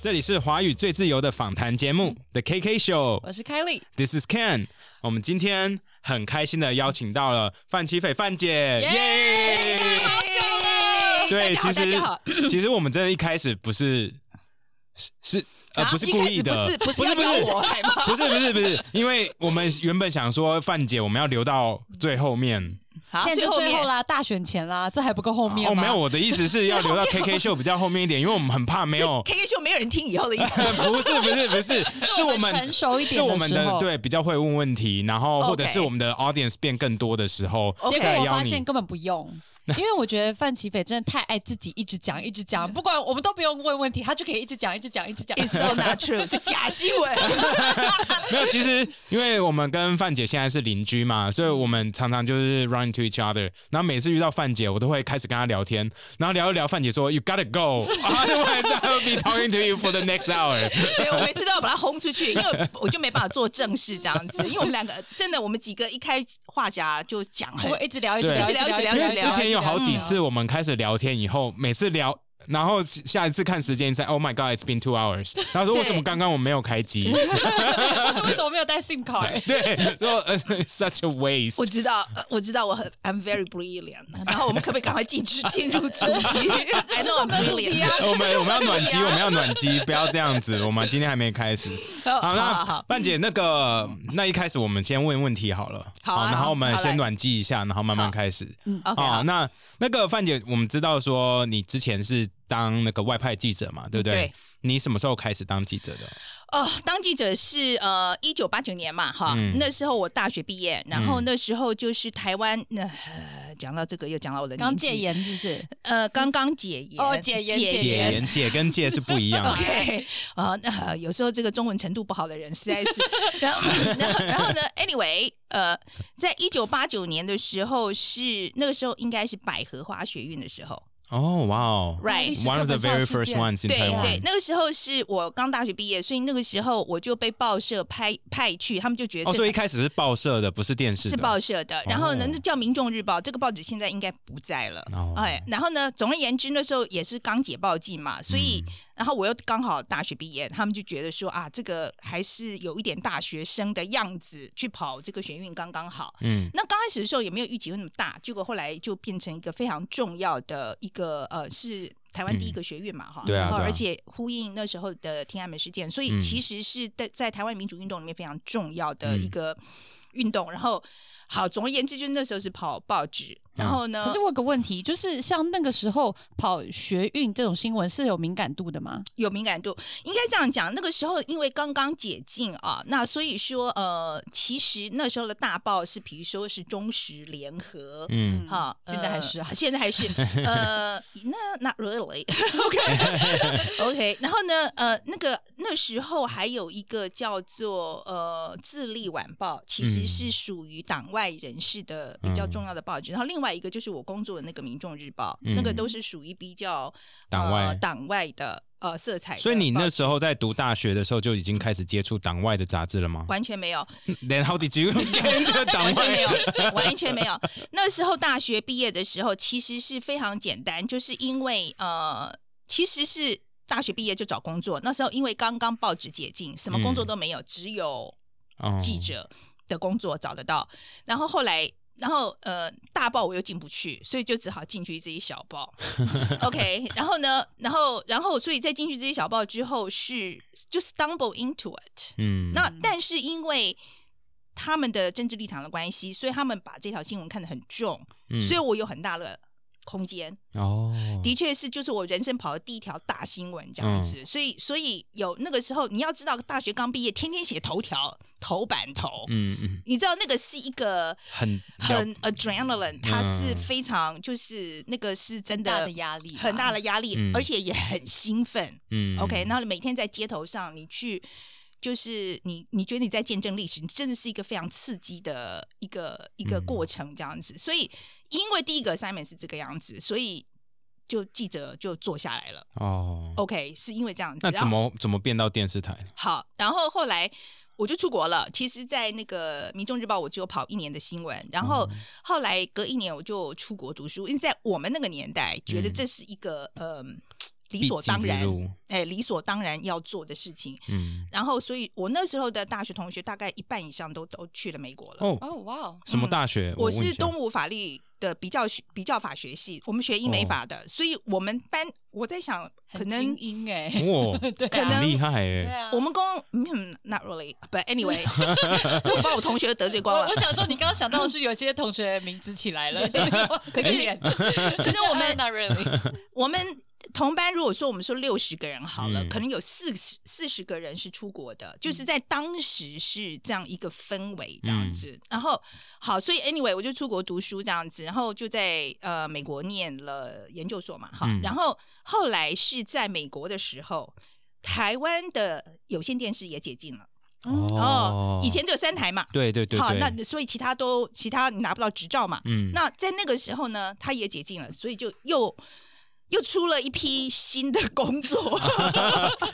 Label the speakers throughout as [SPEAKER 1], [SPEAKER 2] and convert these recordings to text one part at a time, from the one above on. [SPEAKER 1] 这里是华语最自由的访谈节目 The KK Show。
[SPEAKER 2] 我是凯莉，
[SPEAKER 1] This is Ken。我们今天很开心的邀请到了范琪斐范姐，哎耶、
[SPEAKER 2] 好久了
[SPEAKER 1] 对，
[SPEAKER 3] 大家好
[SPEAKER 1] 其
[SPEAKER 3] 大
[SPEAKER 1] 实
[SPEAKER 3] 家好
[SPEAKER 1] 其实我我们真的一开始不是是是呃
[SPEAKER 3] 啊
[SPEAKER 1] 不是
[SPEAKER 3] 一
[SPEAKER 1] 故
[SPEAKER 3] 开始
[SPEAKER 1] 意的，
[SPEAKER 3] 不是不是
[SPEAKER 1] 不是
[SPEAKER 3] 要
[SPEAKER 1] 不
[SPEAKER 3] 邀
[SPEAKER 1] 是
[SPEAKER 3] 我来吗？
[SPEAKER 1] 不是不是不是，因为我们原本想说范姐我们要留到最后面，
[SPEAKER 3] 好，
[SPEAKER 2] 现在就
[SPEAKER 3] 后
[SPEAKER 2] 最后
[SPEAKER 3] 面
[SPEAKER 2] 啦，大选前啦，这还不够后面
[SPEAKER 1] 哦
[SPEAKER 2] 吗？
[SPEAKER 1] 没有，我的意思是要留到 KK 秀比较后面一点，因为我们很怕没有
[SPEAKER 3] K K 秀没有人听以后的意 思。
[SPEAKER 1] 呃不是不是不是，是我们
[SPEAKER 2] 成熟一点
[SPEAKER 1] 是我们
[SPEAKER 2] 时
[SPEAKER 1] 的
[SPEAKER 2] 候，
[SPEAKER 1] 对比较会问问题，然后
[SPEAKER 3] OK
[SPEAKER 1] 或者是我们的 audience 变更多的时候
[SPEAKER 2] 结
[SPEAKER 1] 再
[SPEAKER 2] 果我
[SPEAKER 1] 邀
[SPEAKER 2] 发现
[SPEAKER 1] 你。
[SPEAKER 2] 根本不用，因为我觉得范琪斐真的太爱自己，一直讲，一直 讲，不管我们都不用问问题，他就可以一直讲，一直讲，一直讲。
[SPEAKER 3] It's so not true，这假新闻。
[SPEAKER 1] 没有，其实因为我们跟范姐现在是邻居嘛，所以我们常常就是 run to each other。然后每次遇到范姐，我都会开始跟她聊天，然后聊一聊，范姐说 You gotta go, otherwise I'll be talking to you for the next hour。
[SPEAKER 3] 对我每次都要把他轰出去，因为我就没办法做正事这样子。因为我们两个真的，我们几个一开话匣就讲
[SPEAKER 2] 我
[SPEAKER 3] 很
[SPEAKER 2] 会一直聊，一直
[SPEAKER 1] 对
[SPEAKER 2] 聊，
[SPEAKER 1] 一直
[SPEAKER 3] 聊
[SPEAKER 2] 一
[SPEAKER 3] 一
[SPEAKER 2] 直
[SPEAKER 3] 直
[SPEAKER 1] 因为之
[SPEAKER 2] 聊
[SPEAKER 3] 聊一直聊
[SPEAKER 1] 前有好几，
[SPEAKER 2] 一直
[SPEAKER 1] 次
[SPEAKER 2] 聊
[SPEAKER 1] 我们开始聊天以后，每次聊，然后下一次看时间一下，Oh my God，it's been two hours。然后说
[SPEAKER 3] 对
[SPEAKER 1] 为什么刚刚我没有开机？
[SPEAKER 2] 我嗯说为什么没有带 SIM 卡？
[SPEAKER 1] 对，说呃 such a waste。
[SPEAKER 3] 我知道，呃我知道，我很 I'm very brilliant。然后我们可不可以赶快进去进入 主题
[SPEAKER 2] 这
[SPEAKER 3] ？I
[SPEAKER 2] 是
[SPEAKER 3] know
[SPEAKER 2] 我
[SPEAKER 3] I'm
[SPEAKER 2] 们的主题
[SPEAKER 3] brilliant。
[SPEAKER 2] 啊！
[SPEAKER 1] 呃我们我们要暖机，
[SPEAKER 2] 对啊
[SPEAKER 1] 我们要暖机，不要这样子。我们今天还没开 始。好，
[SPEAKER 3] 好好
[SPEAKER 1] 那
[SPEAKER 3] 好，
[SPEAKER 1] 范姐，那个那一开始我们先问问题好了。
[SPEAKER 3] 好啊
[SPEAKER 1] 然后我们
[SPEAKER 3] 好
[SPEAKER 1] 先
[SPEAKER 3] 来
[SPEAKER 1] 暖机一下，然后慢慢
[SPEAKER 3] 好嗯
[SPEAKER 1] 开始。
[SPEAKER 3] OK，
[SPEAKER 1] 哦
[SPEAKER 3] 好，
[SPEAKER 1] 那那个范姐，我们知道说你之前是当那个外派记者嘛，对不对？
[SPEAKER 3] 对
[SPEAKER 1] 你什么时候开始当记者的？
[SPEAKER 3] 哦，当记者是呃一九八九年嘛，哈、
[SPEAKER 1] 嗯
[SPEAKER 3] 那时候我大学毕业，然后
[SPEAKER 1] 嗯
[SPEAKER 3] 那时候就是台湾，那、呃、讲到这个又讲到我的
[SPEAKER 2] 刚
[SPEAKER 3] 年纪
[SPEAKER 2] 戒，严是不是？
[SPEAKER 3] 呃，刚刚解严，
[SPEAKER 2] 哦解严解
[SPEAKER 1] 解
[SPEAKER 2] 严
[SPEAKER 1] 严解跟戒是不一样 的。
[SPEAKER 3] OK，啊、那、呃有时候这个中文程度不好的人实在是， 然后，然后，然后呢？Anyway，呃，在一九八九年的时候是那个时候应该是百合花学运的时候
[SPEAKER 1] 哦，哇哦
[SPEAKER 3] ，Right？
[SPEAKER 2] 历史
[SPEAKER 1] ，One
[SPEAKER 2] 课
[SPEAKER 1] of the
[SPEAKER 2] 本上
[SPEAKER 1] very
[SPEAKER 2] 的
[SPEAKER 1] first
[SPEAKER 2] 事件
[SPEAKER 1] ones in
[SPEAKER 3] 对
[SPEAKER 1] Taiwan。
[SPEAKER 3] 对，那个时候是我刚大学毕业，所以那个时候我就被报社派派去，他们就觉得
[SPEAKER 1] 哦，
[SPEAKER 3] 这
[SPEAKER 1] 所以一开始是报社的，不是电视的。
[SPEAKER 3] 是报社的，然后呢
[SPEAKER 1] 哦，
[SPEAKER 3] 那叫《民众日报》，这个报纸现在应该不在了。
[SPEAKER 1] 哦
[SPEAKER 3] 哎，然后呢，总而言之，那时候也是刚解报季嘛，所以，
[SPEAKER 1] 嗯
[SPEAKER 3] 然后我又刚好大学毕业，他们就觉得说啊，这个还是有一点大学生的样子，去跑这个学运刚刚好。
[SPEAKER 1] 嗯，
[SPEAKER 3] 那刚开始的时候也没有预期会那么大，结果后来就变成一个非常重要的一个呃，是台湾第一个学院嘛，哈、
[SPEAKER 1] 嗯对啊
[SPEAKER 3] 然后
[SPEAKER 1] 对啊
[SPEAKER 3] 而且呼应那时候的天安门事件，所以
[SPEAKER 1] 嗯
[SPEAKER 3] 其实是在在台湾民主运动里面非常重要的
[SPEAKER 1] 嗯
[SPEAKER 3] 一个运动。然后，好，总而言之，就是那时候是跑报纸，
[SPEAKER 1] 啊
[SPEAKER 3] 然后呢，
[SPEAKER 2] 可是我有个问题，就是像那个时候跑学运这种新闻是有敏感度的吗？
[SPEAKER 3] 有敏感度，应该这样讲。那个时候因为刚刚解禁啊，那所以说呃，其实那时候的大报是，比如说是中时联合，
[SPEAKER 1] 嗯，
[SPEAKER 3] 哈，
[SPEAKER 2] 现在还是啊
[SPEAKER 3] 呃现在还是，呃，那 not really，OK，OK，、然后呢，呃，那个那时候还有一个叫做呃《自立晚报》，其实
[SPEAKER 1] 嗯
[SPEAKER 3] 是属于党外人士的比较
[SPEAKER 1] 嗯
[SPEAKER 3] 重要的报纸，然后另外一个就是我工作的那个《民众日报》，
[SPEAKER 1] 嗯
[SPEAKER 3] 那个都是属于比较
[SPEAKER 1] 党外
[SPEAKER 3] 呃党外的呃色彩的报纸。
[SPEAKER 1] 所以你那时候在读大学的时候就已经开始接触党外的杂志了吗
[SPEAKER 3] 完全没有，
[SPEAKER 1] ？Then how did you get into 党
[SPEAKER 3] 完全 没
[SPEAKER 1] 外？
[SPEAKER 3] 有，完全没有。那时候大学毕业的时候，其实是非常简单，就是因为呃，其实是大学毕业就找工作。那时候因为刚刚报纸解禁，什么工作
[SPEAKER 1] 嗯
[SPEAKER 3] 都没有，只有
[SPEAKER 1] 哦
[SPEAKER 3] 记者的工作找得到。然后后来。然后呃，大报我又进不去，所以就只好进去这些小报。OK，然后呢，然后然后所以在进去这些小报之后是就 stumble into it，
[SPEAKER 1] 嗯，
[SPEAKER 3] 那但是因为他们的政治立场的关系，所以他们把这条新闻看得很重，
[SPEAKER 1] 嗯
[SPEAKER 3] 所以我有很大的空间。
[SPEAKER 1] 哦，
[SPEAKER 3] 的确是，就是我人生跑的第一条大新闻这样
[SPEAKER 1] 嗯
[SPEAKER 3] 子。所以，所以有那个时候，你要知道，大学刚毕业，天天写头条、头版头。
[SPEAKER 1] 嗯嗯，
[SPEAKER 3] 你知道那个是一个
[SPEAKER 1] 很
[SPEAKER 3] 很 adrenaline，它是
[SPEAKER 1] 嗯
[SPEAKER 3] 非常就是那个是真
[SPEAKER 2] 大
[SPEAKER 3] 的
[SPEAKER 2] 的压力吧，
[SPEAKER 3] 很大的压力，
[SPEAKER 1] 嗯
[SPEAKER 3] 而且也很兴奋。
[SPEAKER 1] 嗯
[SPEAKER 3] OK，然后你每天在街头上，你去就是你，你觉得你在见证历史，你真的是一个非常刺激的一个一个
[SPEAKER 1] 嗯
[SPEAKER 3] 过程这样子。所以，因为第一个 assignment 是这个样子，所以就记者就坐下来了。
[SPEAKER 1] 哦，
[SPEAKER 3] OK，是因为这样子。
[SPEAKER 1] 那
[SPEAKER 3] 然
[SPEAKER 1] 怎
[SPEAKER 3] 后
[SPEAKER 1] 么怎么变到电视台？
[SPEAKER 3] 好？然后后来。我就出国了。其实，在那个《民众日报》，我只有跑一年的新闻，然后
[SPEAKER 1] 嗯
[SPEAKER 3] 后来隔一年我就出国读书，因为在我们那个年代，觉得
[SPEAKER 1] 嗯
[SPEAKER 3] 这是一个嗯、理所当
[SPEAKER 1] 必经之
[SPEAKER 3] 然，
[SPEAKER 1] 路
[SPEAKER 3] 哎，理所当然要做的事情。
[SPEAKER 1] 嗯，
[SPEAKER 3] 然后，所以我那时候的大学同学大概一半以上都都去了美国了。
[SPEAKER 1] 哦，
[SPEAKER 2] 哦，哇哦，
[SPEAKER 1] 什么大学？
[SPEAKER 3] 呃我
[SPEAKER 1] 问一
[SPEAKER 3] 是
[SPEAKER 1] 下
[SPEAKER 3] 东吴法律的比较学比较法学系，我们学英
[SPEAKER 1] 哦
[SPEAKER 3] 美法的，所以我们班我在想，可
[SPEAKER 2] 很精
[SPEAKER 3] 能
[SPEAKER 2] 英哎，
[SPEAKER 1] 哦，
[SPEAKER 2] 对
[SPEAKER 3] 可
[SPEAKER 2] 啊
[SPEAKER 3] 能
[SPEAKER 1] 很厉害
[SPEAKER 2] 对
[SPEAKER 1] 哎，
[SPEAKER 2] 啊，
[SPEAKER 3] 我们公嗯 not really，but anyway，我把我同学得罪光
[SPEAKER 2] 我
[SPEAKER 3] 了
[SPEAKER 2] 我。想说，你刚刚想到的是有些同学名字起来了， 可
[SPEAKER 3] 是
[SPEAKER 2] 可
[SPEAKER 3] 是我们
[SPEAKER 2] not really，
[SPEAKER 3] 我们同班如果说我们说六十个人好了，
[SPEAKER 1] 嗯
[SPEAKER 3] 可能有四十四十个人是出国的，就是在当时是这样一个氛围
[SPEAKER 1] 嗯
[SPEAKER 3] 这样子。然后好，所以 anyway 我就出国读书这样子，然后就在呃美国念了研究所嘛，哈、
[SPEAKER 1] 嗯
[SPEAKER 3] 然后后来是在美国的时候。台湾的有线电视也解禁了哦，以前只有三台嘛，
[SPEAKER 1] 对对对
[SPEAKER 3] 好，
[SPEAKER 1] 对，
[SPEAKER 3] 那所以其他都其他你拿不到执照嘛，
[SPEAKER 1] 嗯，
[SPEAKER 3] 那在那个时候呢，他也解禁了，所以就又又出了一批新的工 作，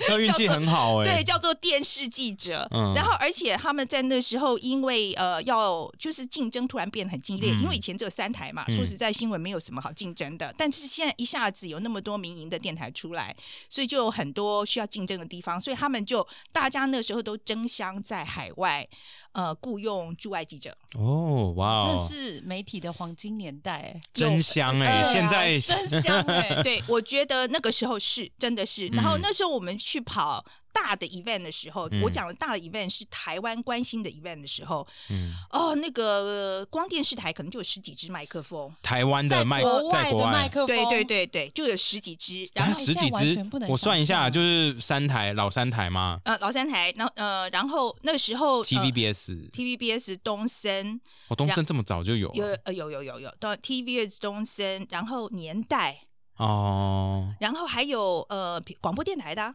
[SPEAKER 1] 那运气很好哎，
[SPEAKER 3] 对，，叫做电视记者。
[SPEAKER 1] 嗯
[SPEAKER 3] 然后，而且他们在那时候，因为呃，要就是竞争突然变得很激烈，
[SPEAKER 1] 嗯
[SPEAKER 3] 因为以前只有三台嘛，
[SPEAKER 1] 嗯
[SPEAKER 3] 说实在，新闻没有什么好竞争的。但是现在一下子有那么多民营的电台出来，所以就有很多需要竞争的地方，所以他们就大家那时候都争相在海外呃雇佣驻外记者。
[SPEAKER 1] 哦，哇
[SPEAKER 2] 这
[SPEAKER 1] 哦，
[SPEAKER 2] 是媒体的黄金年代哎，
[SPEAKER 1] 真香哎，
[SPEAKER 3] 有
[SPEAKER 1] 现在
[SPEAKER 2] 对啊真香 哎，
[SPEAKER 3] 对，我觉得那个时候是真的是。然后
[SPEAKER 1] 嗯
[SPEAKER 3] 那时候我们去跑大的 event 的时候，
[SPEAKER 1] 嗯
[SPEAKER 3] 我讲的大的 event 是台湾关心的 event 的时候，
[SPEAKER 1] 嗯，
[SPEAKER 3] 哦，那个光电视台可能就有十几支麦克风。
[SPEAKER 1] 台湾的
[SPEAKER 2] 在
[SPEAKER 1] 麦
[SPEAKER 2] 国
[SPEAKER 1] 在
[SPEAKER 2] 外
[SPEAKER 1] 国
[SPEAKER 2] 的麦
[SPEAKER 1] 外。
[SPEAKER 2] 克风，
[SPEAKER 3] 对对对对，就有十几支，然
[SPEAKER 1] 然
[SPEAKER 3] 后
[SPEAKER 1] 后十
[SPEAKER 2] 现在
[SPEAKER 1] 几
[SPEAKER 2] 完
[SPEAKER 1] 支
[SPEAKER 2] 全不能，
[SPEAKER 1] 我算一
[SPEAKER 2] 想
[SPEAKER 1] 下，
[SPEAKER 3] 啊
[SPEAKER 2] 象
[SPEAKER 1] 就是三台老三台嘛
[SPEAKER 3] 呃老三台，然后呃然后那时候、呃、
[SPEAKER 1] ，TVBS，
[SPEAKER 3] TVBS 东森
[SPEAKER 1] 我东森这么早就有
[SPEAKER 3] 有
[SPEAKER 1] 了
[SPEAKER 3] 呃有有有有，到 TVBS 东森，然后年代，
[SPEAKER 1] 哦！
[SPEAKER 3] 然后还有呃广播电台的啊、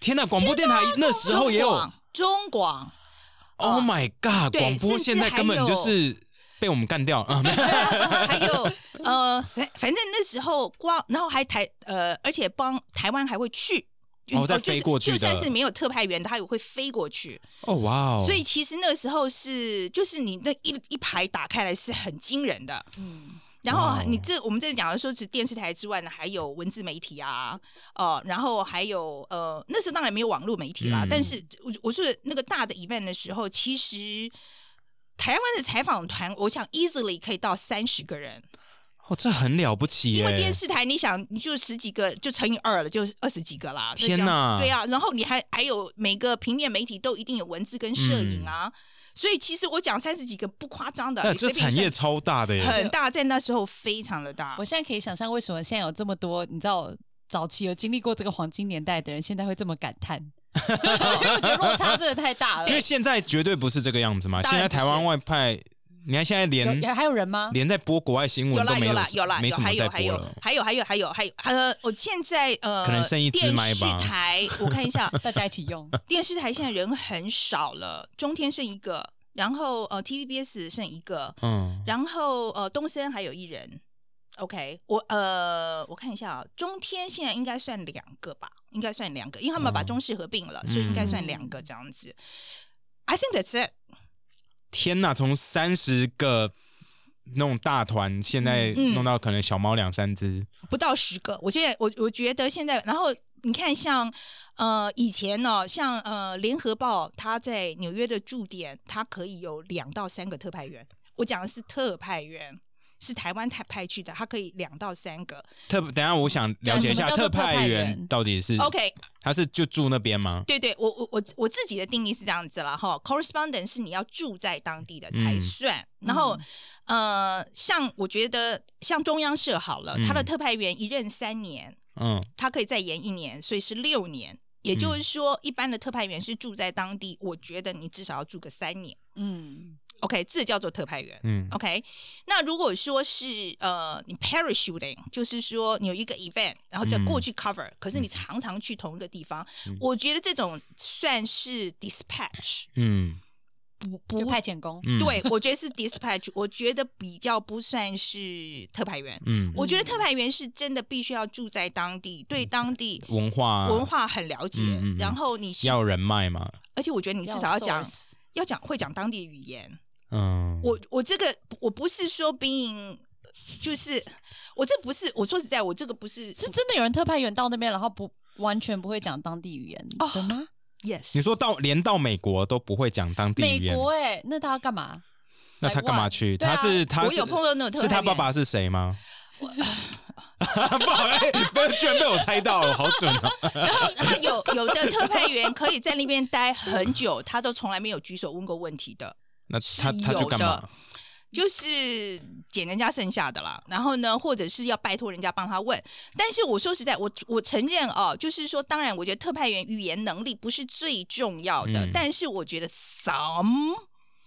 [SPEAKER 1] 天哪，广播电台那时候也有
[SPEAKER 3] 中广中广，
[SPEAKER 1] ，Oh my god！
[SPEAKER 3] 对
[SPEAKER 1] 广播
[SPEAKER 3] 甚至
[SPEAKER 1] 现在根本就是被我们干掉啊！没 有
[SPEAKER 3] 还有呃，反反正那时候光，然后还台呃，而且帮台湾还会去。
[SPEAKER 1] 哦再
[SPEAKER 3] 就是
[SPEAKER 1] 飞过去的
[SPEAKER 3] 就算是没有特派员，他也会飞过去。
[SPEAKER 1] 哦哇哦！
[SPEAKER 3] 所以其实那时候是，就是你那一一排打开来是很惊人的。
[SPEAKER 2] 嗯，
[SPEAKER 3] 然
[SPEAKER 1] 哇
[SPEAKER 3] 后
[SPEAKER 1] 哦
[SPEAKER 3] 你这我们这里讲的说，只电视台之外呢，还有文字媒体啊，哦、然后还有呃，那时候当然没有网络媒体啦，
[SPEAKER 1] 嗯
[SPEAKER 3] 但是我我说的那个大的 event 的时候，其实台湾的采访团，我想 easily 可以到三十个人。
[SPEAKER 1] 哦，这很了不起耶！
[SPEAKER 3] 因为电视台，你想，你就十几个，就乘以二了，就是二十几个啦。
[SPEAKER 1] 天哪
[SPEAKER 3] 哪！对啊，然后你还还有每个平面媒体都一定有文字跟摄影啊，所以其实我讲三十几个不夸张的
[SPEAKER 1] 那，嗯
[SPEAKER 3] 随
[SPEAKER 1] 啊这
[SPEAKER 3] 便
[SPEAKER 1] 产业
[SPEAKER 3] 算
[SPEAKER 1] 超大的耶！
[SPEAKER 3] 很大，在那时候非常的大
[SPEAKER 2] 我。现在可以想象为什么现在有这么多，你知道。早期有经历过这个黄金年代的人，现在会这么感叹，因为我觉得落差真的太大 了。
[SPEAKER 1] 因为现在绝对不是这个样子嘛。
[SPEAKER 3] 当
[SPEAKER 1] 现在
[SPEAKER 3] 然不是
[SPEAKER 1] 台湾外派，你看现在
[SPEAKER 2] 有
[SPEAKER 1] 连
[SPEAKER 2] 有还有人吗？
[SPEAKER 1] 连在播国外新
[SPEAKER 3] 有
[SPEAKER 1] 闻都
[SPEAKER 3] 啦
[SPEAKER 1] 没
[SPEAKER 3] 有啦有啦
[SPEAKER 1] 没
[SPEAKER 3] 有
[SPEAKER 1] 什么
[SPEAKER 3] 还
[SPEAKER 1] 在
[SPEAKER 3] 有还
[SPEAKER 1] 播
[SPEAKER 3] 有
[SPEAKER 1] 了。
[SPEAKER 3] 还有还有还有还有呃，我现在呃，
[SPEAKER 1] 可能剩一支
[SPEAKER 3] 电
[SPEAKER 1] 麦
[SPEAKER 3] 视
[SPEAKER 1] 吧
[SPEAKER 3] 台，我看一下，
[SPEAKER 2] 大家一起用，
[SPEAKER 3] 电视台现在人很少了，中天剩一个，然后呃 TVBS 剩一个，
[SPEAKER 1] 嗯，
[SPEAKER 3] 然后呃，东森还有一人。OK，我呃，我看一下啊，中天现在应该算两个吧，应该算两个，因为他们把
[SPEAKER 1] 嗯
[SPEAKER 3] 中视合并了，所以应该算两个这样子。I think that's it。
[SPEAKER 1] 天哪，从三十个那种大团，现在
[SPEAKER 3] 嗯嗯
[SPEAKER 1] 弄到可能小猫两三只。
[SPEAKER 3] 不到十个。我现在我我觉得现在，然后你看像呃以前呢、像呃联合报它在纽约的驻点，它可以有两到三个特派员。我讲的是特派员，是台湾台派去的，它可以两到三个。
[SPEAKER 1] 特等一下，我想了解一下
[SPEAKER 2] 对什么叫做特
[SPEAKER 1] 派
[SPEAKER 2] 派
[SPEAKER 1] 员
[SPEAKER 2] 员
[SPEAKER 1] 到底是
[SPEAKER 3] OK，
[SPEAKER 1] 他是就住那边吗？
[SPEAKER 3] 对对，我我我我自己的定义是这样子了哈，correspondent 是你要住在当地的才
[SPEAKER 1] 嗯
[SPEAKER 3] 算。然后、呃，像我觉得像中央社好了，他的
[SPEAKER 1] 嗯
[SPEAKER 3] 特派员一任三年，
[SPEAKER 1] 嗯，
[SPEAKER 3] 他可以再延一年，所以是六年。也就是说，一般的特派员是住在当地，我觉得你至少要住个三年。
[SPEAKER 2] 嗯，
[SPEAKER 3] OK，这叫做特派员。
[SPEAKER 1] 嗯
[SPEAKER 3] OK，那如果说是呃，你 parachuting，就是说你有一个 event，然后再
[SPEAKER 1] 嗯
[SPEAKER 3] 过去 cover，、可是你常常去同一个地方，我觉得这种算是 dispatch，
[SPEAKER 1] 嗯
[SPEAKER 3] 不
[SPEAKER 2] 就
[SPEAKER 3] 不。
[SPEAKER 2] 派遣工，
[SPEAKER 1] 嗯，，
[SPEAKER 3] 对，我觉得是 dispatch，我觉得比较不算是特派员。
[SPEAKER 1] 嗯，
[SPEAKER 3] 我觉得特派员是真的必须要住在当地，对当地
[SPEAKER 1] 文化
[SPEAKER 3] 文化很了解，
[SPEAKER 1] 嗯嗯嗯嗯
[SPEAKER 3] 然后你是，
[SPEAKER 1] 要人脉嘛，
[SPEAKER 3] 而且我觉得你至少要讲
[SPEAKER 2] source
[SPEAKER 3] 要讲会讲当地语言。
[SPEAKER 1] 嗯，
[SPEAKER 3] 我我这个我不是说 being 就是我这不是我说实在，我这个不是
[SPEAKER 2] 是真的有人特派员到那边，然后不完全不会讲当地语言
[SPEAKER 1] 哦
[SPEAKER 2] 的吗？
[SPEAKER 3] yes。
[SPEAKER 1] 你说到连到美国都不会讲当地语
[SPEAKER 2] 美
[SPEAKER 1] 言，
[SPEAKER 2] 国哎、那他要干嘛？
[SPEAKER 1] 那他干嘛去？
[SPEAKER 2] 对啊
[SPEAKER 1] 他是他
[SPEAKER 3] 我
[SPEAKER 1] 是
[SPEAKER 3] 有碰到那种特
[SPEAKER 1] 是他
[SPEAKER 3] 派员
[SPEAKER 1] 爸爸是谁吗？ 不好意思，被居然被我猜到了，好准啊！
[SPEAKER 3] 然后，然后有有的特派员可以在那边待很久，他都从来没有举手问过问题的，
[SPEAKER 1] 那
[SPEAKER 3] 是
[SPEAKER 1] 他他去
[SPEAKER 3] 有
[SPEAKER 1] 干嘛
[SPEAKER 3] 的？就是捡人家剩下的啦。然后呢，或者是要拜托人家帮他问。但是我说实在，我我承认哦，就是说，当然，我觉得特派员语言能力不是最重要的，
[SPEAKER 1] 嗯
[SPEAKER 3] 但是我觉得 some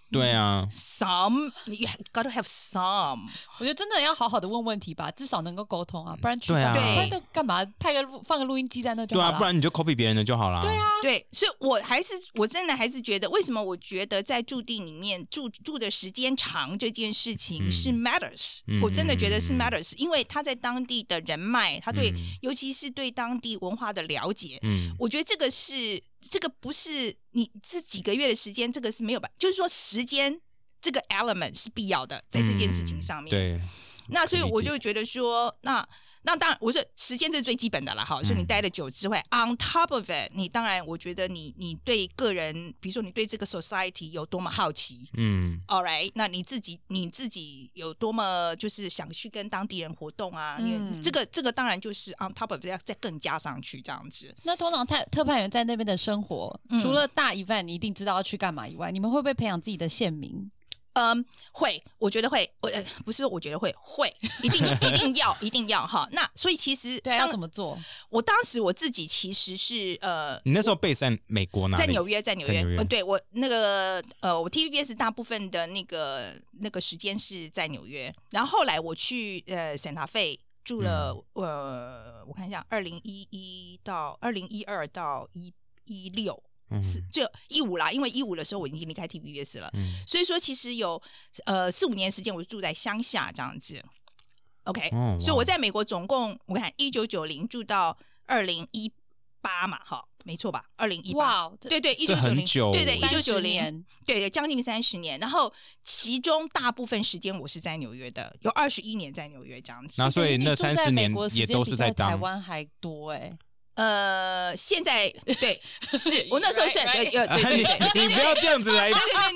[SPEAKER 1] 对啊，
[SPEAKER 3] some you gotta have some。
[SPEAKER 2] 我觉得真的要好好的问问题吧，至少能够沟通啊，不然去
[SPEAKER 1] 对啊
[SPEAKER 2] 干嘛
[SPEAKER 3] 对
[SPEAKER 2] 不然就干嘛？派个录放个录音机在那就
[SPEAKER 1] 对
[SPEAKER 2] 好
[SPEAKER 1] 啊，
[SPEAKER 2] 了。
[SPEAKER 1] 不然你就 copy 别人的就好啦。对啊，
[SPEAKER 3] 对，所以我还是我真的还是觉得，为什么我觉得在驻地里面住住的时间长这件事情
[SPEAKER 1] 嗯
[SPEAKER 3] 是 matters，、
[SPEAKER 1] 嗯
[SPEAKER 3] 我真的觉得是
[SPEAKER 1] 嗯嗯
[SPEAKER 3] matters，、因为他在当地的人脉，他对、
[SPEAKER 1] 嗯
[SPEAKER 3] 尤其是对当地文化的了解，
[SPEAKER 1] 嗯，
[SPEAKER 3] 我觉得这个是这个不是你这几个月的时间，这个是没有吧？就是说时间这个 element 是必要的，在这件事情上面。
[SPEAKER 1] 嗯对，
[SPEAKER 3] 那所以
[SPEAKER 1] 可以
[SPEAKER 3] 我
[SPEAKER 1] 理解
[SPEAKER 3] 就觉得说，那那当然，我说时间是最基本的了哈。所以你
[SPEAKER 1] 嗯
[SPEAKER 3] 待的久之外，on top of it，你当然我觉得你你对个人，比如说你对这个 society 有多么好奇
[SPEAKER 1] 嗯
[SPEAKER 3] ，all right，那你自己你自己有多么就是想去跟当地人活动啊？因为
[SPEAKER 2] 嗯
[SPEAKER 3] 这个这个当然就是 on top of it 要再更加上去这样子。
[SPEAKER 2] 那通常特特派员在那边的生活，
[SPEAKER 3] 嗯
[SPEAKER 2] 除了大 event 你一定知道要去干嘛以外，你们会不会培养自己的县民？
[SPEAKER 3] 嗯，会，我觉得会，我呃不是，我觉得会会，一定一定要一定要哈。那所以其实
[SPEAKER 2] 对啊，
[SPEAKER 3] 当
[SPEAKER 2] 要怎么做？
[SPEAKER 3] 我当时我自己其实是呃，
[SPEAKER 1] 你那时候 base 在美国哪里？
[SPEAKER 3] 在纽约，在纽
[SPEAKER 1] 在
[SPEAKER 3] 约
[SPEAKER 1] 纽约，
[SPEAKER 3] 呃，对我那个呃，我 TVBS 大部分的那个那个时间是在纽约，然后后来我去呃 Santa Fe 住了、
[SPEAKER 1] 嗯
[SPEAKER 3] 呃，我看一下，二零一一到二零一二到一一六
[SPEAKER 1] 嗯
[SPEAKER 3] 是就一五啦，因为一五的时候我已经离开 TVBS 了，
[SPEAKER 1] 嗯
[SPEAKER 3] 所以说其实有呃四五年时间我住在乡下这样子。OK，、
[SPEAKER 1] 哦哇
[SPEAKER 3] 所以我在美国总共我看一九九零住到二零一八嘛，哈，没错吧？二零一八。
[SPEAKER 2] 哇，这
[SPEAKER 3] 对对，一
[SPEAKER 1] 这
[SPEAKER 3] 九九
[SPEAKER 1] 很
[SPEAKER 3] 零，
[SPEAKER 1] 久
[SPEAKER 3] 对对，一九九
[SPEAKER 2] 30
[SPEAKER 3] 零，
[SPEAKER 2] 年，
[SPEAKER 3] 对对，将近三十年。然后其中大部分时间我是在纽约的，有二十一年在纽约这样子。
[SPEAKER 1] 那啊所以
[SPEAKER 2] 你
[SPEAKER 1] 那
[SPEAKER 2] 住在
[SPEAKER 1] 三十
[SPEAKER 2] 美
[SPEAKER 1] 年
[SPEAKER 2] 国的时
[SPEAKER 1] 也
[SPEAKER 2] 间
[SPEAKER 1] 都
[SPEAKER 2] 比
[SPEAKER 1] 是在
[SPEAKER 2] 台
[SPEAKER 1] 当
[SPEAKER 2] 湾还多哎、
[SPEAKER 3] 呃，现在 对， 是我那时候算有
[SPEAKER 2] Right,
[SPEAKER 3] 有对对 对
[SPEAKER 1] 你
[SPEAKER 3] 对
[SPEAKER 1] 你不要这样子来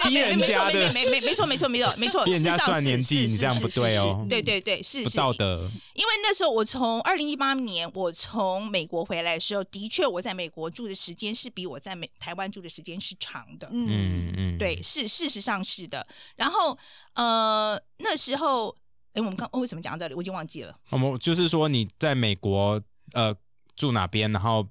[SPEAKER 1] 逼
[SPEAKER 3] 对，
[SPEAKER 1] 人
[SPEAKER 3] 没
[SPEAKER 1] 家
[SPEAKER 3] 错
[SPEAKER 1] 的，
[SPEAKER 3] 没没没没错没错没错没 错，
[SPEAKER 1] 逼人
[SPEAKER 3] 事
[SPEAKER 1] 家
[SPEAKER 3] 实上
[SPEAKER 1] 算
[SPEAKER 3] 是
[SPEAKER 1] 年
[SPEAKER 3] 是
[SPEAKER 1] 纪你
[SPEAKER 3] 是
[SPEAKER 1] 这样
[SPEAKER 3] 是
[SPEAKER 1] 不
[SPEAKER 3] 是
[SPEAKER 1] 对
[SPEAKER 3] 是
[SPEAKER 1] 哦
[SPEAKER 3] 对对对，是
[SPEAKER 1] 不
[SPEAKER 3] 是
[SPEAKER 1] 道德。
[SPEAKER 3] 因为那时候我从二零一八年我从美国回来的时候，的确我在美国住的时间是比我在美台湾住的时间是长的。
[SPEAKER 2] 嗯，
[SPEAKER 1] 嗯嗯，
[SPEAKER 3] 对，是事实上是的。然后呃，那时候，哎，我们刚、哦、为什么讲到这里？我已经忘记了。
[SPEAKER 1] 我们就是说你在美国呃住哪边，然后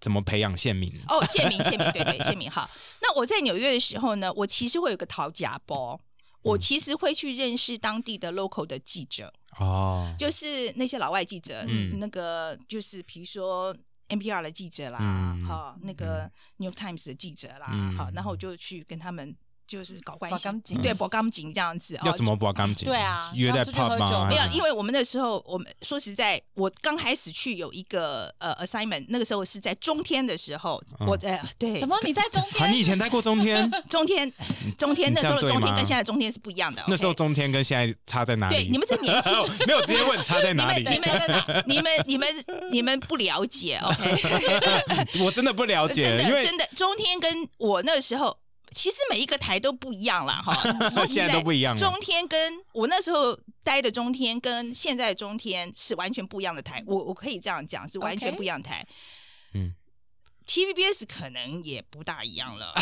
[SPEAKER 1] 怎么培养县民？
[SPEAKER 3] 哦，谢明，谢明，对对，谢明好。那我在纽约的时候呢，我其实会有个讨价包。我
[SPEAKER 1] 嗯
[SPEAKER 3] 其实会去认识当地的 local 的记者，
[SPEAKER 1] 哦，
[SPEAKER 3] 就是那些老外记者，
[SPEAKER 1] 嗯
[SPEAKER 3] 那个就是比如说 NPR 的记者啦，
[SPEAKER 1] 嗯
[SPEAKER 3] 哈、那个 New York Times 的记者啦，
[SPEAKER 1] 嗯
[SPEAKER 3] 好、然后我就去跟他们就是搞关
[SPEAKER 2] 把
[SPEAKER 3] 系，
[SPEAKER 2] 钢筋
[SPEAKER 3] 对，博钢琴这样子，
[SPEAKER 1] 要
[SPEAKER 3] 哦
[SPEAKER 1] 怎么把钢琴？
[SPEAKER 2] 对啊
[SPEAKER 1] 约在
[SPEAKER 2] 这样出去
[SPEAKER 1] pub
[SPEAKER 2] 喝酒
[SPEAKER 1] 吗？
[SPEAKER 2] 嘛
[SPEAKER 3] 没有
[SPEAKER 2] 啊，
[SPEAKER 3] 因为我们那时候，我们说实在，我刚开始去有一个呃 assignment，那个时候是在中天的时候，
[SPEAKER 1] 嗯
[SPEAKER 3] 我呃对
[SPEAKER 2] 什么？你在中
[SPEAKER 1] 啊，
[SPEAKER 2] 间？
[SPEAKER 1] 你以前待过中 天？
[SPEAKER 3] 中天，中天
[SPEAKER 1] 你
[SPEAKER 3] 那
[SPEAKER 1] 这
[SPEAKER 3] 时
[SPEAKER 1] 样
[SPEAKER 3] 候的中
[SPEAKER 1] 对
[SPEAKER 3] 天
[SPEAKER 1] 吗
[SPEAKER 3] 跟现在的中天是不一样的。
[SPEAKER 1] 那时候
[SPEAKER 3] OK
[SPEAKER 1] 中天跟现在差在哪里？，
[SPEAKER 3] 对你们这年轻
[SPEAKER 1] 没有直接问差在
[SPEAKER 3] 你
[SPEAKER 1] 哪
[SPEAKER 3] 们
[SPEAKER 1] 里？
[SPEAKER 3] 你们 你们你们你们不了解，OK？
[SPEAKER 1] 我真的不了解，
[SPEAKER 3] 真
[SPEAKER 1] 因
[SPEAKER 3] 的
[SPEAKER 1] 为
[SPEAKER 3] 真的，中天跟我那时候。其实每一个台都不一样啦， 哈，说实
[SPEAKER 1] 现在都不一样了
[SPEAKER 3] 中天跟我那时候待的中天跟现在的中天是完全不一样的台，我我可以这样讲，是完全
[SPEAKER 2] OK
[SPEAKER 3] 不一样的台。
[SPEAKER 1] 嗯
[SPEAKER 3] TVBS 可能也不大一样了，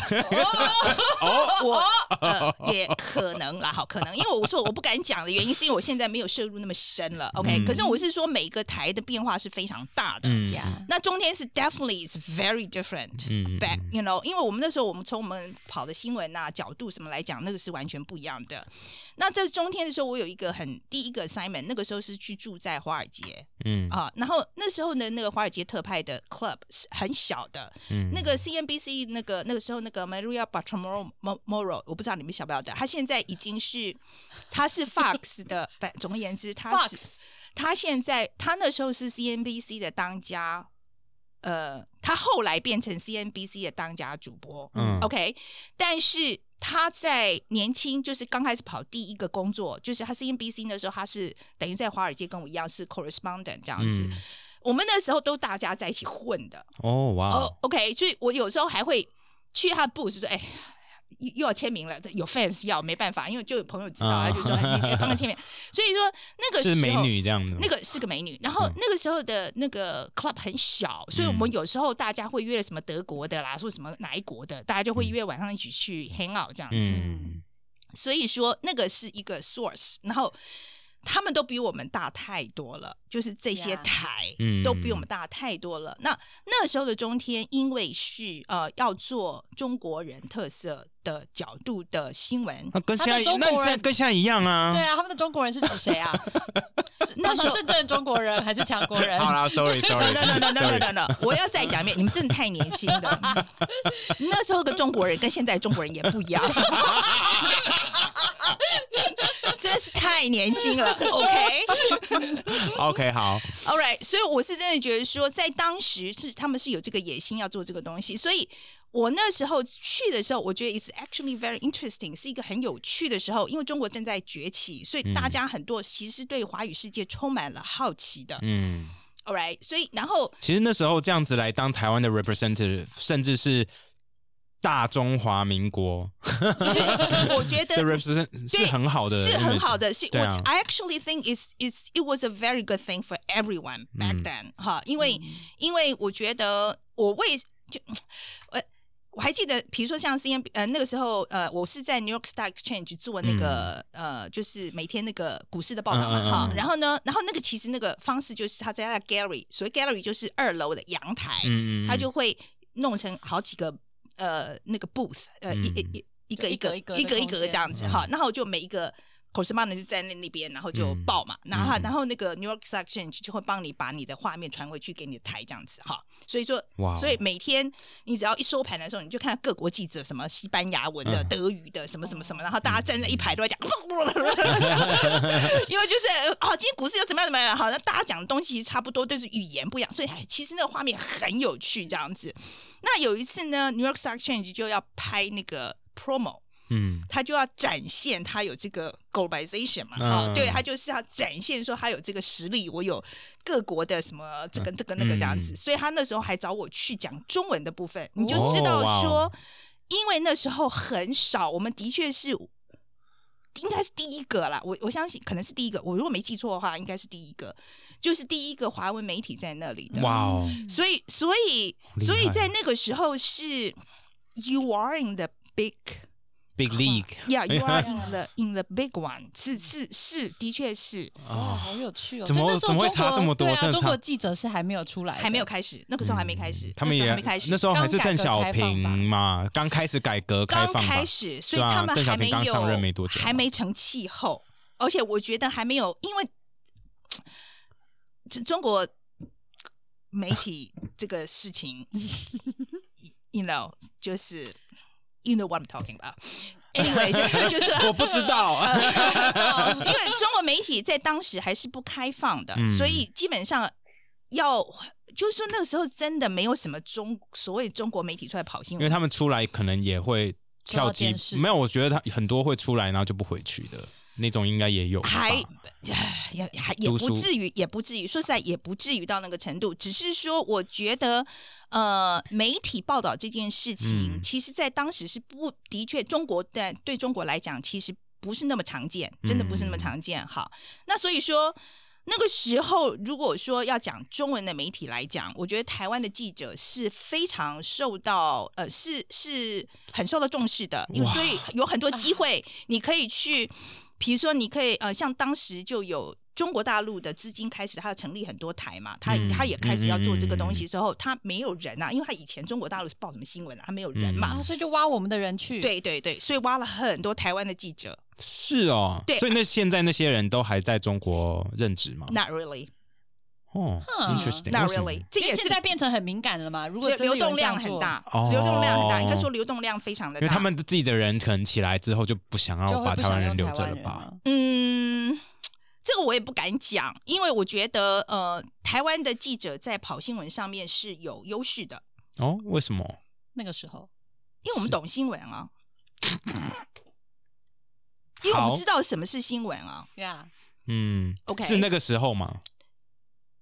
[SPEAKER 1] 哦，
[SPEAKER 3] 我、呃、也可能啦，好可能，因为我说我不敢讲的原因，是因为我现在没有摄入那么深了，OK、
[SPEAKER 1] 嗯
[SPEAKER 3] 可是我是说每个台的变化是非常大的，
[SPEAKER 1] 嗯
[SPEAKER 2] 呀
[SPEAKER 3] 那中间是 definitely is very different
[SPEAKER 1] 嗯
[SPEAKER 3] back you know，因为我们那时候我们从我们跑的新闻啊角度什么来讲，那个是完全不一样的。那在中天的时候，我有一个很第一个 assignment，那个时候是去住在华尔街
[SPEAKER 1] 嗯
[SPEAKER 3] 啊，然后那时候呢，那个华尔街特派的 club 是很小的，
[SPEAKER 1] 嗯
[SPEAKER 3] 那个 CNBC 那个那个时候那个 Maria Bartiromo Moro，我不知道你们晓不晓得，他现在已经是他是 Fox 的， 反总而言之，他是
[SPEAKER 2] Fox
[SPEAKER 3] 他现在他那时候是 CNBC 的当家，呃，他后来变成 CNBC 的当家主播、
[SPEAKER 1] 嗯
[SPEAKER 3] o k 但是他在年轻，就是刚开始跑第一个工作，就是他 CNBC 的时候，他是等于在华尔街跟我一样是 correspondent 这样子。
[SPEAKER 1] 嗯，
[SPEAKER 3] 我们那时候都大家在一起混的，
[SPEAKER 1] 哦哇，
[SPEAKER 3] 哦、o k 所以我有时候还会去他的 booth 说，哎。又又要签名了，有 fans 要没办法，因为就有朋友知道，
[SPEAKER 1] 啊
[SPEAKER 3] 他就说哎你你帮 他签名。所以说那个时
[SPEAKER 1] 是
[SPEAKER 3] 候
[SPEAKER 1] 美女这样的吗，
[SPEAKER 3] 那个是个美女，然后
[SPEAKER 1] 嗯
[SPEAKER 3] 那个时候的那个 club 很小，所以我们有时候大家会约什么德国的啦，说什么哪一国的，大家就会约晚上一起去 hang out 这样子。
[SPEAKER 1] 嗯
[SPEAKER 3] 所以说那个是一个 source，然后他们都比我们大太多了，就是这些
[SPEAKER 2] Yeah
[SPEAKER 3] 台
[SPEAKER 1] 嗯
[SPEAKER 3] 都比我们大太多了。那那时候的中天，因为是呃要做中国人特色的角度的新闻，
[SPEAKER 1] 那跟现
[SPEAKER 2] 他
[SPEAKER 1] 在
[SPEAKER 2] 们中
[SPEAKER 1] 那你
[SPEAKER 2] 国
[SPEAKER 1] 现在
[SPEAKER 2] 人
[SPEAKER 1] 跟现在一样啊，
[SPEAKER 2] 对啊，他们的中国人是指谁啊？是
[SPEAKER 3] 那时候
[SPEAKER 2] 他们真正的中国人还是强国人？
[SPEAKER 1] 好啦，sorry sorry
[SPEAKER 3] no no no no
[SPEAKER 1] sorry，
[SPEAKER 3] no no！我要再讲一遍，你们真的太年轻 了。那时候的中国人跟现在中国人也不一样， 真是太年轻了。OK，All、
[SPEAKER 1] OK 好，
[SPEAKER 3] right，所以我是真的觉得说，在当时是他们是有这个野心要做这个东西，所以。我那时候去的时候，我觉得 it's actually very interesting，是一个很有趣的时候，因为中国正在崛起，所以大家很多其实对华语世界充满了好奇的。
[SPEAKER 1] 嗯。
[SPEAKER 3] All right，所以然后
[SPEAKER 1] 其实那时候这样子来当台湾的 representative，甚至是大中华民国
[SPEAKER 3] 我觉得
[SPEAKER 1] 的 represent
[SPEAKER 3] 对
[SPEAKER 1] 是很好的，
[SPEAKER 3] 是很好。的，是我、
[SPEAKER 1] 对啊
[SPEAKER 3] I actually think is is it was a very good thing for everyone back
[SPEAKER 1] 嗯
[SPEAKER 3] then、哈，因为、因为我觉得我为就呃。我还记得，比如说像 C N 呃那个时候呃，我是在 New York Stock Exchange 做那个、呃，就是每天那个股市的报道
[SPEAKER 1] 嗯
[SPEAKER 3] 嘛
[SPEAKER 1] 嗯嗯
[SPEAKER 3] 哈、
[SPEAKER 1] 嗯
[SPEAKER 3] 然后呢，然后那个其实那个方式就是他在那 gallery，所谓 gallery 就是二楼的阳台，
[SPEAKER 1] 嗯嗯，
[SPEAKER 3] 他就会弄成好几个呃那个 booth，呃、一
[SPEAKER 1] 嗯
[SPEAKER 3] 一一一个
[SPEAKER 2] 就
[SPEAKER 3] 个
[SPEAKER 2] 一
[SPEAKER 3] 一
[SPEAKER 2] 格
[SPEAKER 3] 个
[SPEAKER 2] 一格的
[SPEAKER 3] 一格
[SPEAKER 2] 空间
[SPEAKER 3] 这样子
[SPEAKER 1] 嗯
[SPEAKER 3] 哈，然后就每一个。口试棒呢就站在那边，然后就
[SPEAKER 1] 嗯
[SPEAKER 3] 报嘛，然后
[SPEAKER 1] 嗯
[SPEAKER 3] 然后那个 New York section 就会帮你把你的画面传回去给你的台这样子哈，所以说
[SPEAKER 1] 哇哦
[SPEAKER 3] 所以每天你只要一收盘的时候，你就看到各国记者什么西班牙文的、
[SPEAKER 1] 嗯
[SPEAKER 3] 德语的什么什么什么，然后大家站在一排都在讲， 因为就是呃哦，今天股市又怎么样怎么样，好像大家讲的东西其实差不多，但是语言不一样，所以哎其实那个画面很有趣这样子。那有一次呢，New York Stock Exchange 就要拍那个 promo。
[SPEAKER 1] 嗯
[SPEAKER 3] 他就要展现他有这个 globalization 嘛，啊、
[SPEAKER 1] 嗯
[SPEAKER 3] 对他就是要展现说他有这个实力，我有各国的什么这个这个那个这样子，
[SPEAKER 1] 嗯
[SPEAKER 3] 所以他那时候还找我去讲中文的部分，你就
[SPEAKER 1] 哦
[SPEAKER 3] 知道
[SPEAKER 1] 哇
[SPEAKER 3] 说
[SPEAKER 1] 哦，
[SPEAKER 3] 因为那时候很少，我们的确是应该是第一个啦，我我相信可能是第一个，我如果没记错的话，应该是第一个，就是第一个华文媒体在那里的，
[SPEAKER 1] 哇哦，
[SPEAKER 3] 所以所以
[SPEAKER 1] 厉害
[SPEAKER 3] 所以在那个时候是 you are in the big。
[SPEAKER 1] ，Big League
[SPEAKER 3] Yeah, you are
[SPEAKER 2] Yeah.
[SPEAKER 3] in the in the big one 是。是是的确是
[SPEAKER 2] 哇，
[SPEAKER 1] 啊，
[SPEAKER 2] 好有趣哦！
[SPEAKER 1] 怎么
[SPEAKER 2] 所以那时候
[SPEAKER 1] 怎么会
[SPEAKER 2] 中
[SPEAKER 1] 差
[SPEAKER 2] 国
[SPEAKER 1] 这么多
[SPEAKER 2] 对
[SPEAKER 1] 真
[SPEAKER 2] 啊，
[SPEAKER 1] 的
[SPEAKER 2] 中
[SPEAKER 1] 差
[SPEAKER 2] 国记者是还没有出来的，
[SPEAKER 3] 还没有开始，那个时候还没开始，
[SPEAKER 1] 嗯他们
[SPEAKER 3] 那时
[SPEAKER 1] 也
[SPEAKER 3] 候还没开始，
[SPEAKER 1] 那时候还是
[SPEAKER 2] 刚改
[SPEAKER 1] 邓
[SPEAKER 2] 革
[SPEAKER 1] 小
[SPEAKER 2] 开放
[SPEAKER 1] 平
[SPEAKER 2] 吧
[SPEAKER 1] 嘛，刚开始改革开
[SPEAKER 3] 刚
[SPEAKER 1] 放吧，
[SPEAKER 3] 开始，所以
[SPEAKER 1] 对啊
[SPEAKER 3] 他们
[SPEAKER 1] 邓小
[SPEAKER 3] 还
[SPEAKER 1] 平
[SPEAKER 3] 没
[SPEAKER 1] 刚
[SPEAKER 3] 有
[SPEAKER 1] 上任没多久嘛
[SPEAKER 3] 还没成气候，而且我觉得还没有，因为这中国媒体这个事情，you know，就是 you know what I'm talking about。Anyway，就是
[SPEAKER 1] 我不知道，
[SPEAKER 3] 嗯因为中国媒体在当时还是不开放的，
[SPEAKER 1] 嗯
[SPEAKER 3] 所以基本上要就是说那个时候真的没有什么中所谓中国媒体出来跑新
[SPEAKER 1] 因为
[SPEAKER 3] 闻。
[SPEAKER 1] 他们出来可能也会跳
[SPEAKER 2] 做到
[SPEAKER 1] 机
[SPEAKER 2] 电视，
[SPEAKER 1] 没有，我觉得他很多会出来然后就不回去的那种，应该也有吧，
[SPEAKER 3] 还唉也还也
[SPEAKER 1] 读
[SPEAKER 3] 不
[SPEAKER 1] 书
[SPEAKER 3] 至于，也不至于，说实在也不至于到那个程度。只是说，我觉得，呃，媒体报道这件事情，
[SPEAKER 1] 嗯
[SPEAKER 3] 其实在当时是不的确，中国在对中国来讲，其实不是那么常见，真的不是那么
[SPEAKER 1] 嗯
[SPEAKER 3] 常见。好，那所以说，那个时候，如果说要讲中文的媒体来讲，我觉得台湾的记者是非常受到呃，是是很受到重视的，因为
[SPEAKER 1] 哇
[SPEAKER 3] 所以 有很多机会你可以去，比如说你可以呃，像当时就有。中国大陆的资金开始，它要成立很多台嘛，它
[SPEAKER 1] 嗯
[SPEAKER 3] 它也开始要做这个东
[SPEAKER 1] 嗯嗯
[SPEAKER 3] 西之后，它没有人啊，因为它以前中国大陆是报什么新闻啊，它没有人嘛，
[SPEAKER 1] 嗯
[SPEAKER 2] 啊，所以就挖我们的人去，，
[SPEAKER 3] 对对对，所以挖了很多台湾的记者
[SPEAKER 1] 是哦，
[SPEAKER 3] 对
[SPEAKER 1] 所以那现在那些人都还在中国任职吗？
[SPEAKER 3] ，not really，not
[SPEAKER 1] 哦
[SPEAKER 2] 嗯
[SPEAKER 1] ，interesting，为什么
[SPEAKER 3] really，这
[SPEAKER 2] 因
[SPEAKER 3] 也
[SPEAKER 2] 为
[SPEAKER 3] 是
[SPEAKER 2] 现在变成很敏感了嘛。如果
[SPEAKER 3] 流
[SPEAKER 2] 真的有
[SPEAKER 3] 流
[SPEAKER 2] 人
[SPEAKER 3] 动
[SPEAKER 2] 这样
[SPEAKER 3] 量很
[SPEAKER 2] 做，
[SPEAKER 3] 大
[SPEAKER 1] 哦，
[SPEAKER 3] 流动量很大，应该说流动量非常的
[SPEAKER 1] 因
[SPEAKER 3] 大。
[SPEAKER 1] 为他们自己的人可能起来之后就不想
[SPEAKER 2] 就
[SPEAKER 1] 要
[SPEAKER 2] 会
[SPEAKER 1] 把
[SPEAKER 2] 不
[SPEAKER 1] 台湾
[SPEAKER 2] 想用
[SPEAKER 1] 人留
[SPEAKER 2] 台
[SPEAKER 1] 着
[SPEAKER 2] 湾
[SPEAKER 1] 了
[SPEAKER 2] 人
[SPEAKER 1] 吧？
[SPEAKER 2] 了。
[SPEAKER 3] 嗯，这个我也不敢讲，因为我觉得呃，台湾的记者在跑新闻上面是有优势的，
[SPEAKER 1] 哦，为什么？
[SPEAKER 2] 那个时候，
[SPEAKER 3] 因为我们懂新闻啊。因为我
[SPEAKER 1] 好
[SPEAKER 3] 们知道什么是新闻啊。
[SPEAKER 2] 呀，
[SPEAKER 1] 嗯
[SPEAKER 3] OK
[SPEAKER 1] 是那个时候吗？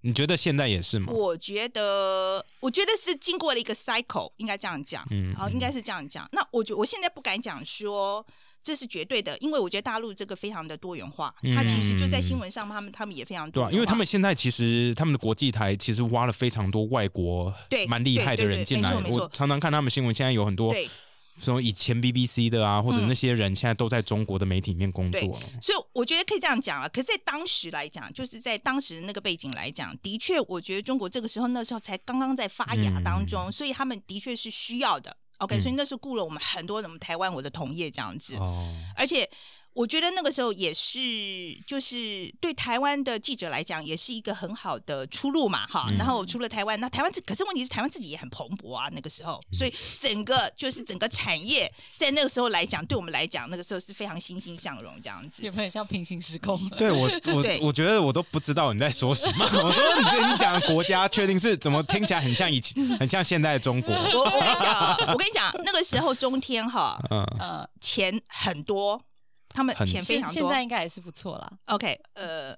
[SPEAKER 1] 你觉得现在也是吗？
[SPEAKER 3] 我觉得，我觉得是经过了一个 cycle，应该这样讲，
[SPEAKER 1] 嗯
[SPEAKER 3] 好，应该是这样讲。那我觉我现在不敢讲说这是绝对的，因为我觉得大陆这个非常的多元化，它其实就在新闻上，他们他们也非常
[SPEAKER 1] 嗯对
[SPEAKER 3] 多元
[SPEAKER 1] 啊
[SPEAKER 3] 化，，
[SPEAKER 1] 因为他们现在其实他们的国际台其实挖了非常多外国
[SPEAKER 3] 对
[SPEAKER 1] 蛮厉害的
[SPEAKER 3] 对对
[SPEAKER 1] 人
[SPEAKER 3] 对
[SPEAKER 1] 进
[SPEAKER 3] 没
[SPEAKER 1] 来，
[SPEAKER 3] 错没错
[SPEAKER 1] 我常常看他们新闻，现在有很多
[SPEAKER 3] 对，
[SPEAKER 1] 什么以前 BBC 的啊，或者
[SPEAKER 3] 嗯
[SPEAKER 1] 那些人现在都在中国的媒体里面工
[SPEAKER 3] 对
[SPEAKER 1] 作。
[SPEAKER 3] 所以我觉得可以这样讲了。可是，在当时来讲，就是在当时那个背景来讲，的确，我觉得中国这个时候那时候才刚刚在发芽当中，所以他们的确是需要的。OK，、
[SPEAKER 1] 嗯
[SPEAKER 3] 所以那时候雇了我们很多我们台湾我的同业这样子，
[SPEAKER 1] 哦，
[SPEAKER 3] 而且我觉得那个时候也是，就是对台湾的记者来讲，也是一个很好的出路嘛，哈。
[SPEAKER 1] 嗯
[SPEAKER 3] 然后除了台湾，那台湾自可是问题是台湾自己也很蓬勃啊，那个时候，
[SPEAKER 1] 嗯
[SPEAKER 3] 所以整个就是整个产业在那个时候来讲，对我们来讲，那个时候是非常欣欣向荣这样子
[SPEAKER 2] 有。没有很像平行时空？
[SPEAKER 1] 对我
[SPEAKER 3] 对
[SPEAKER 1] 我我觉得我都不知道你在说什 么。我说你你讲的国家确定是怎么听起来很像以前，很像现在的中国。
[SPEAKER 3] 我我跟你讲啊，我跟你讲，那个时候中天哈
[SPEAKER 1] 嗯，
[SPEAKER 2] 呃，
[SPEAKER 3] 钱很多，他们
[SPEAKER 1] 很
[SPEAKER 3] 钱非
[SPEAKER 2] 现
[SPEAKER 3] 常
[SPEAKER 2] 现
[SPEAKER 3] 多
[SPEAKER 2] 在。应该也是不错啦。
[SPEAKER 3] OK，呃，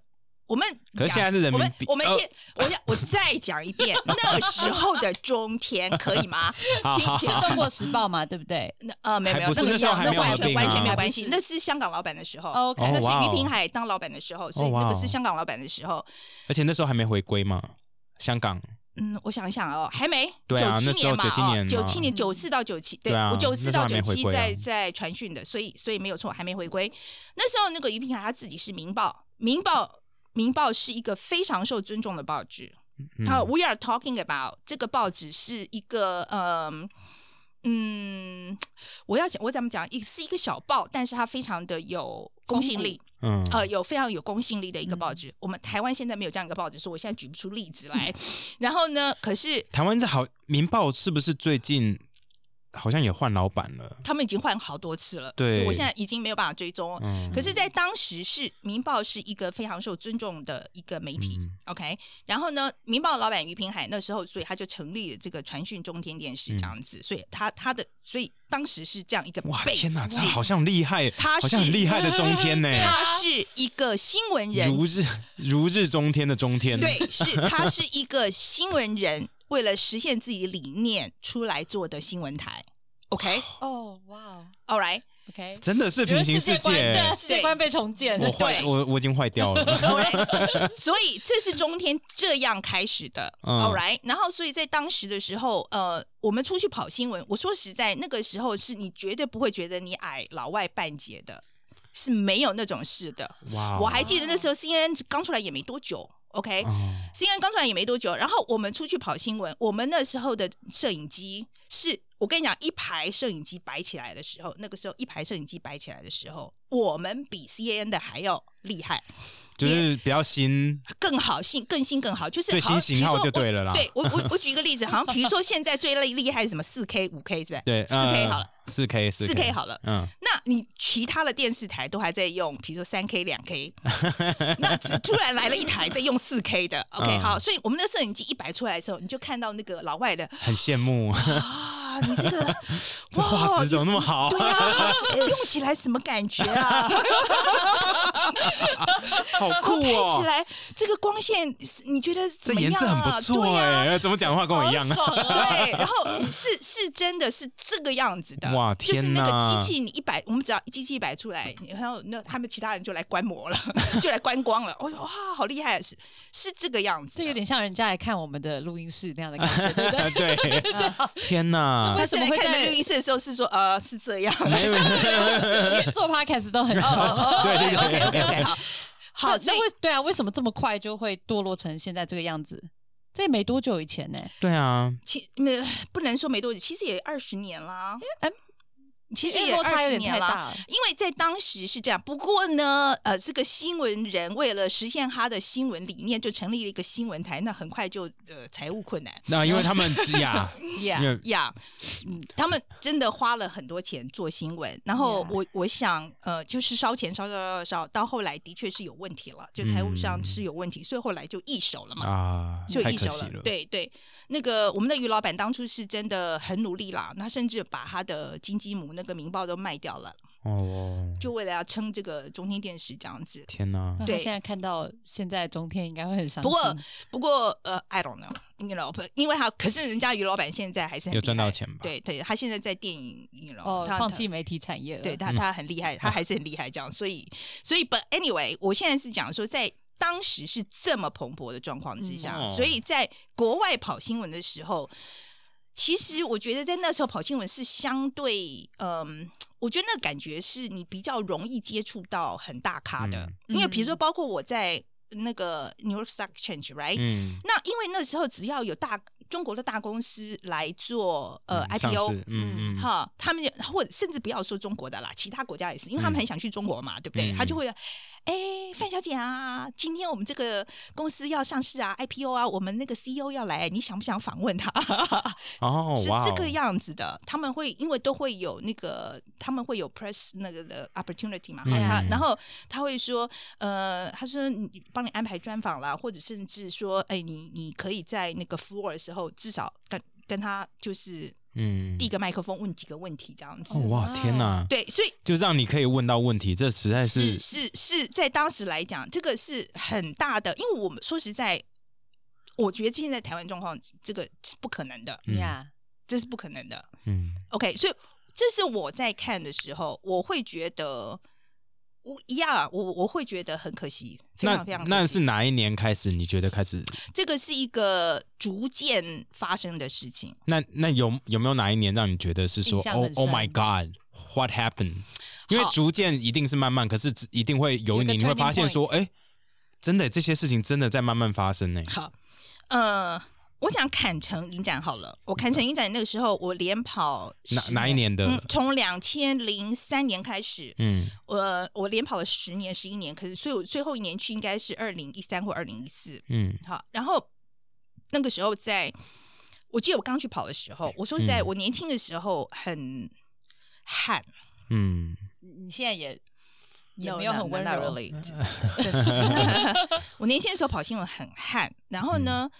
[SPEAKER 3] 我们
[SPEAKER 1] 可是
[SPEAKER 3] 讲
[SPEAKER 1] 现在是人民
[SPEAKER 3] 我们
[SPEAKER 1] 币
[SPEAKER 3] 我们
[SPEAKER 1] 呃
[SPEAKER 3] 现我想我再讲一遍那时候的中天可以吗？
[SPEAKER 1] 好好
[SPEAKER 2] 是
[SPEAKER 1] 好，
[SPEAKER 2] 中国时报嘛，对不对
[SPEAKER 3] 那呃，没有没
[SPEAKER 1] 还不
[SPEAKER 3] 有，
[SPEAKER 1] 是
[SPEAKER 3] 个
[SPEAKER 1] 那时候
[SPEAKER 3] 样
[SPEAKER 1] 还
[SPEAKER 3] 那
[SPEAKER 1] 没有
[SPEAKER 3] 完
[SPEAKER 1] 合
[SPEAKER 3] 全
[SPEAKER 1] 并啊
[SPEAKER 3] 完全没有
[SPEAKER 2] 还不
[SPEAKER 3] 关系
[SPEAKER 2] 是，
[SPEAKER 3] 那是香港老板的时候，
[SPEAKER 2] ？OK，
[SPEAKER 1] 哦
[SPEAKER 3] 那
[SPEAKER 1] 哇
[SPEAKER 3] 是俞平海当老板的时候，所以
[SPEAKER 1] 哦哇哦
[SPEAKER 3] 那个是香港老板的时候。
[SPEAKER 1] 而且那时候还没回归嘛，香港。
[SPEAKER 3] 嗯，我想一想哦，还没
[SPEAKER 1] 对啊那
[SPEAKER 3] 七
[SPEAKER 1] 时候
[SPEAKER 3] 年嘛，
[SPEAKER 1] 97
[SPEAKER 3] 哦
[SPEAKER 1] 年，
[SPEAKER 3] 九
[SPEAKER 1] 嘛
[SPEAKER 3] 七年九四到九七，对
[SPEAKER 1] 对啊
[SPEAKER 3] 我九四
[SPEAKER 1] 那时候
[SPEAKER 3] 到
[SPEAKER 1] 还
[SPEAKER 3] 九
[SPEAKER 1] 没回
[SPEAKER 3] 七
[SPEAKER 1] 归啊
[SPEAKER 3] 在在传讯的，所以所以没有错，还没回归。那时候那个俞平海他自己是《明报》，《明报》《明报》是一个非常受尊重的报纸，
[SPEAKER 1] 嗯
[SPEAKER 3] 啊、w e are talking about 这个报纸是一个嗯嗯，我要讲我怎么讲，也是一个小报，但是它非常的有公信力，
[SPEAKER 1] 嗯，
[SPEAKER 3] 呃，有非常有公信力的一个报纸。我们台湾现在没有这样一个报纸，所以我现在举不出例子来。 然后呢，可是
[SPEAKER 1] 台湾这好《民报》是不是最近好像也换老板了？
[SPEAKER 3] 他们已经换好多次了，
[SPEAKER 1] 对
[SPEAKER 3] 所以我现在已经没有办法追踪。
[SPEAKER 1] 嗯，
[SPEAKER 3] 可是，在当时是《民报》是一个非常受尊重的一个媒体、
[SPEAKER 1] 嗯
[SPEAKER 3] o k 然后呢，《民报》老板于平海那时候，所以他就成立了这个传讯中天电视这样子，所以他他的所以当时是这样一个
[SPEAKER 1] 嗯哇，
[SPEAKER 3] 背
[SPEAKER 1] 天哪，这
[SPEAKER 3] 景
[SPEAKER 1] 好像厉害，
[SPEAKER 3] 他
[SPEAKER 1] 好像很
[SPEAKER 3] 是
[SPEAKER 1] 厉害的中天呢，
[SPEAKER 3] 他是一个新闻人，
[SPEAKER 1] 如日如日中天的中天，
[SPEAKER 3] 对，是他是一个新闻人，为了实现自己理念出来做的新闻台。OK，All、
[SPEAKER 2] 哦，哇
[SPEAKER 3] right，
[SPEAKER 2] ，OK，
[SPEAKER 1] 真的是平行世
[SPEAKER 2] 世观对
[SPEAKER 1] 界
[SPEAKER 2] 啊，。世界观被重建。
[SPEAKER 1] 我
[SPEAKER 3] 对
[SPEAKER 1] 坏，我我已经坏掉 了。
[SPEAKER 3] All right，所以这是中天这样开始的。
[SPEAKER 1] 嗯
[SPEAKER 3] All right，然后所以在当时的时候，呃，我们出去跑新闻，我说实在，那个时候是你绝对不会觉得你矮老外半截的，是没有那种事的。
[SPEAKER 1] 哇，哦
[SPEAKER 3] 我还记得那时候 CNN 刚出来也没多久，OK，、
[SPEAKER 1] 嗯
[SPEAKER 3] CNN 刚出来也没多久，然后我们出去跑新闻，我们那时候的摄影机是。我跟你讲，一排摄影机摆起来的时候，那个时候一排摄影机摆起来的时候，我们比 CNN 的还要厉害。
[SPEAKER 1] 就是比较新，
[SPEAKER 3] 更好性更新更好，就是
[SPEAKER 1] 最新
[SPEAKER 3] 好
[SPEAKER 1] 型号
[SPEAKER 3] 比如说
[SPEAKER 1] 就对了啦
[SPEAKER 3] 我对我我我举一个例子，好像比如说现在最厉厉害是什么四 K 五 K 是不是？
[SPEAKER 1] 对，呃
[SPEAKER 3] 四 K 好了，，
[SPEAKER 1] 四 K
[SPEAKER 3] 四 K 好了。
[SPEAKER 1] 嗯，
[SPEAKER 3] 那你其他的电视台都还在用，比如说三 K、两 K，那只突然来了一台在用四 K 的，OK，
[SPEAKER 1] 嗯
[SPEAKER 3] 好，所以我们的摄影机一摆出来的时候，你就看到那个 老外的
[SPEAKER 1] 很羡慕，
[SPEAKER 3] 啊，你这个
[SPEAKER 1] 这画质怎么那么好？
[SPEAKER 3] 对啊，用起来什么感觉啊？
[SPEAKER 1] 好 酷
[SPEAKER 3] 拍起
[SPEAKER 1] 哦！
[SPEAKER 3] 来这个光线是，你觉得
[SPEAKER 1] 这
[SPEAKER 3] 怎么
[SPEAKER 1] 颜
[SPEAKER 3] 样啊？
[SPEAKER 1] 色很不
[SPEAKER 3] 对
[SPEAKER 1] 错
[SPEAKER 3] 啊
[SPEAKER 1] 哎，怎么讲话跟我一样啊？
[SPEAKER 3] 对，然后是是真的是这个样子的，
[SPEAKER 1] 哇
[SPEAKER 3] 就是
[SPEAKER 1] 天
[SPEAKER 3] 那
[SPEAKER 1] 哪
[SPEAKER 3] 个机器你一摆，我们只要机器一摆出来，然后那他们其他人就来观摩了， 就来观光了。哦哇，好厉害，是是这个样子
[SPEAKER 2] 这
[SPEAKER 3] 的。
[SPEAKER 2] 有点像人家来看我们的录音室那样的感觉，对不对？
[SPEAKER 1] 对，
[SPEAKER 3] 啊
[SPEAKER 1] 天哪！
[SPEAKER 2] 为
[SPEAKER 3] 他
[SPEAKER 2] 什么会
[SPEAKER 3] 看你
[SPEAKER 2] 在
[SPEAKER 3] 们录音室的时候是说呃是 这样？
[SPEAKER 1] 没有，
[SPEAKER 2] 因为做 podcast 都很
[SPEAKER 3] 哦
[SPEAKER 2] 少。
[SPEAKER 3] 哦哦
[SPEAKER 1] 对对对
[SPEAKER 3] ，OK OK OK，好，好，
[SPEAKER 2] 那
[SPEAKER 3] 所以
[SPEAKER 2] 那为对啊，为什么这么快就会堕落成现在这个样子？这也没多久以前呢、
[SPEAKER 1] 对啊，
[SPEAKER 3] 其没不能说没多久，其实也二十年啦
[SPEAKER 2] 哎。
[SPEAKER 3] 其实
[SPEAKER 2] 因为
[SPEAKER 3] 也
[SPEAKER 2] 落差
[SPEAKER 3] 二
[SPEAKER 2] 有点
[SPEAKER 3] 十年
[SPEAKER 2] 太
[SPEAKER 3] 啦，
[SPEAKER 2] 大了。
[SPEAKER 3] 因为在当时是这样，不过呢，呃，这个新闻人为了实现他的新闻理念，就成立了一个新闻台，那很快就呃财务困难
[SPEAKER 1] 那因为他们呀，因
[SPEAKER 2] Yeah，
[SPEAKER 1] 为
[SPEAKER 3] 呀。嗯，他们真的花了很多钱做新闻，然后
[SPEAKER 2] Yeah.
[SPEAKER 3] 我我想，呃，就是烧钱烧烧烧烧，到后来的确是有问题了，就财务上是有问题，所以后来就易手了嘛。
[SPEAKER 1] 嗯啊，
[SPEAKER 3] 就
[SPEAKER 1] 太
[SPEAKER 3] 一
[SPEAKER 1] 可
[SPEAKER 3] 手
[SPEAKER 1] 惜
[SPEAKER 3] 了。，对对，那个我们的于老板当初是真的很努力啦，那甚至把他的金鸡母那个《明报》都卖掉了，
[SPEAKER 1] 哦，
[SPEAKER 3] 就嗯为了要撑这个中天电视这样子。
[SPEAKER 1] 天哪
[SPEAKER 2] 那！他
[SPEAKER 3] 对
[SPEAKER 2] 现在看到现在中天应该会很伤心。
[SPEAKER 3] 不过不过呃，I don't know，you know，因为他可是人家于老板现在还是很
[SPEAKER 1] 有赚
[SPEAKER 3] 厉害
[SPEAKER 1] 到钱吧
[SPEAKER 3] 对对，他现在在电影，you know，
[SPEAKER 2] 哦，
[SPEAKER 3] 他
[SPEAKER 2] 放弃媒体产业了。
[SPEAKER 3] 对他，
[SPEAKER 1] 嗯
[SPEAKER 3] 他很厉害，他还是很厉害，这样。所以，所以，but anyway，我现在是讲说，在当时是这么蓬勃的状况之下，
[SPEAKER 1] 嗯
[SPEAKER 3] 所以在国外跑新闻的时候，其实我觉得在那时候跑新闻是相对，嗯，我觉得那个感觉是你比较容易接触到很大咖的，
[SPEAKER 1] 嗯
[SPEAKER 3] 因为
[SPEAKER 2] 嗯
[SPEAKER 3] 比如说，包括我在那个 New York Stock Exchange，right？、
[SPEAKER 1] 嗯，
[SPEAKER 3] 那因为那时候只要有大中国的大公司来做呃
[SPEAKER 1] 嗯上
[SPEAKER 3] IPO，
[SPEAKER 1] 市嗯嗯，
[SPEAKER 3] 哈，他们就或者甚至不要说中国的啦，其他国家也是，因为他
[SPEAKER 1] 嗯
[SPEAKER 3] 们很想去中国嘛，对不对？
[SPEAKER 1] 嗯
[SPEAKER 3] 他就会，哎，范小姐啊，今天我们这个公司要上市啊，IPO 啊，我们那个 CEO 要来，你想不想访问他？
[SPEAKER 1] 哦，
[SPEAKER 3] 是
[SPEAKER 1] 哇哦，
[SPEAKER 3] 这个样子的，他们会因为都会有那个，他们会有 press 那个的 opportunity 嘛，
[SPEAKER 1] 嗯
[SPEAKER 3] 哈他
[SPEAKER 1] 嗯
[SPEAKER 3] 然后他会说，呃，他说你帮你安排专访啦，或者甚至说，哎，你你可以在那个 floor 的时候，至少跟跟他就是
[SPEAKER 1] 嗯
[SPEAKER 3] 递，个麦克风问几个问题这样子。
[SPEAKER 1] 哦哇，天哪！
[SPEAKER 3] 对，所以
[SPEAKER 1] 就让你可以问到问题，这实在
[SPEAKER 3] 是
[SPEAKER 1] 是
[SPEAKER 3] 是是在当时来讲，这个是很大的，因为我们说实在，我觉得现在台湾状况这个是不可能的，
[SPEAKER 1] 嗯
[SPEAKER 2] 呀，
[SPEAKER 3] 这是不可能的。
[SPEAKER 1] 嗯
[SPEAKER 3] OK，所以这是我在看的时候，我会觉得。我一样啊，我我会觉得很可惜，非
[SPEAKER 1] 那
[SPEAKER 3] 常非常可惜。
[SPEAKER 1] 那是哪一年开始？你觉得开始？
[SPEAKER 3] 这个是一个逐渐发生的事情。
[SPEAKER 1] 那那有有没有哪一年让你觉得是说
[SPEAKER 2] 印象
[SPEAKER 1] ，Oh
[SPEAKER 2] 很
[SPEAKER 1] Oh my
[SPEAKER 2] 深
[SPEAKER 1] God，What happened？因为逐渐一定是慢慢，可是只一定会有
[SPEAKER 2] 有一个
[SPEAKER 1] 你，你会
[SPEAKER 2] turning
[SPEAKER 1] 发现
[SPEAKER 2] point
[SPEAKER 1] 说，哎，真的这些事情真的在慢慢发生呢。
[SPEAKER 3] 好，呃，我讲坎城影展好了。我坎城影展那个时候，我连跑
[SPEAKER 1] 哪
[SPEAKER 3] 10
[SPEAKER 1] 哪一年的
[SPEAKER 3] 嗯，从两千零三年开始，
[SPEAKER 1] 嗯
[SPEAKER 3] 我我连跑了十年、十一年，可是所以我最后一年去应该是二零一三或二零一四。
[SPEAKER 1] 嗯
[SPEAKER 3] 好，然后那个时候在，我记得我刚去跑的时候，我说实在，
[SPEAKER 1] 嗯
[SPEAKER 3] 我年轻的时候很悍，
[SPEAKER 1] 嗯，
[SPEAKER 2] 你你现在也也
[SPEAKER 3] No,
[SPEAKER 2] 没有
[SPEAKER 3] not-
[SPEAKER 2] 很温
[SPEAKER 3] not
[SPEAKER 2] 柔。嗯
[SPEAKER 3] really. 我年轻的时候跑新闻很悍，然后呢、
[SPEAKER 1] 嗯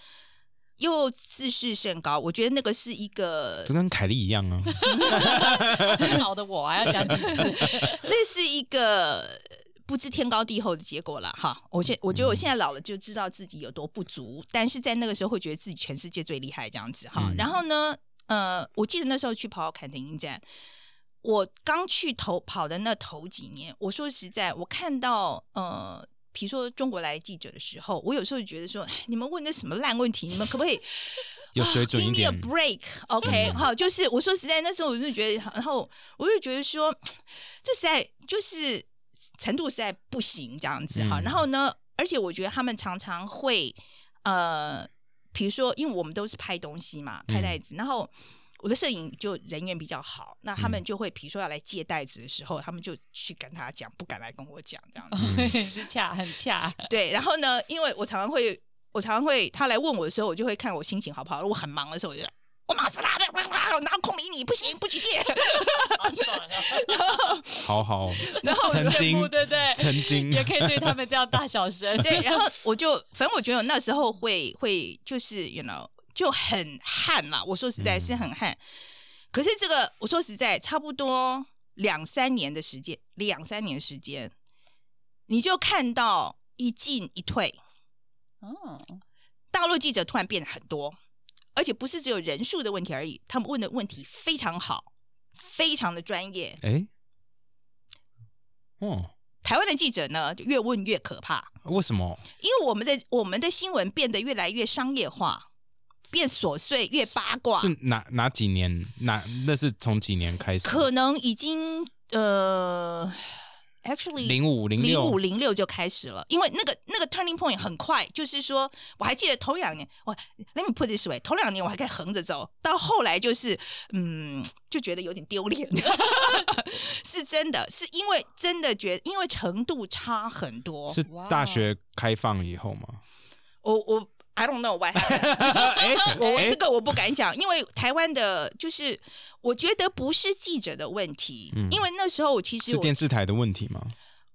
[SPEAKER 3] 又自视甚高，我觉得那个是一个
[SPEAKER 1] 这跟凯莉一样啊。
[SPEAKER 2] 老的我还要讲几次？
[SPEAKER 3] 那是一个呃不知天高地厚的结果了哈。我现我觉得我现在老了就知道自己有多不足，但是在那个时候会觉得自己全世界最厉害这样子哈。
[SPEAKER 1] 嗯
[SPEAKER 3] 然后呢，呃，我记得那时候去跑坎城影展，我刚去投跑的那头几年，我说实在，我看到呃。比如说中国来的记者的时候，我有时候觉得说，哎你们问的什么烂问题？你们可不可以
[SPEAKER 1] 有水准一
[SPEAKER 3] Give
[SPEAKER 1] 点嗯
[SPEAKER 3] me a break，OK，、好，就是我说实在，那时候我就觉得，然后我就觉得说，这实在就是程度实在不行这样子哈。
[SPEAKER 1] 嗯
[SPEAKER 3] 然后呢，而且我觉得他们常常会呃，比如说，因为我们都是拍东西嘛，
[SPEAKER 1] 嗯
[SPEAKER 3] 拍袋子，然后。我的摄影就人缘比较好，那
[SPEAKER 1] 嗯
[SPEAKER 3] 他们就会，比如说要来借袋子的时候，他们就去跟他讲，不敢来跟我讲这样子。
[SPEAKER 1] 嗯
[SPEAKER 2] 是恰很 恰，
[SPEAKER 3] 对，然后呢，因为我常常会，我常常会，他来问我的时候，我就会看我心情好不好。如果很忙的时候，我就我马斯拉，我哪有空理你？不行，不许借。
[SPEAKER 2] 好爽啊！
[SPEAKER 1] 好好，
[SPEAKER 3] 然后
[SPEAKER 1] 曾经
[SPEAKER 2] 对不对？
[SPEAKER 1] 曾经
[SPEAKER 2] 也可以对他们这样大小声。
[SPEAKER 3] 对， 然后 我就，反正我觉得我那时候会会就是，you know，就很悍啦。我说实在是很悍。可是这个，我说实在，差不多两三年的时间，两三年时间，你就看到一进一退，
[SPEAKER 2] 嗯，
[SPEAKER 3] 大陆记者突然变得很多，而且不是只有人数的问题而已，他们问的问题非常好，非常的专业。
[SPEAKER 1] 哎，哦，
[SPEAKER 3] 台湾的记者呢，就越问越可怕，
[SPEAKER 1] 为什么？
[SPEAKER 3] 因为我们的我们的新闻变得越来越商业化，变琐碎，越八卦，
[SPEAKER 1] 是哪哪几年？哪那是从几年开始？
[SPEAKER 3] 可能已经呃，actually
[SPEAKER 1] 零五零
[SPEAKER 3] 零
[SPEAKER 1] 六
[SPEAKER 3] 五零六就开始了，因为那个那个 turning point 很快，就是说我还记得头两年，我 let me put this way，头两年我还可以横着走，到后来就是嗯，就觉得有点丢脸， 是真的，是因为真的觉因为程度差很多，
[SPEAKER 1] 是
[SPEAKER 2] 哇
[SPEAKER 1] 大学开放以后 吗？
[SPEAKER 3] 我我 I don't know why，
[SPEAKER 1] 哎
[SPEAKER 3] 我我
[SPEAKER 1] 哎
[SPEAKER 3] 这个我不敢讲，因为台湾的就是我觉得不是记者的问题，
[SPEAKER 1] 嗯
[SPEAKER 3] 因为那时候我其实
[SPEAKER 1] 是
[SPEAKER 3] 我
[SPEAKER 1] 电视台的问题吗？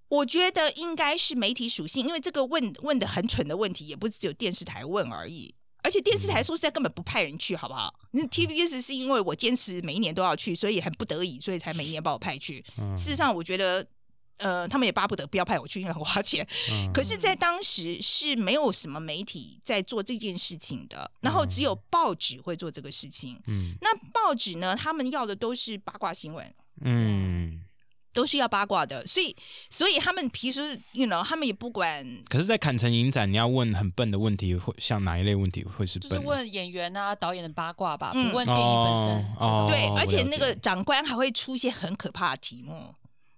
[SPEAKER 3] 我觉得应该是媒体属性，因为这个问问的很蠢的问题，也不是只有电视台问而已。而且电视
[SPEAKER 1] 嗯
[SPEAKER 3] 台说实在根本不派人去，好不好？那 TVBS 是因为我坚持每一年都要去，所以很不得已，所以才每一年把我派去。
[SPEAKER 1] 嗯
[SPEAKER 3] 事实上，我觉得。呃，他们也巴不得不要派我去，因为很花钱。
[SPEAKER 1] 嗯
[SPEAKER 3] 可是，在当时是没有什么媒体在做这件事情的，然后只有报纸会做这个事情。
[SPEAKER 1] 嗯
[SPEAKER 3] 那报纸呢，他们要的都是八卦新闻，
[SPEAKER 1] 嗯，
[SPEAKER 3] 都是要八卦的，所以所以他们平时，you know，他们也不管
[SPEAKER 1] 可是，在坎城影展，你要问很笨的问题，会像哪一类问题会是
[SPEAKER 2] 就
[SPEAKER 1] 笨
[SPEAKER 2] 是
[SPEAKER 1] 的？
[SPEAKER 2] 问演员啊、导演的八卦吧，不
[SPEAKER 3] 嗯
[SPEAKER 2] 问电影本身
[SPEAKER 1] 哦。哦
[SPEAKER 3] 对，
[SPEAKER 1] 我
[SPEAKER 3] 而且
[SPEAKER 1] 了
[SPEAKER 3] 那个
[SPEAKER 1] 解
[SPEAKER 3] 长官还会出一些很可怕的题目，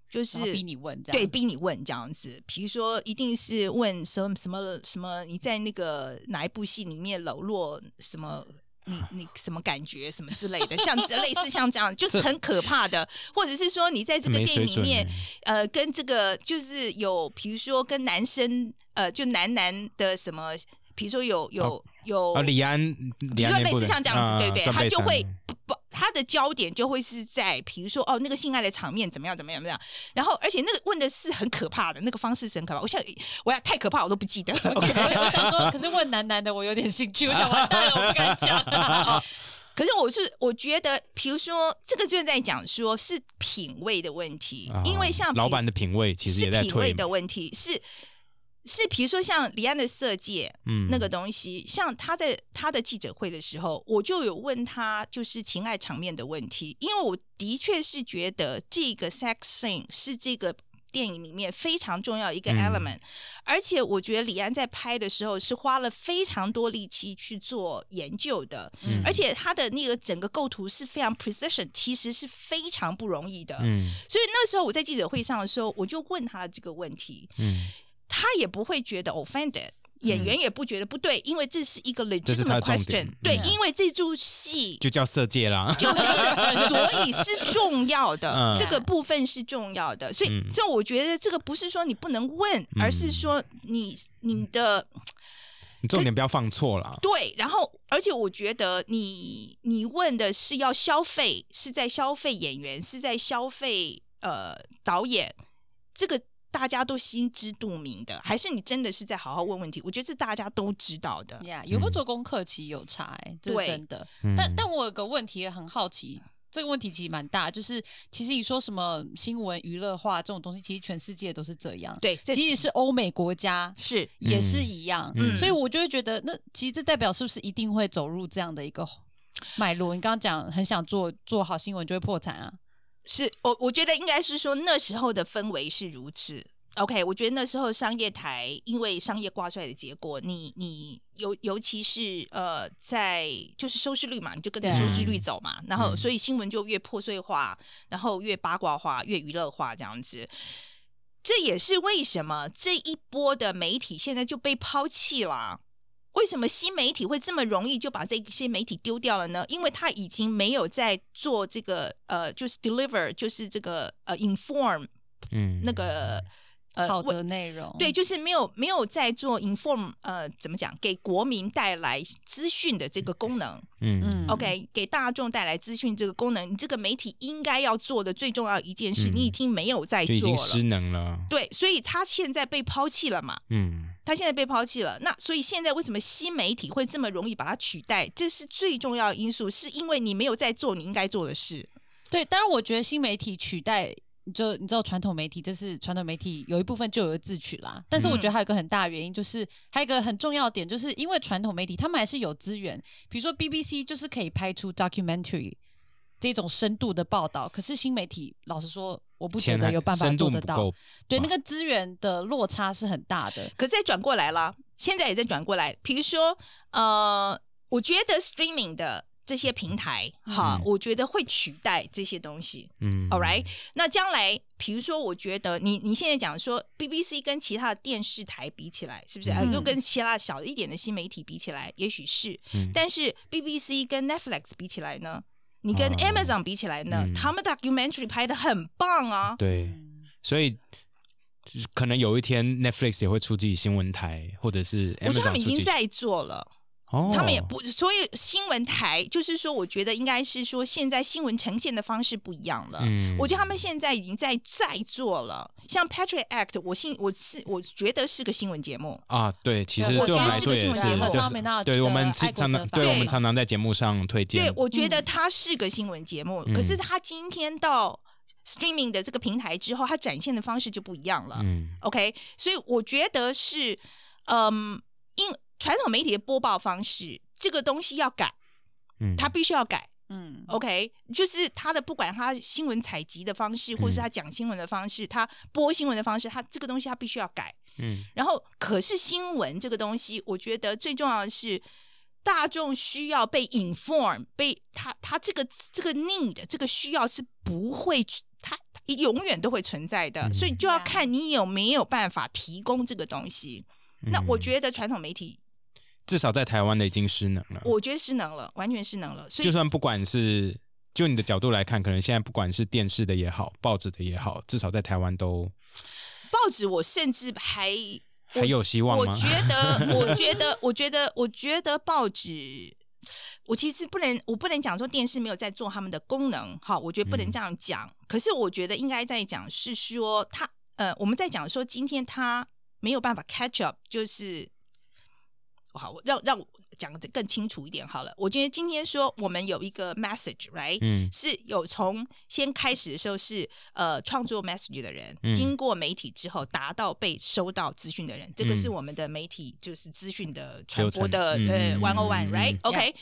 [SPEAKER 3] 就
[SPEAKER 2] 然后
[SPEAKER 3] 是
[SPEAKER 2] 逼你问这样。
[SPEAKER 3] 对逼你问这样子，比如说一定是问什么什么什么，你在那个哪一部戏里面冷落什么。你你什么感觉什么之类的， 像这类似像这样，就是很可怕的，或者是说你在这
[SPEAKER 1] 这
[SPEAKER 3] 个
[SPEAKER 1] 没
[SPEAKER 3] 电影
[SPEAKER 1] 水
[SPEAKER 3] 里
[SPEAKER 1] 准
[SPEAKER 3] 面
[SPEAKER 1] 欸，，
[SPEAKER 3] 呃，跟这个就是有，比如说跟男生，呃，就男男的什么，比如说有有有，
[SPEAKER 1] 啊，李安，
[SPEAKER 3] 比
[SPEAKER 1] 李
[SPEAKER 3] 如
[SPEAKER 1] 安
[SPEAKER 3] 说类
[SPEAKER 1] 那部的
[SPEAKER 3] 似像这样子，
[SPEAKER 1] 啊
[SPEAKER 3] 对不对？
[SPEAKER 1] 断
[SPEAKER 3] 他
[SPEAKER 1] 背
[SPEAKER 3] 就
[SPEAKER 1] 山
[SPEAKER 3] 会不不，他的焦点就会是在，比如说哦，那个性爱的场面怎么样怎么样怎么样，然后而且那个问的是很可怕的，那个方式是很可怕，我现在我要太可怕我都不记得了。
[SPEAKER 2] 我
[SPEAKER 3] OK
[SPEAKER 2] 我想说，可是问男男的我有点兴趣，我想完蛋了，我不敢 讲。
[SPEAKER 3] 可是我是我觉得，比如说这个就是在讲说是品味的问题，
[SPEAKER 1] 啊
[SPEAKER 3] 因为像
[SPEAKER 1] 老
[SPEAKER 3] 比
[SPEAKER 1] 板的品味其实
[SPEAKER 3] 是
[SPEAKER 1] 也在
[SPEAKER 3] 品
[SPEAKER 1] 退
[SPEAKER 3] 味
[SPEAKER 1] 嘛
[SPEAKER 3] 的问题是。是，比如说像李安的《色戒》，
[SPEAKER 1] 嗯
[SPEAKER 3] 那个东西，像他在他的记者会的时候，我就有问他就是情爱场面的问题，因为我的确是觉得这个 sex scene 是这个电影里面非常重要一个
[SPEAKER 1] 嗯
[SPEAKER 3] element，、而且我觉得李安在拍的时候是花了非常多力气去做研究的，
[SPEAKER 1] 嗯
[SPEAKER 3] 而且他的那个整个构图是非常 precision，其实是非常不容易的。
[SPEAKER 1] 嗯
[SPEAKER 3] 所以那时候我在记者会上的时候，我就问他这个问题，
[SPEAKER 1] 嗯，
[SPEAKER 3] 他也不会觉得 offended，演员也不觉得不对，因为这是一个
[SPEAKER 1] 这是他的
[SPEAKER 3] legitimate
[SPEAKER 1] 重点
[SPEAKER 3] question，对，
[SPEAKER 2] 嗯
[SPEAKER 3] 因为这出戏
[SPEAKER 1] 就叫色戒啦。
[SPEAKER 3] 就就是，所以是重要的
[SPEAKER 1] 嗯，
[SPEAKER 3] 这个部分是重要的，所以
[SPEAKER 1] 嗯
[SPEAKER 3] 所以我觉得这个不是说你不能问，而是说你你的
[SPEAKER 1] 你重点不要放错了。
[SPEAKER 3] 对，然后而且我觉得你你问的是要消费，是在消费演员，是在消费呃导演，这个大家都心知肚明的，还是你真的是在好好问问题？我觉得这大家都知道的。
[SPEAKER 2] 呀，有没有做功课其实有差哎，这是
[SPEAKER 3] 对
[SPEAKER 2] 真的。
[SPEAKER 1] 嗯
[SPEAKER 2] 但但我有个问题也很好奇，这个问题其实蛮大，就是其实你说什么新闻娱乐化这种东西，其实全世界都是这样，
[SPEAKER 3] 对，这
[SPEAKER 2] 即使是欧美国家
[SPEAKER 3] 是
[SPEAKER 2] 也是一样，
[SPEAKER 1] 嗯
[SPEAKER 2] 所以我就会觉得，那其实这代表是不是一定会走入这样的一个脉络？你刚刚讲很想做做好新闻就会破产啊，
[SPEAKER 3] 是，我我觉得应该是说那时候的氛围是如此。OK，我觉得那时候商业台因为商业挂帅的结果，你你尤尤其是呃，在就是收视率嘛，你就跟着
[SPEAKER 2] 对
[SPEAKER 3] 收视率走嘛，然后
[SPEAKER 1] 嗯
[SPEAKER 3] 所以新闻就越破碎化，然后越八卦化，越娱乐化这样子。这也是为什么这一波的媒体现在就被抛弃了。为什么新媒体会这么容易就把这些媒体丢掉了呢？因为它已经没有在做这个呃，就是 deliver，就是这个呃 inform
[SPEAKER 1] 嗯
[SPEAKER 3] 那个呃
[SPEAKER 2] 好
[SPEAKER 3] 为
[SPEAKER 2] 的内容，
[SPEAKER 3] 对，就是没有没有在做 inform 呃怎么讲，给国民带来资讯的这个功能。
[SPEAKER 1] 嗯
[SPEAKER 2] 嗯
[SPEAKER 3] OK，给大众带来资讯这个功能，你这个媒体应该要做的最重要一件事，
[SPEAKER 1] 嗯
[SPEAKER 3] 你已经没有在
[SPEAKER 1] 就已
[SPEAKER 3] 做
[SPEAKER 1] 经
[SPEAKER 3] 了
[SPEAKER 1] 失。能了。
[SPEAKER 3] 对，所以它现在被抛弃了嘛。
[SPEAKER 1] 嗯
[SPEAKER 3] 它现在被抛弃了。那所以现在为什么新媒体会这么容易把它取代？这是最重要的因素，是因为你没有在做你应该做的事。
[SPEAKER 2] 对，当然我觉得新媒体取代。就你知道传统媒体，这是传统媒体有一部分咎由自取啦。但是我觉得
[SPEAKER 1] 嗯
[SPEAKER 2] 还有一个很大的原因，就是还有一个很重要的点，就是因为传统媒体他们还是有资源，比如说 BBC 就是可以拍出 documentary 这种深度的报道，可是新媒体老实说，我不觉
[SPEAKER 1] 钱
[SPEAKER 2] 得
[SPEAKER 1] 还
[SPEAKER 2] 有办法
[SPEAKER 1] 深
[SPEAKER 2] 做
[SPEAKER 1] 度
[SPEAKER 2] 得
[SPEAKER 1] 不
[SPEAKER 2] 到。
[SPEAKER 1] 够，
[SPEAKER 2] 对，
[SPEAKER 1] 吧
[SPEAKER 2] 那个资源的落差是很大的。
[SPEAKER 3] 可是再转过来了，现在也在转过来。比如说，呃，我觉得 streaming 的这些平台，哈
[SPEAKER 1] 嗯，
[SPEAKER 3] 我觉得会取代这些东西。
[SPEAKER 1] 嗯
[SPEAKER 3] All right，那将来，比如说，我觉得你你现在讲说 BBC 跟其他的电视台比起来，是不是？啊
[SPEAKER 2] 嗯
[SPEAKER 3] 又跟其他小一点的新媒体比起来，也许是，
[SPEAKER 1] 嗯
[SPEAKER 3] 但是 BBC 跟 Netflix 比起来呢？你跟
[SPEAKER 1] 啊
[SPEAKER 3] Amazon 比起来呢？
[SPEAKER 1] 嗯
[SPEAKER 3] 他们 documentary 拍的很棒啊，
[SPEAKER 1] 对，所以可能有一天 Netflix 也会出自己新闻台，或者是
[SPEAKER 3] 我觉得
[SPEAKER 1] Amazon
[SPEAKER 3] 他们已
[SPEAKER 1] 出自
[SPEAKER 3] 经
[SPEAKER 1] 己
[SPEAKER 3] 在做了。
[SPEAKER 1] 哦，
[SPEAKER 3] 他们也不，所以新闻台就是说，我觉得应该是说，现在新闻呈现的方式不一样了。
[SPEAKER 1] 嗯
[SPEAKER 3] 我觉得他们现在已经在在做了，像 Patriot Act，我信我是我觉得是个新闻节目，
[SPEAKER 1] 啊，对，其实
[SPEAKER 2] 我
[SPEAKER 1] 对我们
[SPEAKER 2] 现在
[SPEAKER 1] 来
[SPEAKER 2] 是
[SPEAKER 1] 说
[SPEAKER 2] 个
[SPEAKER 1] 也
[SPEAKER 2] 新闻
[SPEAKER 1] 是
[SPEAKER 2] 节目
[SPEAKER 1] 对
[SPEAKER 2] 上面那
[SPEAKER 1] 对，
[SPEAKER 2] 的
[SPEAKER 1] 我们
[SPEAKER 2] 爱国
[SPEAKER 1] 常
[SPEAKER 2] 者
[SPEAKER 1] 常
[SPEAKER 2] 发
[SPEAKER 1] 对我
[SPEAKER 3] 对
[SPEAKER 1] 们常常在节目上推荐
[SPEAKER 3] 对，我觉得
[SPEAKER 2] 嗯
[SPEAKER 3] 它是个新闻节目。
[SPEAKER 1] 嗯
[SPEAKER 3] 可是它今天到 streaming 的这个平台之后，它展现的方式就不一样了。
[SPEAKER 1] 嗯
[SPEAKER 3] OK，所以我觉得是，嗯，因传统媒体的播报方式这个东西要改，
[SPEAKER 1] 嗯，
[SPEAKER 3] 它必须要改。
[SPEAKER 2] 嗯，
[SPEAKER 3] OK，就是他的不管他新闻采集的方式，
[SPEAKER 1] 嗯
[SPEAKER 3] 或是他讲新闻的方式，他播新闻的方式，他这个东西他必须要改。
[SPEAKER 1] 嗯
[SPEAKER 3] 然后，可是新闻这个东西，我觉得最重要的是，大众需要被 inform，被他他这个这个 need 这个需要是不会他永远都会存在的，
[SPEAKER 1] 嗯
[SPEAKER 3] 所以就要
[SPEAKER 2] Yeah
[SPEAKER 3] 看你有没有办法提供这个东西。那我觉得传统媒体，
[SPEAKER 1] 嗯至少在台湾的已经失能了。
[SPEAKER 3] 我觉得失能了，完全失能了。所
[SPEAKER 1] 嗯
[SPEAKER 3] 以
[SPEAKER 1] 就算不管是就你的角度来看，可能现在不管是电视的也好，报纸的也好，至少在台湾都
[SPEAKER 3] 报纸，我甚至还
[SPEAKER 1] 还有希望
[SPEAKER 3] 我
[SPEAKER 1] 吗？
[SPEAKER 3] 觉得，我觉得，我觉得，我觉得报纸，我其实不能，我不能讲说电视没有在做他们的功能，哈，我觉得不能
[SPEAKER 1] 嗯
[SPEAKER 3] 这样讲。可是我觉得应该在讲是说他，呃，我们在讲说今天他没有办法 catch up，就是。好，我让让我讲的更清楚一点好了。我觉得今天说我们有一个 message，right？、
[SPEAKER 1] 嗯
[SPEAKER 3] 是有从先开始的时候是呃创作 message 的人，
[SPEAKER 1] 嗯
[SPEAKER 3] 经过媒体之后达到被收到资讯的人，这个
[SPEAKER 1] 嗯
[SPEAKER 3] 是我们的媒体就是资讯的传
[SPEAKER 1] 流
[SPEAKER 3] 播
[SPEAKER 1] 程
[SPEAKER 3] 的
[SPEAKER 1] 嗯
[SPEAKER 3] 呃
[SPEAKER 1] 嗯
[SPEAKER 3] one o
[SPEAKER 1] 嗯
[SPEAKER 3] one
[SPEAKER 1] 嗯
[SPEAKER 3] right
[SPEAKER 1] 嗯
[SPEAKER 3] OK，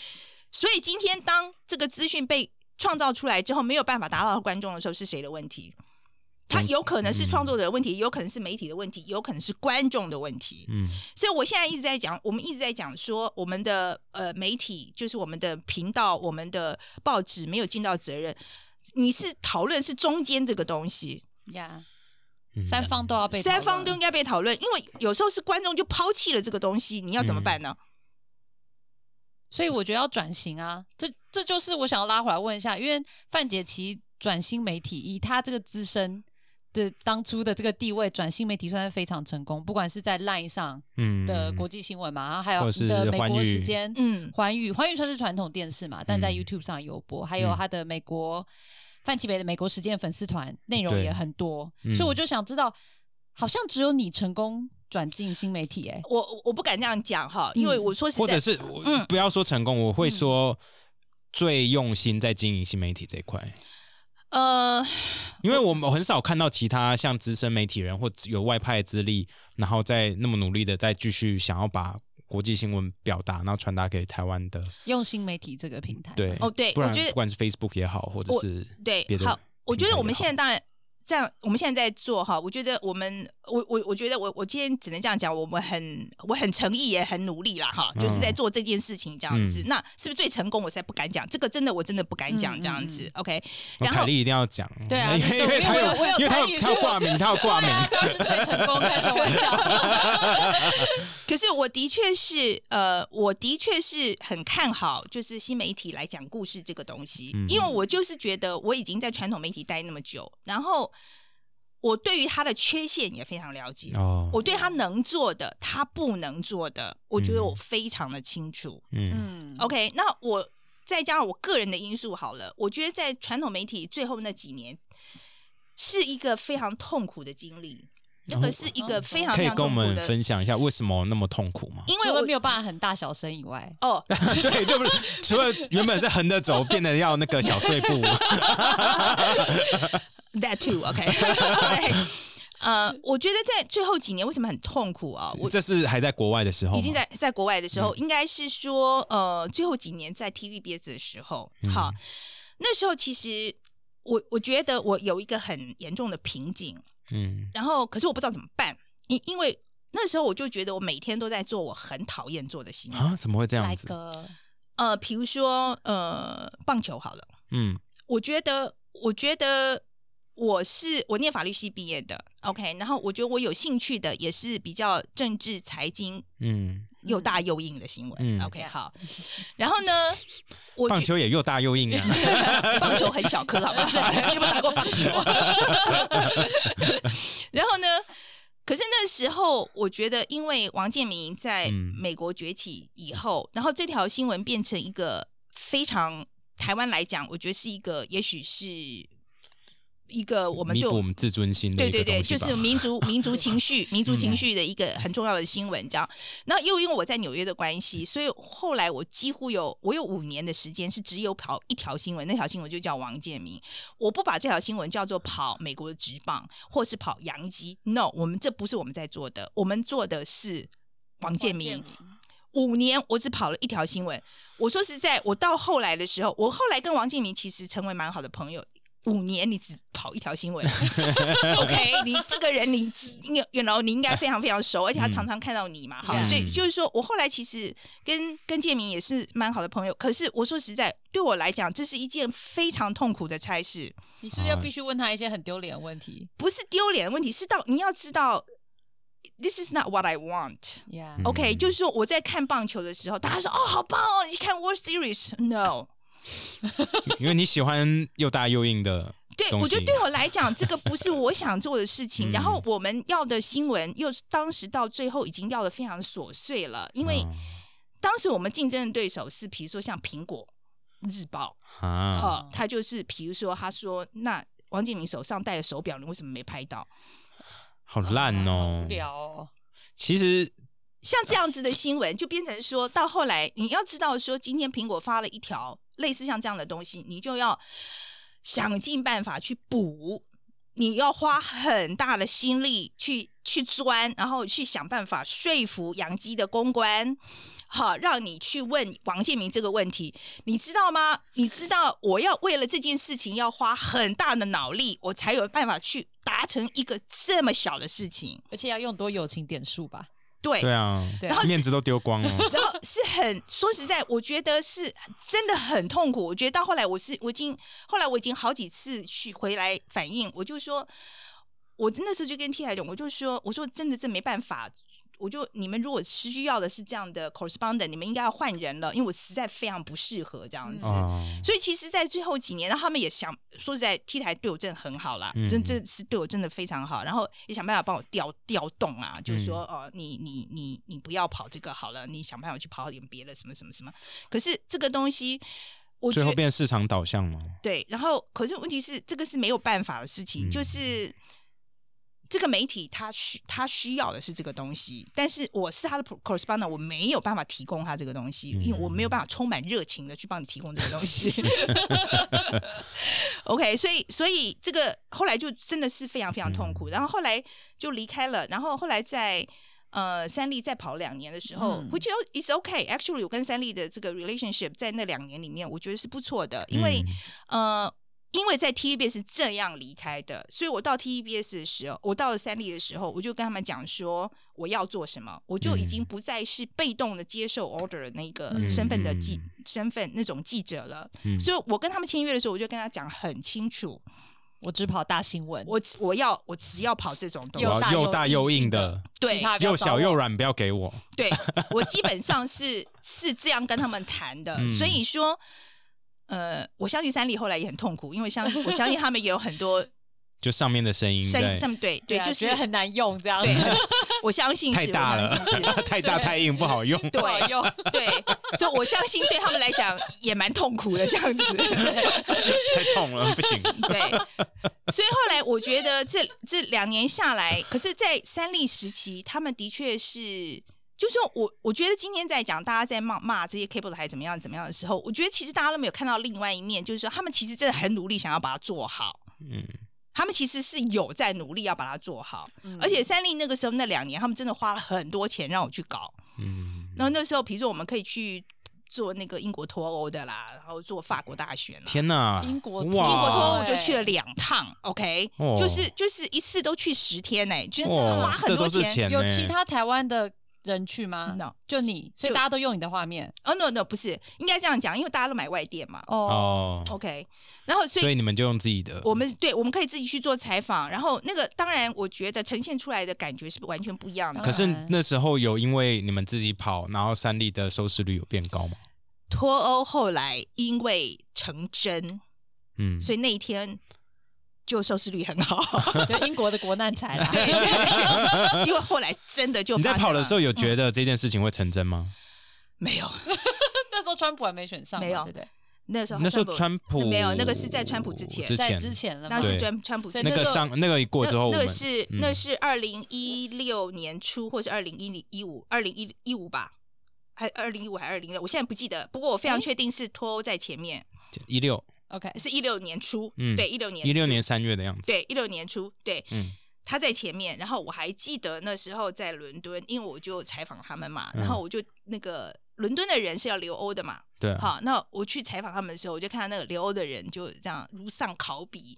[SPEAKER 3] 所以今天当这个资讯被创造出来之后，没有办法达到观众的时候，是谁的问题？它
[SPEAKER 1] 嗯
[SPEAKER 3] 有可能是
[SPEAKER 1] 嗯
[SPEAKER 3] 创作者的问题，有可能是媒体的问题，有可能是观众的问题。
[SPEAKER 1] 嗯
[SPEAKER 3] 所以我现在一直在讲，我们一直在讲说，我们的呃媒体就是我们的频道、我们的报纸没有尽到责任。你是讨论是中间这个东西，
[SPEAKER 2] 呀，
[SPEAKER 1] 嗯
[SPEAKER 2] 三方都要被
[SPEAKER 3] 三方都
[SPEAKER 2] 讨论
[SPEAKER 3] 应该被讨论，因为有时候是观众就抛弃了这个东西，你要怎么
[SPEAKER 1] 嗯
[SPEAKER 3] 办呢？
[SPEAKER 2] 所以我觉得要转型啊，这这就是我想要拉回来问一下，因为范姐其实转型媒体，以她这个资深的当初的这个地位，转型媒体算是非常成功，不管是在 LINE 上
[SPEAKER 1] 嗯
[SPEAKER 2] 的国际新闻嘛，然后还
[SPEAKER 1] 或
[SPEAKER 2] 有
[SPEAKER 1] 者是
[SPEAKER 2] 你的美
[SPEAKER 1] 寰
[SPEAKER 2] 国
[SPEAKER 1] 宇
[SPEAKER 2] 时间，
[SPEAKER 3] 嗯，
[SPEAKER 2] 环宇，环宇算是传统电视嘛，但在
[SPEAKER 1] 嗯
[SPEAKER 2] YouTube 上有播，还有他的美国范奇北的美国实践粉丝团，内容
[SPEAKER 1] 对
[SPEAKER 2] 也很多，
[SPEAKER 1] 嗯
[SPEAKER 2] 所以我就想知道，好像只有你成功转进新媒体、欸，哎，
[SPEAKER 3] 我我不敢这样讲哈，因为
[SPEAKER 2] 嗯
[SPEAKER 3] 我说实
[SPEAKER 1] 或
[SPEAKER 3] 在
[SPEAKER 1] 者，是我
[SPEAKER 3] 嗯
[SPEAKER 1] 不要说成功，我会说最用心在经营新媒体这一块。
[SPEAKER 3] 呃，
[SPEAKER 1] 因为我们很少看到其他像资深媒体人或有外派资历，然后再那么努力的再继续想要把国际新闻表达，然后传达给台湾的，
[SPEAKER 2] 用新媒体这个平台，
[SPEAKER 1] 对，
[SPEAKER 3] 哦对
[SPEAKER 1] 不然
[SPEAKER 3] 我觉得
[SPEAKER 1] 不管是 Facebook 也好，或者
[SPEAKER 3] 我
[SPEAKER 1] 是
[SPEAKER 3] 对
[SPEAKER 1] 别，的
[SPEAKER 3] 好，我觉
[SPEAKER 1] 平
[SPEAKER 3] 得
[SPEAKER 1] 台
[SPEAKER 3] 我
[SPEAKER 1] 也
[SPEAKER 3] 们现在
[SPEAKER 1] 好
[SPEAKER 3] 当然这样，我们现在在做哈，我觉得我们，我我我觉得我我今天只能这样讲，我们很我很诚意也很努力啦哈，就是在
[SPEAKER 1] 嗯
[SPEAKER 3] 做这件事情这样子。
[SPEAKER 1] 嗯
[SPEAKER 3] 那是不是最成功？我实在不敢讲，这个真的我真的不敢讲
[SPEAKER 2] 嗯
[SPEAKER 3] 这样
[SPEAKER 2] 嗯
[SPEAKER 3] 子
[SPEAKER 2] 嗯。
[SPEAKER 3] OK，
[SPEAKER 1] 哦
[SPEAKER 3] 然
[SPEAKER 1] 凯
[SPEAKER 3] 后
[SPEAKER 1] 莉一定要讲，
[SPEAKER 2] 对啊
[SPEAKER 1] 因为
[SPEAKER 2] 对
[SPEAKER 1] 因为
[SPEAKER 2] 因为
[SPEAKER 1] 他
[SPEAKER 2] 我有我有
[SPEAKER 1] 因为他
[SPEAKER 2] 参与
[SPEAKER 1] 有他
[SPEAKER 2] 所以
[SPEAKER 1] 有
[SPEAKER 2] 我
[SPEAKER 1] 挂名，他有挂名
[SPEAKER 2] 对，啊，当然是最 成功，开什么玩笑？
[SPEAKER 3] 可是我的确是，呃，我的确是很看好，就是新媒体来讲故事这个东西，
[SPEAKER 1] 嗯
[SPEAKER 3] 因为我就是觉得我已经在传统媒体待那么久，然后我对于它的缺陷也非常了解。
[SPEAKER 1] 哦，
[SPEAKER 3] 我对他能做的，他不能做的，我觉得我非常的清楚。
[SPEAKER 1] 嗯
[SPEAKER 2] 嗯
[SPEAKER 3] OK，那我再加上我个人的因素好了，我觉得在传统媒体最后那几年是一个非常痛苦的经历，那个是一个非常
[SPEAKER 1] 可
[SPEAKER 3] 非
[SPEAKER 1] 以
[SPEAKER 3] 常
[SPEAKER 1] 跟我
[SPEAKER 3] 痛苦
[SPEAKER 1] 们
[SPEAKER 3] 的，
[SPEAKER 1] 分享一下为什么那么痛苦吗？
[SPEAKER 3] 因为
[SPEAKER 2] 除了
[SPEAKER 3] 我
[SPEAKER 2] 没有办法很大小声以外，
[SPEAKER 3] 哦，
[SPEAKER 1] 对，就不是除了原本是横着走，变得要那个小碎步，
[SPEAKER 3] That too, OK 对。呃，我觉得在最后几年为什么很痛苦啊？ 我
[SPEAKER 1] 这是还在国外的时候吗，嗯
[SPEAKER 3] 已经在在国外的时候，应该是说呃，最后几年在 TVBS 的时候，
[SPEAKER 1] 嗯
[SPEAKER 3] 好，那时候其实我我觉得我有一个很严重的瓶颈，
[SPEAKER 1] 嗯
[SPEAKER 3] 然后可是我不知道怎么办，因因为那时候我就觉得我每天都在做我很讨厌做的新闻，
[SPEAKER 1] 啊，怎么会这样
[SPEAKER 2] 来
[SPEAKER 1] 子？
[SPEAKER 2] 个
[SPEAKER 3] 呃，比如说呃，棒球好了。
[SPEAKER 1] 嗯
[SPEAKER 3] 我觉得，我觉得我是我念法律系毕业的，OK，然后我觉得我有兴趣的也是比较政治、财经
[SPEAKER 1] 嗯，
[SPEAKER 3] 又大又硬的新闻、
[SPEAKER 1] 嗯
[SPEAKER 3] o k 好。然后呢，我
[SPEAKER 1] 棒
[SPEAKER 3] 觉
[SPEAKER 1] 球也又大又硬啊，
[SPEAKER 3] 棒球很 小颗，好不好？你有没有打过棒球？然后呢，可是那时候，我觉得因为王建民在
[SPEAKER 1] 嗯
[SPEAKER 3] 美国崛起以后，然后这条新闻变成一个非常台湾来讲，我觉得是一个，也许是一个 我们
[SPEAKER 1] 弥
[SPEAKER 3] 对
[SPEAKER 1] 补
[SPEAKER 3] 我
[SPEAKER 1] 我们自尊心的
[SPEAKER 3] 对
[SPEAKER 1] 一
[SPEAKER 3] 对
[SPEAKER 1] 个
[SPEAKER 3] 对，
[SPEAKER 1] 东
[SPEAKER 3] 就
[SPEAKER 1] 西吧嗯
[SPEAKER 3] 是。民族民族 情绪、民族情绪的一个很重要的新闻，这样。那又因为我在纽约的关系，所以后来我几乎有我有五年的时间是只有跑一条新闻，那条新闻就叫王建民。我不把这条新闻叫做跑美国的职棒，或是跑洋基，no，我们这不是我们在做的，我们做的是王建民。五年，我只跑了一条新闻。我说实在，我到后来的时候，我后来跟王建民其实成为蛮好的朋友。五年你只跑一条新闻，OK？你这个人你你，you know，你应该非常非常熟，而且他常常看到你嘛，哈、
[SPEAKER 2] 嗯
[SPEAKER 3] 所以就是说我后来其实跟跟建明也是蛮好的朋友。可是我说实在，对我来讲，这是一件非常痛苦的差事，
[SPEAKER 2] 你是不是
[SPEAKER 1] 啊
[SPEAKER 2] 要必须问他一些很丢脸的问题
[SPEAKER 3] 不是丢脸的问题，是到你要知道，this is not what I want。
[SPEAKER 2] 呀
[SPEAKER 1] 嗯
[SPEAKER 3] OK，就是说我在看棒球的时候，大家说哦好棒哦，你去看 World Series？No，
[SPEAKER 1] 因为你喜欢又大又硬的
[SPEAKER 3] 对
[SPEAKER 1] 东西
[SPEAKER 3] 我觉得对我啊来讲，这个不是我想做的事
[SPEAKER 1] 嗯
[SPEAKER 3] 情。然后我们要的新闻又是当时到最后已经要的非常琐碎了，因为
[SPEAKER 1] 哦
[SPEAKER 3] 当时我们竞争的对手是比如说像苹果日报，
[SPEAKER 1] 啊，
[SPEAKER 3] 呃，他就是比如说他说那王建民手上戴的手表，你为什么没拍到？
[SPEAKER 1] 好烂哦
[SPEAKER 2] 无。聊哦，
[SPEAKER 1] 其实
[SPEAKER 3] 像这样子的新闻，就变成说到后来，你要知道说，今天苹果发了一条类似像这样的东西，你就要想尽办法去补，你要花很大的心力去去钻，然后去想办法说服杨基的公关。好，让你去问王建民这个问题，你知道吗？你知道我要为了这件事情要花很大的脑力，我才有办法去达成一个这么小的事情。
[SPEAKER 2] 而且要用多友情点数吧？
[SPEAKER 3] 对，
[SPEAKER 1] 对啊，
[SPEAKER 2] 对
[SPEAKER 3] 然后
[SPEAKER 1] 面子都丢光 了。
[SPEAKER 3] 然后是很说实在，我觉得是真的很痛苦。我觉得到后来，我是我已经后来我已经好几次去回来反映，我就说，我真的是就跟 T 台总，我就说，我说真的这没办法。我就你们如果需要的是这样的 correspondent，你们应该要换人了，因为我实在非常不适合这样子。
[SPEAKER 1] 哦，
[SPEAKER 3] 所以其实，在最后几年，然后他们也想说实在，T 台对我真的很好啦，
[SPEAKER 1] 嗯
[SPEAKER 3] 真真是对我真的非常好，然后也想办法帮我调调动啊，就是说，哦、你你你你不要跑这个好了，你想办法去跑点别的什么什么什么。可是这个东西，我觉
[SPEAKER 1] 最后
[SPEAKER 3] 得
[SPEAKER 1] 变市场导向了。
[SPEAKER 3] 对，然后可是问题是，这个是没有办法的事情，
[SPEAKER 1] 嗯
[SPEAKER 3] 就是这个媒体它需它需要的是这个东西，但是我是他的 correspondent，我没有办法提供他这个东西，
[SPEAKER 1] 嗯
[SPEAKER 3] 因为我没有办法充满热情的去帮你提供这个东 西。OK，所以所以这个后来就真的是非常非常痛
[SPEAKER 1] 嗯
[SPEAKER 3] 苦，然后后来就离开了，然后后来在。呃，三立再跑两年的时候、
[SPEAKER 2] 嗯
[SPEAKER 3] w h i c h is okay. Actually，我跟三立的这个 relationship 在那两年里面，我觉得是不错的，因为、呃，因为在 TVBS 是这样离开的，所以我到 TVBS 的时候，我到了三立的时候，我就跟他们讲说我要做什么，我就已经
[SPEAKER 1] 嗯
[SPEAKER 3] 不再是被动的接受 order 的那个
[SPEAKER 2] 嗯
[SPEAKER 3] 身份的记、
[SPEAKER 1] 嗯
[SPEAKER 3] 身份那种记者了。
[SPEAKER 1] 嗯
[SPEAKER 3] 所以我跟他们签约的时候，我就跟他讲很清楚，
[SPEAKER 2] 我只跑大新闻，
[SPEAKER 3] 我只我要我只要跑这种东
[SPEAKER 1] 嗯我
[SPEAKER 3] 西
[SPEAKER 1] 要
[SPEAKER 2] 有，大
[SPEAKER 1] 又
[SPEAKER 2] 又
[SPEAKER 1] 大又
[SPEAKER 2] 硬
[SPEAKER 1] 硬的，
[SPEAKER 3] 对
[SPEAKER 2] 其他不要
[SPEAKER 1] 又
[SPEAKER 2] 找
[SPEAKER 1] 小
[SPEAKER 2] 我
[SPEAKER 1] 又软，不要给我。
[SPEAKER 3] 对我基本上是是这样跟他们谈的，
[SPEAKER 1] 嗯
[SPEAKER 3] 所以说，呃，我相信三立后来也很痛苦，因为相我相信他们也有很 多
[SPEAKER 1] 就上面的声音，
[SPEAKER 3] 声
[SPEAKER 1] 对，
[SPEAKER 3] 上对
[SPEAKER 2] 对
[SPEAKER 3] 对，
[SPEAKER 2] 啊，
[SPEAKER 3] 就
[SPEAKER 2] 觉
[SPEAKER 3] 是
[SPEAKER 2] 得很难用这样，
[SPEAKER 3] 对， 我相信
[SPEAKER 1] 太
[SPEAKER 3] 是
[SPEAKER 1] 大
[SPEAKER 3] 我
[SPEAKER 1] 了
[SPEAKER 3] 相 信是，
[SPEAKER 1] 太大
[SPEAKER 2] 对
[SPEAKER 1] 太硬不好用。
[SPEAKER 2] 不好
[SPEAKER 3] 对
[SPEAKER 2] 用，
[SPEAKER 3] 对，所以我相信对他们来讲也蛮痛苦的这样 子。
[SPEAKER 1] 太痛了，不行。
[SPEAKER 3] 对，所以后来我觉得这这两年下来，可是，在三立时期，他们的确是。就是说我，我觉得今天在讲大家在骂骂这些 cable 台怎么样怎么样的时候，我觉得其实大家都没有看到另外一面，就是说他们其实真的很努力想要把它做好，
[SPEAKER 1] 嗯，
[SPEAKER 3] 他们其实是有在努力要把它做好。
[SPEAKER 2] 嗯
[SPEAKER 3] 而且三立那个时候那两年，他们真的花了很多钱让我去搞，
[SPEAKER 1] 嗯，
[SPEAKER 3] 然后 那时候，比如说我们可以去做那个英国脱欧的啦，然后做法国大选啦。
[SPEAKER 1] 天哪，
[SPEAKER 2] 英国
[SPEAKER 1] 哇
[SPEAKER 3] 英国脱欧
[SPEAKER 2] 哇
[SPEAKER 3] 我就去了两趟，OK，、
[SPEAKER 1] 哦
[SPEAKER 3] 就是就是一次都去十天呢、就是真的
[SPEAKER 1] 哇
[SPEAKER 3] 花很
[SPEAKER 1] 哦这
[SPEAKER 3] 多
[SPEAKER 1] 都是钱
[SPEAKER 2] 有
[SPEAKER 1] 呢
[SPEAKER 2] 其他台湾的人去吗
[SPEAKER 3] No
[SPEAKER 2] 就你，所以
[SPEAKER 3] 就
[SPEAKER 2] 大家都用你的画面
[SPEAKER 3] 哦、n o no，不是，应该这样讲，因为大家都买外电嘛
[SPEAKER 2] 哦。
[SPEAKER 1] 哦，
[SPEAKER 3] ，OK，然后所以
[SPEAKER 1] 所以嗯你们就用自己的，
[SPEAKER 3] 我们对我们可以自己去做采访，然后那个当然我觉得呈现出来的感觉是完全不一样的
[SPEAKER 1] 可。是
[SPEAKER 2] 当然
[SPEAKER 1] 那时候有因为你们自己跑，然后三立的收视率有变高吗？
[SPEAKER 3] 脱欧后来因为成真，
[SPEAKER 1] 嗯，
[SPEAKER 3] 所以那一天就收视率很 好，
[SPEAKER 2] 哦就英国的国难财 啦。
[SPEAKER 3] 对，对因为后来真的就
[SPEAKER 1] 你在
[SPEAKER 3] 发生
[SPEAKER 1] 跑的
[SPEAKER 3] 了
[SPEAKER 1] 时候有觉得这件事情会成真吗？
[SPEAKER 3] 没有，
[SPEAKER 2] 那时候川普还没选上嘛，
[SPEAKER 3] 没有
[SPEAKER 2] 对不对？
[SPEAKER 3] 那时候
[SPEAKER 1] 那时候
[SPEAKER 3] 川
[SPEAKER 1] 川普
[SPEAKER 3] 没有那个是在川普之前
[SPEAKER 1] 之
[SPEAKER 2] 在
[SPEAKER 1] 前
[SPEAKER 2] 之前了嘛，
[SPEAKER 3] 那是
[SPEAKER 1] 对
[SPEAKER 3] 川川普
[SPEAKER 2] 所以
[SPEAKER 1] 那
[SPEAKER 2] 那
[SPEAKER 1] 个
[SPEAKER 2] 时候
[SPEAKER 1] 上那个一过之后，我
[SPEAKER 3] 嗯那那
[SPEAKER 1] 们
[SPEAKER 3] 个是、那
[SPEAKER 1] 嗯
[SPEAKER 3] 是二零一六年初，或是二零一零一五、二零一一五吧，还二零一五还二零六，我现在不记得。不过我非常
[SPEAKER 2] 诶
[SPEAKER 3] 确定是脱欧在前面，
[SPEAKER 1] 一六
[SPEAKER 2] OK，
[SPEAKER 3] 是一六年初，
[SPEAKER 1] 嗯
[SPEAKER 3] 对，一六年
[SPEAKER 1] 一六
[SPEAKER 3] 初
[SPEAKER 1] 年三月的样子，
[SPEAKER 3] 对，一六年初，对，
[SPEAKER 1] 嗯
[SPEAKER 3] 他在前面，然后我还记得那时候在伦敦，因为我就采访他们嘛，
[SPEAKER 1] 嗯
[SPEAKER 3] 然后我就那个伦敦的人是要留欧的嘛，
[SPEAKER 1] 对啊，
[SPEAKER 3] 好，那我去采访他们的时候，我就看到那个留欧的人就这样如丧考 妣。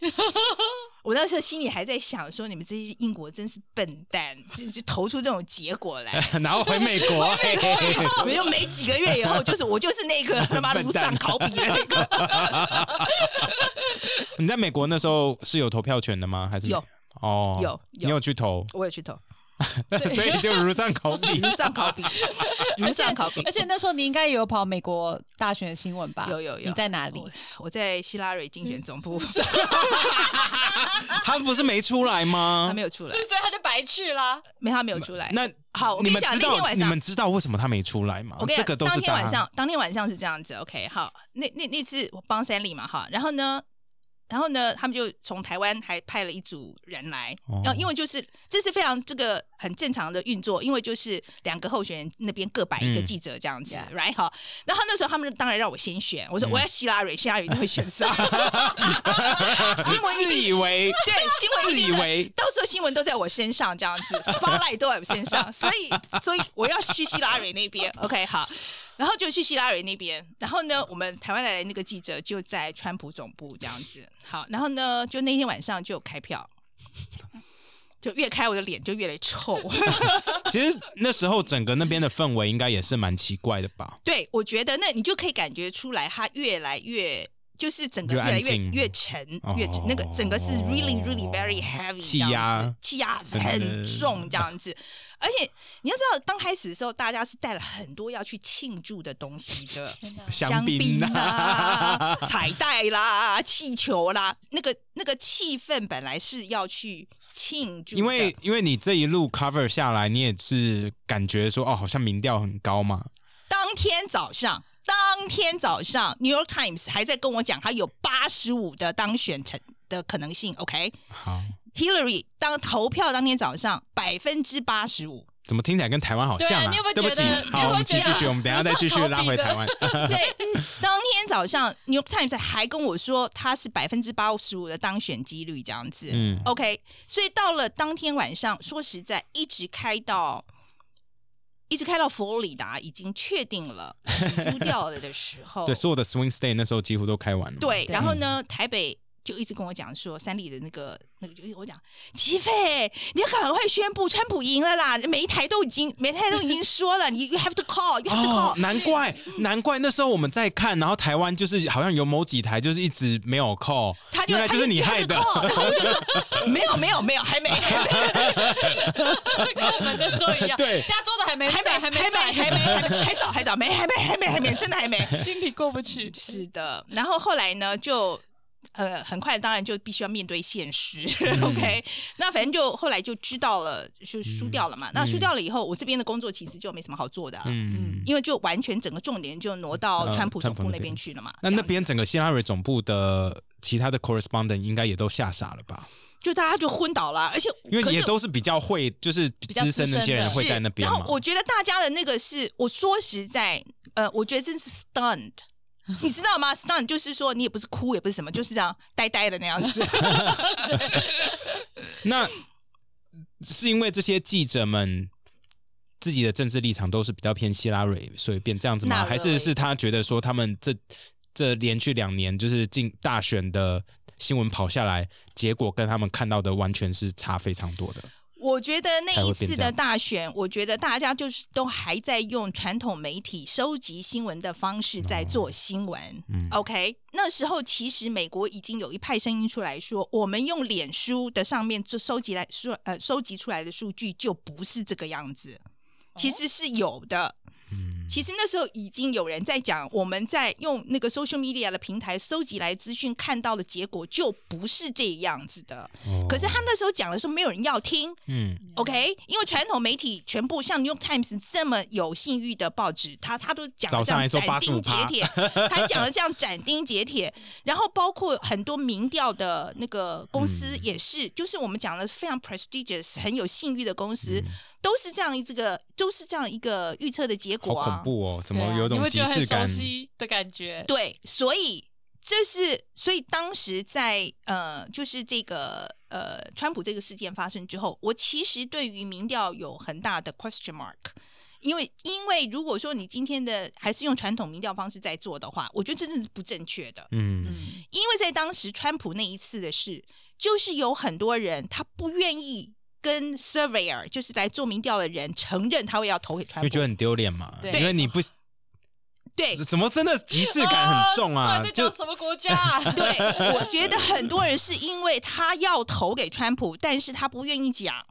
[SPEAKER 3] 我那时候心里还在想说，你们这些英国真是笨蛋，就就投出这种结果 来。
[SPEAKER 1] 然后回美国， 嘿嘿嘿嘿
[SPEAKER 3] 没有没几个月以后，就是我就是那个他 妈
[SPEAKER 1] 笨
[SPEAKER 3] 如
[SPEAKER 1] 蛋
[SPEAKER 3] 丧考妣的那个。
[SPEAKER 1] 你在美国那时候是有投票权的吗？还是没
[SPEAKER 3] 有？
[SPEAKER 1] 哦，
[SPEAKER 3] 有，
[SPEAKER 1] 你有去投
[SPEAKER 3] 我也去投，
[SPEAKER 1] 所以就如上考 比
[SPEAKER 3] 如。丧考 妣，如丧考
[SPEAKER 2] 而
[SPEAKER 3] 妣。
[SPEAKER 2] 且那时候你应该也有跑美国大选的新闻吧？
[SPEAKER 3] 有有有哦
[SPEAKER 2] 你在哪里？
[SPEAKER 3] 我我在希拉蕊竞选总部，
[SPEAKER 1] 嗯他不是没出来吗
[SPEAKER 3] 他？没有出来，
[SPEAKER 2] 所以他就白去啦。
[SPEAKER 3] 没他没有出来。
[SPEAKER 1] 那
[SPEAKER 3] 好，我
[SPEAKER 1] 你
[SPEAKER 3] 跟
[SPEAKER 1] 们
[SPEAKER 3] 讲，
[SPEAKER 1] 知
[SPEAKER 3] 那天
[SPEAKER 1] 道
[SPEAKER 3] 晚
[SPEAKER 1] 你
[SPEAKER 3] 上
[SPEAKER 1] 们知道为什么他没出来吗
[SPEAKER 3] 我？跟你
[SPEAKER 1] 哦这
[SPEAKER 3] 讲，
[SPEAKER 1] 个都
[SPEAKER 3] 当
[SPEAKER 1] 是
[SPEAKER 3] 天
[SPEAKER 1] 答
[SPEAKER 3] 晚
[SPEAKER 1] 案。
[SPEAKER 3] 上，当天晚上是这样子，OK，好，那那那次我帮三立嘛，哈，然后呢，然后呢，他们就从台湾还派了一组人来，
[SPEAKER 1] 哦
[SPEAKER 3] 然后因为就是这是非常这个很正常的运作，因为就是两个候选人那边各摆一个
[SPEAKER 1] 嗯
[SPEAKER 3] 记者这样子、
[SPEAKER 2] Yeah
[SPEAKER 3] r i g h t 哈，然后那时候他们当然让我先选，
[SPEAKER 1] 嗯
[SPEAKER 3] 我说我要希拉蕊，希拉蕊一定会选上， 新闻一
[SPEAKER 1] 自
[SPEAKER 3] 定
[SPEAKER 1] 以为
[SPEAKER 3] 对新闻一
[SPEAKER 1] 自
[SPEAKER 3] 定
[SPEAKER 1] 以
[SPEAKER 3] 在
[SPEAKER 1] 为
[SPEAKER 3] 到时候新闻都在我身上，这样子，spotlight 都在我身上，所以所以我要去希拉蕊那边，OK，好，然后就去希拉蕊那边，然后呢，我们台湾来的那个记者就在川普总部这样子，好，然后呢，就那天晚上就有开票。就越开我的脸就越来越臭，
[SPEAKER 1] 其实那时候整个那边的氛围应该也是蛮奇怪的 吧？
[SPEAKER 3] 对我觉得那你就可以感觉出来，它越来越就是整个
[SPEAKER 1] 越
[SPEAKER 3] 越来
[SPEAKER 1] 安
[SPEAKER 3] 越
[SPEAKER 1] 静
[SPEAKER 3] 越沉，越沉
[SPEAKER 1] 哦
[SPEAKER 3] 那个整个是 really really very heavy，
[SPEAKER 1] 气
[SPEAKER 3] 这样子
[SPEAKER 1] 压
[SPEAKER 3] 气压
[SPEAKER 1] 对对对
[SPEAKER 3] 很重这样子，而且你要知道，刚开始的时候大家是带了很多要去庆祝的东西的，
[SPEAKER 2] 天 哪！
[SPEAKER 1] 香槟
[SPEAKER 3] 槟
[SPEAKER 1] 啊，
[SPEAKER 3] 啊、彩带啦、气球啦，那个那个气氛本来是要去庆祝的，
[SPEAKER 1] 因为因为你这一路 cover 下来，你也是感觉说哦，好像民调很高嘛，
[SPEAKER 3] 当天早上，当天早上，《New York Times》还在跟我讲，他有八十五的当选成的可能性。OK，Hillary、
[SPEAKER 1] 好，
[SPEAKER 3] 当投票当天早上百分之八十 五，
[SPEAKER 1] 怎么听起来跟台湾好
[SPEAKER 2] 对啊
[SPEAKER 1] 像啊？
[SPEAKER 2] 你有没有
[SPEAKER 1] 对不
[SPEAKER 2] 觉
[SPEAKER 1] 起
[SPEAKER 2] 得，你有
[SPEAKER 1] 好，
[SPEAKER 2] 没
[SPEAKER 1] 我
[SPEAKER 2] 有
[SPEAKER 1] 们请
[SPEAKER 2] 觉
[SPEAKER 1] 继
[SPEAKER 2] 得
[SPEAKER 1] 续，我们等一下再继续拉回台湾。
[SPEAKER 3] 对，当天早上，《New York Times》还跟我说他是百分之八十五的当选几率这样子。
[SPEAKER 1] 嗯
[SPEAKER 3] OK，所以到了当天晚上，说实在，一直开到。一直开到佛罗里达已经确定了输掉了的时候，
[SPEAKER 1] 对，所有的 swing state 那时候几乎都开完了。，
[SPEAKER 3] 对，
[SPEAKER 2] 对
[SPEAKER 3] 然后呢，台北就一直跟我讲说，三立的那个那个，就我讲，齐飞，你要赶快宣布川普赢了啦！每一台都已经，每一台都已经说了，你 you have to call，you have to
[SPEAKER 1] 哦
[SPEAKER 3] call，、，
[SPEAKER 1] 难怪难怪那时候我们在看，然后台湾就是好像有某几台就是一直没有 call，
[SPEAKER 3] 他就
[SPEAKER 1] 原
[SPEAKER 3] 哎
[SPEAKER 1] 来就是你害的。
[SPEAKER 3] 他就 you have to call，然后我就说没有没有没有，还没还没
[SPEAKER 2] 跟我们那时候一样，
[SPEAKER 1] 对
[SPEAKER 2] 加州的还没
[SPEAKER 3] 还没
[SPEAKER 2] 算，
[SPEAKER 3] 还没
[SPEAKER 2] 没算，
[SPEAKER 3] 还没还没还早还早没还没还没还没真的还没。
[SPEAKER 2] 心里过不去。
[SPEAKER 3] 是的，然后后来呢，就呃，很快当然就必须要面对现实。OK，那
[SPEAKER 1] 嗯
[SPEAKER 3] 反正就后来就知道了，就输掉了嘛。那输掉了以后，我这边的工作其实就没什么好做的啊、
[SPEAKER 1] 嗯，
[SPEAKER 3] 因为就完全整个重点就挪到
[SPEAKER 1] 呃
[SPEAKER 3] 川普
[SPEAKER 1] 川
[SPEAKER 3] 总
[SPEAKER 1] 普
[SPEAKER 3] 部
[SPEAKER 1] 那
[SPEAKER 3] 那
[SPEAKER 1] 边
[SPEAKER 3] 边去了嘛。
[SPEAKER 1] 那
[SPEAKER 3] 这
[SPEAKER 1] 那
[SPEAKER 3] 样
[SPEAKER 1] 边整个希拉蕊总部的其他的 correspondent 应该也都吓傻了吧？
[SPEAKER 3] 就大家就昏倒了，而且
[SPEAKER 1] 因
[SPEAKER 3] 可
[SPEAKER 1] 为也
[SPEAKER 3] 是
[SPEAKER 1] 都是比较会，就是
[SPEAKER 2] 较
[SPEAKER 1] 资深
[SPEAKER 2] 资
[SPEAKER 1] 那
[SPEAKER 2] 深
[SPEAKER 1] 些人
[SPEAKER 2] 的
[SPEAKER 1] 会在那边
[SPEAKER 3] 是
[SPEAKER 1] 嘛。
[SPEAKER 3] 然后我觉得大家的那个是，我说实在，呃，我觉得真是 stunned。你知道吗？Stun 就是说你也不是哭也不是什么，就是这样呆呆的那样子。
[SPEAKER 1] 那是因为这些记者们自己的政治立场都是比较偏希拉蕊，所以变这样子吗？
[SPEAKER 3] Not
[SPEAKER 1] 还是
[SPEAKER 3] really
[SPEAKER 1] 是他觉得说他们这这连续两年就是进大选的新闻跑下来，结果跟他们看到的完全是差非常多的？
[SPEAKER 3] 我觉得那
[SPEAKER 1] 才会变
[SPEAKER 3] 一次
[SPEAKER 1] 这
[SPEAKER 3] 的
[SPEAKER 1] 样
[SPEAKER 3] 大选，我觉得大家就是都还在用传统媒体收集新闻的方式在做新闻。
[SPEAKER 1] 哦嗯
[SPEAKER 3] OK，那时候其实美国已经有一派声音出来说，我们用脸书的上面就收集来说，
[SPEAKER 1] 哦
[SPEAKER 3] 呃，收集出来的数据就不是这个样子，其实是有的。
[SPEAKER 1] 嗯
[SPEAKER 3] 其实那时候已经有人在讲，我们在用那个 social media 的平台收集来资讯，看到的结果就不是这样子的。
[SPEAKER 1] 哦
[SPEAKER 2] 啊
[SPEAKER 3] 可是他那时候讲的时候，没有人要听
[SPEAKER 1] 嗯，
[SPEAKER 3] ，OK？因为传统媒体全部像《New York Times》这么有信誉的报纸，他他都讲
[SPEAKER 1] 早
[SPEAKER 3] 的这
[SPEAKER 1] 上还
[SPEAKER 3] 样
[SPEAKER 1] 说
[SPEAKER 3] 斩钉
[SPEAKER 1] 85%
[SPEAKER 3] 截铁，他讲的这样斩钉截铁。然后包括很多民调的那个公
[SPEAKER 1] 嗯
[SPEAKER 3] 司也是，就是我们讲的非常 prestigious 很有信誉的公司，
[SPEAKER 1] 嗯
[SPEAKER 3] 都是这样一这个都是这样一个预测的结
[SPEAKER 1] 好
[SPEAKER 3] 果啊。
[SPEAKER 1] 恐怖哦，怎
[SPEAKER 2] 对
[SPEAKER 1] 么
[SPEAKER 2] 啊
[SPEAKER 1] 有
[SPEAKER 2] 你
[SPEAKER 1] 种
[SPEAKER 2] 会
[SPEAKER 1] 即
[SPEAKER 2] 觉得很
[SPEAKER 1] 视感
[SPEAKER 2] 熟？悉的感 觉？
[SPEAKER 3] 对，所以这是所以当时在呃，就是这个呃，川普这个事件发生之后，我其实对于民调有很大的 question mark。因为，因为如果说你今天的还是用传统民调方式在做的话，我觉得这真的是不正确的。
[SPEAKER 1] 嗯，
[SPEAKER 2] 嗯，
[SPEAKER 3] 因为在当时川普那一次的事，就是有很多人他不愿意跟 surveyor，就是来做民调的人承认他会要投给
[SPEAKER 1] 因
[SPEAKER 3] 川
[SPEAKER 1] 为
[SPEAKER 3] 普，
[SPEAKER 1] 觉得很丢脸嘛，
[SPEAKER 2] 对哎
[SPEAKER 1] 因为你不
[SPEAKER 3] 对
[SPEAKER 1] 怎么真的即视感很重
[SPEAKER 2] 哦
[SPEAKER 1] 啊
[SPEAKER 2] 到，底在
[SPEAKER 1] 就
[SPEAKER 2] 讲什么国 家啊？
[SPEAKER 3] 对，我觉得很多人是因为他要投给川普，但是他不愿意讲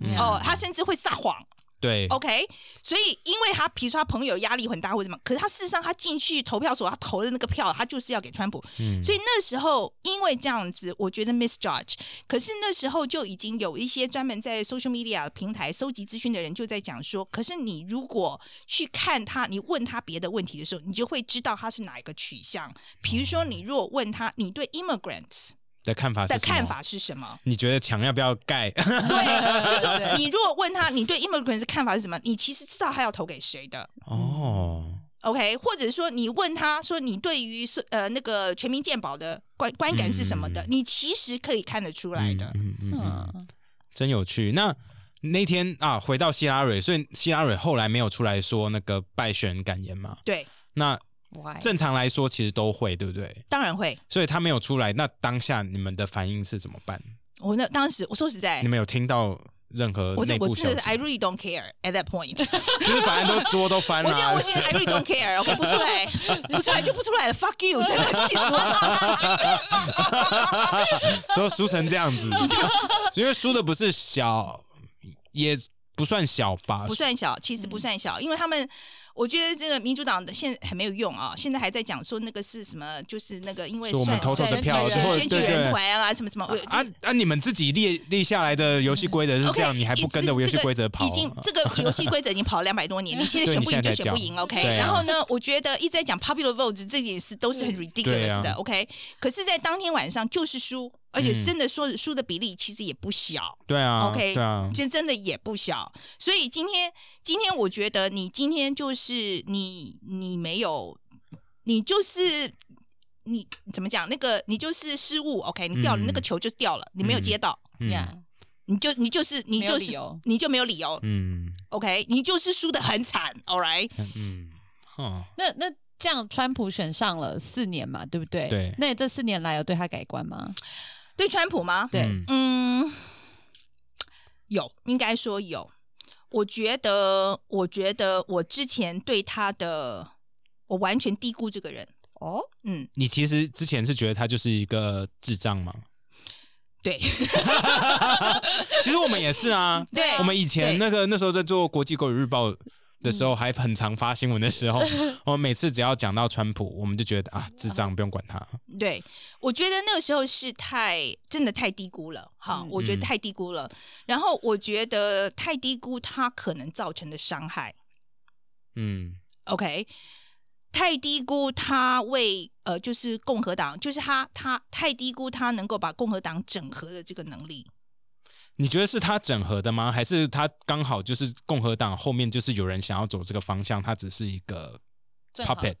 [SPEAKER 1] 嗯
[SPEAKER 3] 哦，他甚至会撒谎。
[SPEAKER 1] 对，
[SPEAKER 2] 哦
[SPEAKER 3] OK，所以因为他比如说他朋友压力很大或者什么，可是他事实上他进去投票所他投的那个票，他就是要给川普。
[SPEAKER 1] 嗯
[SPEAKER 3] 所以那时候因为这样子，我觉得 misjudge。可是那时候就已经有一些专门在 social media 平台收集资讯的人就在讲说，可是你如果去看他，你问他别的问题的时候，你就会知道他是哪一个取向。比如说，你如果问他你对 immigrants
[SPEAKER 1] 的看法是
[SPEAKER 3] 的
[SPEAKER 1] 什么
[SPEAKER 3] 看，法是 什么，
[SPEAKER 1] 你觉得墙要不要盖？
[SPEAKER 3] 对，就是说你如果问他你对 immigrants 的看法是什么，你其实知道他要投给谁的。
[SPEAKER 1] 哦，
[SPEAKER 3] OK，或者说你问他说你对于是呃那个全民健保的观观感是什么的，
[SPEAKER 1] 嗯
[SPEAKER 3] 你其实可以看得出来的。
[SPEAKER 1] 嗯嗯嗯嗯
[SPEAKER 2] 嗯，
[SPEAKER 1] 真有趣。那那天啊，回到希拉蕊，所以希拉蕊后来没有出来说那个败选感言嘛？
[SPEAKER 3] 对，
[SPEAKER 1] 那
[SPEAKER 2] Why？
[SPEAKER 1] 正常来说，其实都会，对不对？
[SPEAKER 3] 当然会。
[SPEAKER 1] 所以他没有出来，那当下你们的反应是怎么办？
[SPEAKER 3] 我那当时我说实在
[SPEAKER 1] 你，们有听到任何
[SPEAKER 3] 我就
[SPEAKER 1] 内部
[SPEAKER 3] 哎我
[SPEAKER 1] 消
[SPEAKER 3] 真
[SPEAKER 1] 息
[SPEAKER 3] 的是？I really don't care at that point。
[SPEAKER 1] 就是反正都桌都翻
[SPEAKER 3] 我觉得
[SPEAKER 1] 了啊
[SPEAKER 3] 我，现在 I really don't care。OK，不出 来，不出来就不出来了。Fuck you，真的气 死我了。
[SPEAKER 1] 所以输成这样子，因为输的不是小，也不算小吧
[SPEAKER 3] 不？算小，
[SPEAKER 1] 嗯
[SPEAKER 3] 其实不算小，因为他们。我觉得这个民主党的现在很没有用啊，现在还在讲说那个是什么，就是那个因为
[SPEAKER 1] 说我们
[SPEAKER 3] 算
[SPEAKER 1] 偷偷的
[SPEAKER 3] 算
[SPEAKER 1] 票
[SPEAKER 3] 选
[SPEAKER 2] 或者
[SPEAKER 3] 选举
[SPEAKER 1] 对对
[SPEAKER 3] 人团啊，什么什么，我
[SPEAKER 1] 啊啊！你们自己列列下来的游戏规则是
[SPEAKER 3] OK，
[SPEAKER 1] 这样，你还不跟着
[SPEAKER 3] 这个
[SPEAKER 1] 游戏规则跑？啊嗯
[SPEAKER 3] 已经这个游戏规则已经跑两百多年，你现在
[SPEAKER 1] 对
[SPEAKER 3] 选
[SPEAKER 1] 你
[SPEAKER 3] 不
[SPEAKER 1] 现
[SPEAKER 3] 赢
[SPEAKER 1] 在
[SPEAKER 3] 就
[SPEAKER 1] 才
[SPEAKER 3] 选不
[SPEAKER 1] 讲
[SPEAKER 3] 赢，OK。
[SPEAKER 1] 对啊
[SPEAKER 3] 然后呢，我觉得一直在讲 popular votes 这件事都
[SPEAKER 2] 嗯
[SPEAKER 3] 是很 ridiculous
[SPEAKER 1] 对
[SPEAKER 3] 的
[SPEAKER 1] 啊嗯
[SPEAKER 3] ，OK。可是，在当天晚上就是输，而且真的说输的比例其实也不小。
[SPEAKER 1] 对啊
[SPEAKER 3] OK，
[SPEAKER 1] 对啊，
[SPEAKER 3] 这真的也不小，所以今天，今天我觉得你今天就是你，你没有，你就是你怎么讲？那个你就是失误，OK，你掉了、
[SPEAKER 1] 嗯
[SPEAKER 3] 那个球就掉了，你没有
[SPEAKER 1] 嗯
[SPEAKER 3] 接到，
[SPEAKER 1] 嗯
[SPEAKER 2] 呀，
[SPEAKER 3] 你就你就是你
[SPEAKER 2] 没有
[SPEAKER 3] 就
[SPEAKER 2] 理
[SPEAKER 3] 是
[SPEAKER 2] 由
[SPEAKER 3] 你就没有理由
[SPEAKER 1] 嗯
[SPEAKER 3] ，OK，你就是输的很惨，All right，
[SPEAKER 1] 嗯，哦，
[SPEAKER 2] 那那这样，川普选上了四年嘛，对不对？
[SPEAKER 1] 对
[SPEAKER 2] 那你这四年来有对他改观吗？
[SPEAKER 3] 对川普吗？
[SPEAKER 2] 对，
[SPEAKER 1] 嗯
[SPEAKER 3] 嗯，有，应该说有。我觉得，我觉得我之前对他的，我完全低估这个人。
[SPEAKER 2] 哦，
[SPEAKER 3] 嗯，
[SPEAKER 1] 你其实之前是觉得他就是一个智障吗？
[SPEAKER 3] 对，
[SPEAKER 1] 其实我们也是啊，
[SPEAKER 3] 对啊
[SPEAKER 1] 我们以前
[SPEAKER 3] 对嗯
[SPEAKER 1] 那个那时候在做国际狗语日报的时候，还很常发新闻的 时候，我们每次只要讲到川普，我们就觉得啊，智障不用管他。
[SPEAKER 3] 对，我觉得那个时候是太真的太低估了，哈，
[SPEAKER 2] 嗯
[SPEAKER 3] 我觉得太低估了。然后我觉得太低估他可能造成的伤害
[SPEAKER 1] 嗯
[SPEAKER 3] ，OK，太低估他为呃，就是共和党，就是他他太低估他能够把共和党整合的这个能力。
[SPEAKER 1] 你觉得是他整合的吗？还是他刚好就是共和党后面就是有人想要走这个方向，他只是一个
[SPEAKER 2] 正好
[SPEAKER 1] puppet？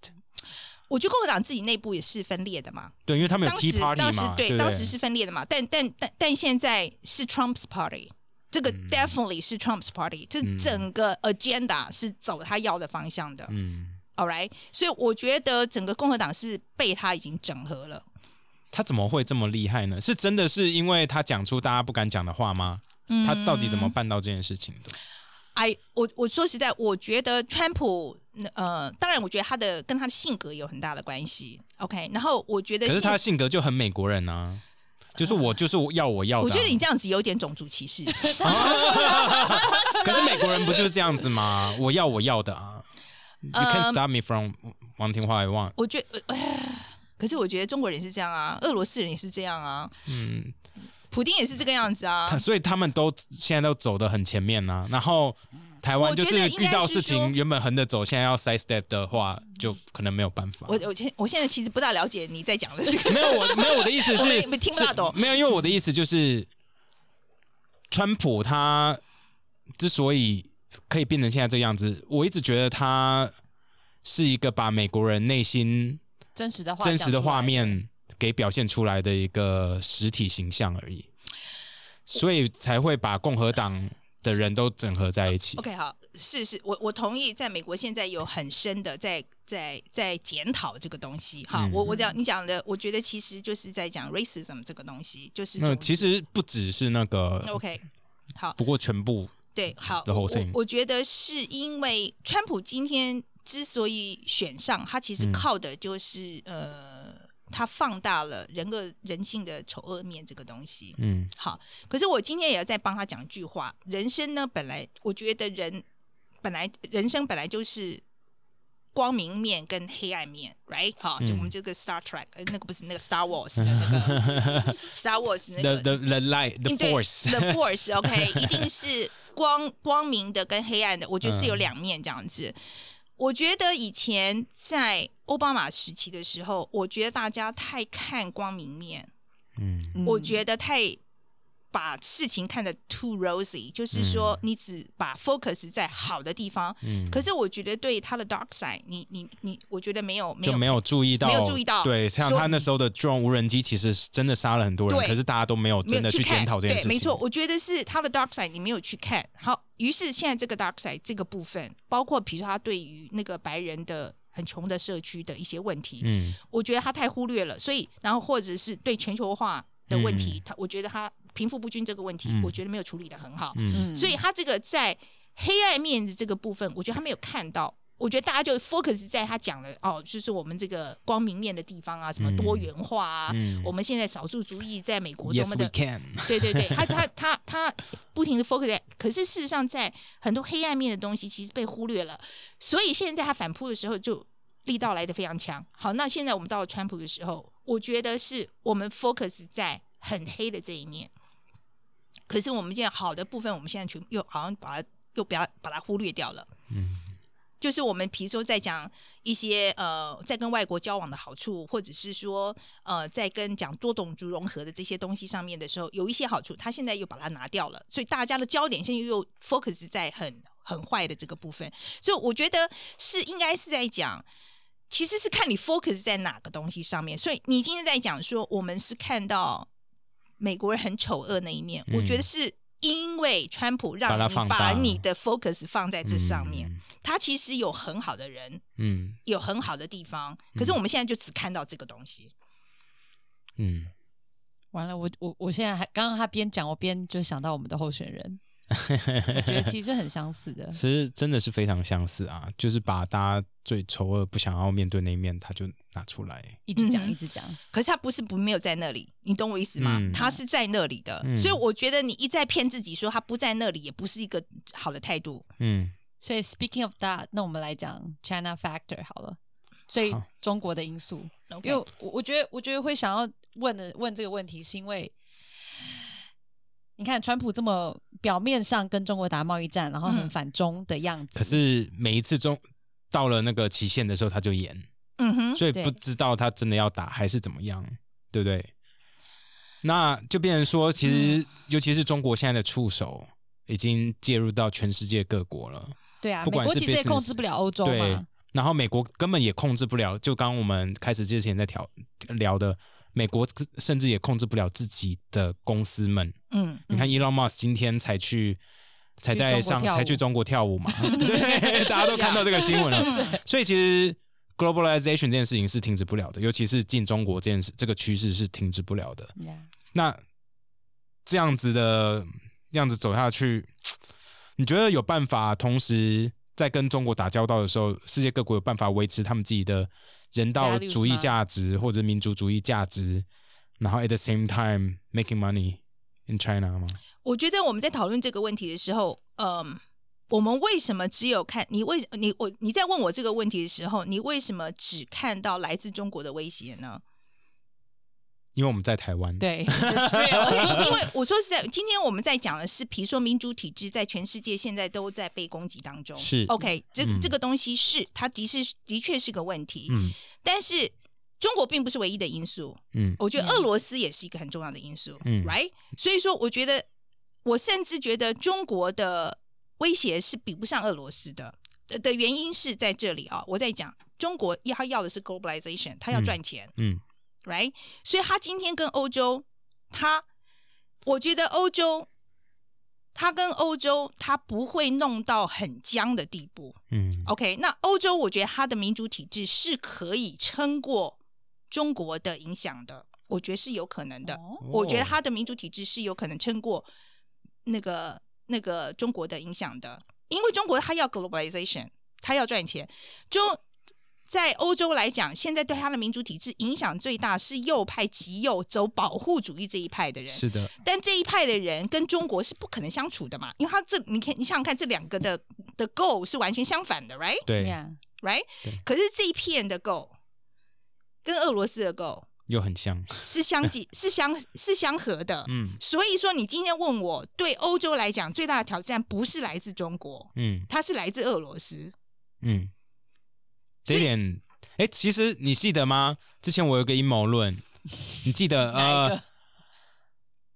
[SPEAKER 3] 我觉得共和党自己内部也是分裂的嘛，
[SPEAKER 1] 对，因为他们有
[SPEAKER 3] 当
[SPEAKER 1] Tea
[SPEAKER 3] 时
[SPEAKER 1] Party
[SPEAKER 3] 当时
[SPEAKER 1] 嘛，
[SPEAKER 3] 对
[SPEAKER 1] 不
[SPEAKER 3] 当时是分裂的嘛，但但但但现在是 Trump's Party，这个 definitely 是 Trump's Party，、
[SPEAKER 1] 嗯
[SPEAKER 3] 这整个 agenda 是走他要的方向的、
[SPEAKER 1] 嗯，
[SPEAKER 3] a l right，所以我觉得整个共和党是被他已经整合了。
[SPEAKER 1] 他怎么会这么厉害呢？是真的是因为他讲出大家不敢讲的话吗？
[SPEAKER 3] 嗯
[SPEAKER 1] 他到底怎么办到这件事情的？
[SPEAKER 3] 哎，我我说实在，我觉得川普，呃，当然，我觉得他的跟他的性格有很大的关系。OK，然后我觉得
[SPEAKER 1] 可是
[SPEAKER 3] 现
[SPEAKER 1] 他的性格就很美国人啊，就是我就是我要我要的啊、
[SPEAKER 3] 我觉得你这样子有点种族 歧视。
[SPEAKER 1] 可是美国人不就是这样子吗？我要我要的啊， You
[SPEAKER 3] Um
[SPEAKER 1] can't stop me from wanting what I want。
[SPEAKER 3] 呃我觉得、呃可是我觉得中国人是这样啊，俄罗斯人也是这样啊，
[SPEAKER 1] 嗯，
[SPEAKER 3] 普丁也是这个样子啊
[SPEAKER 1] 他。所以他们都现在都走得很前面呐、然后台湾就
[SPEAKER 3] 我觉得
[SPEAKER 1] 是
[SPEAKER 3] 应
[SPEAKER 1] 遇
[SPEAKER 3] 该
[SPEAKER 1] 到
[SPEAKER 3] 是
[SPEAKER 1] 事
[SPEAKER 3] 说
[SPEAKER 1] 情原本横着走，现在要 side step 的话，就可能没有办法。
[SPEAKER 3] 我我现我现在其实不大了解你在讲的这个，
[SPEAKER 1] 没有我没有我的意思
[SPEAKER 3] 我
[SPEAKER 1] 是
[SPEAKER 3] 没没听不大
[SPEAKER 1] 是
[SPEAKER 3] 懂
[SPEAKER 1] 没有，因为我的意思就是，川普他之所以可以变成现在这样子，我一直觉得他是一个把美国人内心
[SPEAKER 2] 真实的画，
[SPEAKER 1] 真实的画，面给表现出来的一个实体形象而已，所以才会把共和党的人都整合在一起。
[SPEAKER 3] OK，好，是是，我我同意，在美国现在有很深的在在在检讨这个东西。哈，
[SPEAKER 1] 嗯
[SPEAKER 3] 我我讲你讲的，我觉得其实就是在讲 racism 这个东西，就是
[SPEAKER 1] 那
[SPEAKER 3] 种
[SPEAKER 1] 其实不只是那个，
[SPEAKER 3] OK，好，
[SPEAKER 1] 不过全部
[SPEAKER 3] 对，好，
[SPEAKER 1] 嗯 The
[SPEAKER 3] 我
[SPEAKER 1] whole
[SPEAKER 3] 我
[SPEAKER 1] thing
[SPEAKER 3] 我觉得是因为川普今天之所以选上，他其实
[SPEAKER 1] 嗯
[SPEAKER 3] 靠的就是、呃，他放大了人个人性的丑恶面这个东西。
[SPEAKER 1] 嗯
[SPEAKER 3] 好，可是我今天也要再帮他讲一句话：人生呢，本来我觉得人本来人生本来就是光明面跟黑暗面，right？好，就我们
[SPEAKER 1] 嗯
[SPEAKER 3] 这个 Star Trek，、呃、那个不是那个 Star Wars 的那个 Star Wars 那
[SPEAKER 1] ，the
[SPEAKER 3] 个
[SPEAKER 1] the the light the
[SPEAKER 3] 对
[SPEAKER 1] force，
[SPEAKER 3] the force，OK，、一定是光光明的跟黑暗的，我觉得是
[SPEAKER 1] 嗯
[SPEAKER 3] 有两面这样子。我觉得以前在奥巴马时期的时候，我觉得大家太看光明面，
[SPEAKER 1] 嗯
[SPEAKER 3] 我
[SPEAKER 2] 得
[SPEAKER 3] 觉得太把事情看得 too rosy，就是说你只把 focus 在好的地方，
[SPEAKER 1] 嗯，
[SPEAKER 3] 可是我觉得对他的 dark side，你你你，我觉得没有没
[SPEAKER 1] 就
[SPEAKER 3] 有
[SPEAKER 1] 没有注意到，
[SPEAKER 3] 没有注意到
[SPEAKER 1] 对，像
[SPEAKER 3] 所以
[SPEAKER 1] 他那时候的 drone 无人机，其实是真的杀了很多人，
[SPEAKER 3] 对
[SPEAKER 1] 可是大家都没有
[SPEAKER 3] 没有
[SPEAKER 1] 真的去
[SPEAKER 3] 看
[SPEAKER 1] 检讨这件事情。
[SPEAKER 3] 对，没错，，我觉得是他的 dark side，你没有去看好。于是现在这个 dark side 这个部分，包括比如说他对于那个白人的很穷的社区的一些问题，
[SPEAKER 1] 嗯
[SPEAKER 3] 我觉得他太忽略了。所以，然后或者是对全球化的问题，他我觉得他贫富不均这个问题，
[SPEAKER 1] 嗯
[SPEAKER 3] 我觉得没有处理的很好。
[SPEAKER 1] 嗯
[SPEAKER 3] 所以他这个在黑暗面的这个部分，我觉得他没有看到。我觉得大家就 focus 在他讲的哦，就是我们这个光明面的地方啊，什么多元化啊，
[SPEAKER 1] 嗯
[SPEAKER 3] 我们现在少数族裔在美国多
[SPEAKER 1] ，Yes
[SPEAKER 3] 么
[SPEAKER 1] we
[SPEAKER 3] 的
[SPEAKER 1] can，
[SPEAKER 3] 对对对，他他他他不停的 focus 在，可是事实上在很多黑暗面的东西其实被忽略了，所以现在他反扑的时候就力道来的非常强。好，那现在我们到了川普的时候，我觉得是我们 focus 在很黑的这一面，可是我们现在好的部分，我们现在全又好像把它又不要把它忽略掉了。
[SPEAKER 1] 嗯
[SPEAKER 3] 就是我们比如说在讲一些呃，在跟外国交往的好处，或者是说呃，在跟讲多种族融合的这些东西上面的时候，有一些好处，他现在又把它拿掉了，所以大家的焦点现在又 focus 在很很坏的这个部分，所以我觉得是应该是在讲。其实是看你 focus 在哪个东西上面，所以你今天在讲说我们是看到美国人很丑恶那一面，我觉得是因为川普
[SPEAKER 1] 嗯
[SPEAKER 3] 让
[SPEAKER 1] 把它
[SPEAKER 3] 你
[SPEAKER 1] 放
[SPEAKER 3] 把
[SPEAKER 1] 大
[SPEAKER 3] 你的 focus 放在这上面，
[SPEAKER 1] 嗯
[SPEAKER 3] 他其实有很好的人，
[SPEAKER 1] 嗯
[SPEAKER 3] 有很好的地方，可是我们现在就只看到这个东西。
[SPEAKER 1] 嗯，
[SPEAKER 2] 完了，我我我现在还刚刚他边讲，我边就想到我们的候 选人，我觉得其实很相似的
[SPEAKER 1] 其。实真的是非常相似啊，就是把大家最丑恶、不想要面对那一面，他就拿出来。
[SPEAKER 2] 一直讲，
[SPEAKER 3] 嗯
[SPEAKER 2] 一直讲，
[SPEAKER 3] 可是他不是不没有在那里，你懂我意思吗？
[SPEAKER 1] 嗯
[SPEAKER 3] 他是在那里的，
[SPEAKER 1] 嗯
[SPEAKER 3] 所以我觉得你一再骗自己说他不在那里，也不是一个好的态度。
[SPEAKER 1] 嗯，
[SPEAKER 2] 所以 speaking of that，那我们来讲 China factor 好了，所以
[SPEAKER 1] 好
[SPEAKER 2] 中国的因素，
[SPEAKER 3] OK，
[SPEAKER 2] 因为我我觉得我觉得会想要问的问这个问题，是因为你看川普这么表面上跟中国打贸易战，然后很
[SPEAKER 3] 嗯
[SPEAKER 2] 反中的样子，
[SPEAKER 1] 可是每一次中到了那个期限的时候，他就演，
[SPEAKER 3] 嗯哼，
[SPEAKER 1] 所以
[SPEAKER 2] 对
[SPEAKER 1] 不知道他真的要打还是怎么样，对不对？那就变成说，其实、尤其是中国现在的触手已经介入到全世界各国了。
[SPEAKER 2] 对啊，
[SPEAKER 1] 不
[SPEAKER 2] 美
[SPEAKER 1] 管
[SPEAKER 2] 国
[SPEAKER 1] 是
[SPEAKER 2] 其实也
[SPEAKER 1] business，
[SPEAKER 2] 控制不了欧洲
[SPEAKER 1] 对
[SPEAKER 2] 嘛，，
[SPEAKER 1] 然后美国根本也控制不了，就刚我们开始之前在聊聊的，美国甚至也控制不了自己的公司们。
[SPEAKER 3] 嗯，
[SPEAKER 1] 你看 Elon Musk 今天才去。才
[SPEAKER 2] 去
[SPEAKER 1] 在
[SPEAKER 2] 中国
[SPEAKER 1] 上
[SPEAKER 2] 跳舞
[SPEAKER 1] 才去中国跳舞嘛？ 对，大家都看到这个新闻了。所以其实 globalization 这件事情是停止不了的，尤其是进中国这件事，这个趋势是停止不了的。
[SPEAKER 2] Yeah
[SPEAKER 1] 那这样子的这样子走下去，你觉得有办法同时在跟中国打交道的时候，世界各国有办法维持他们自己的人道
[SPEAKER 2] Values
[SPEAKER 1] 主义
[SPEAKER 2] 吗
[SPEAKER 1] 价值或者民族主义价值，然后 at the same time making money in China 吗？
[SPEAKER 3] 我觉得我们在讨论这个问题的时候，嗯，我们为什么只有看你为你我你在问我这个问题的时候，你为什么只看到来自中国的威胁呢？
[SPEAKER 1] 因为我们在台湾，
[SPEAKER 2] 对，
[SPEAKER 3] 因为我说实在，今天我们在讲的是，比如说民主体制在全世界现在都在被攻击当中。
[SPEAKER 1] 是
[SPEAKER 3] OK，这、
[SPEAKER 1] 嗯
[SPEAKER 3] 这个东西是它的是的确是个问题，
[SPEAKER 1] 嗯
[SPEAKER 3] 但是中国并不是唯一的因素。
[SPEAKER 1] 嗯
[SPEAKER 3] 我觉得俄罗斯也是一个很重要的因素、
[SPEAKER 1] 嗯
[SPEAKER 3] r i g h t 所以说，我觉得我甚至觉得中国的威胁是比不上俄罗斯的。呃的的原因是在这里啊、我在讲中国要他要的是 globalization，他要
[SPEAKER 1] 嗯
[SPEAKER 3] 赚钱、
[SPEAKER 1] 嗯
[SPEAKER 3] r i g h t 所以他今天跟欧洲，他我觉得欧洲，他跟欧洲他不会弄到很僵的地步。
[SPEAKER 2] 哦
[SPEAKER 1] 嗯
[SPEAKER 3] OK，那欧洲我觉得它的民主体制是可以撑过中国的影响的，我觉得是有可 能的。
[SPEAKER 2] 哦
[SPEAKER 3] 我觉得它的民主体制是有可能撑过那个那个中国的影响的，因为中国它要 globalization，它要赚钱。就在欧洲来讲，现在对它的民主体制影响最大是右派极右走保护主义这一派的人，
[SPEAKER 1] 是的，
[SPEAKER 3] 但这一派的人跟中国是不可能相处的嘛，因为他这你看你想想看，这两个的的 goal 是完全相反的，right
[SPEAKER 1] 对
[SPEAKER 2] Yeah，
[SPEAKER 3] right
[SPEAKER 1] 对。
[SPEAKER 3] 可是这一批人的 goal 跟俄罗斯的 goal
[SPEAKER 1] 又很像，
[SPEAKER 3] 是相近是相是相合的，
[SPEAKER 1] 嗯
[SPEAKER 3] 所以说你今天问我，对欧洲来讲最大的挑战不是来自中国，
[SPEAKER 1] 嗯
[SPEAKER 3] 它是来自俄罗斯。
[SPEAKER 1] 嗯，这
[SPEAKER 3] 所以
[SPEAKER 1] 一点，哎，其实你记得吗？之前我有个阴谋 论，你记得
[SPEAKER 2] 哪一
[SPEAKER 1] 呃
[SPEAKER 2] 个，？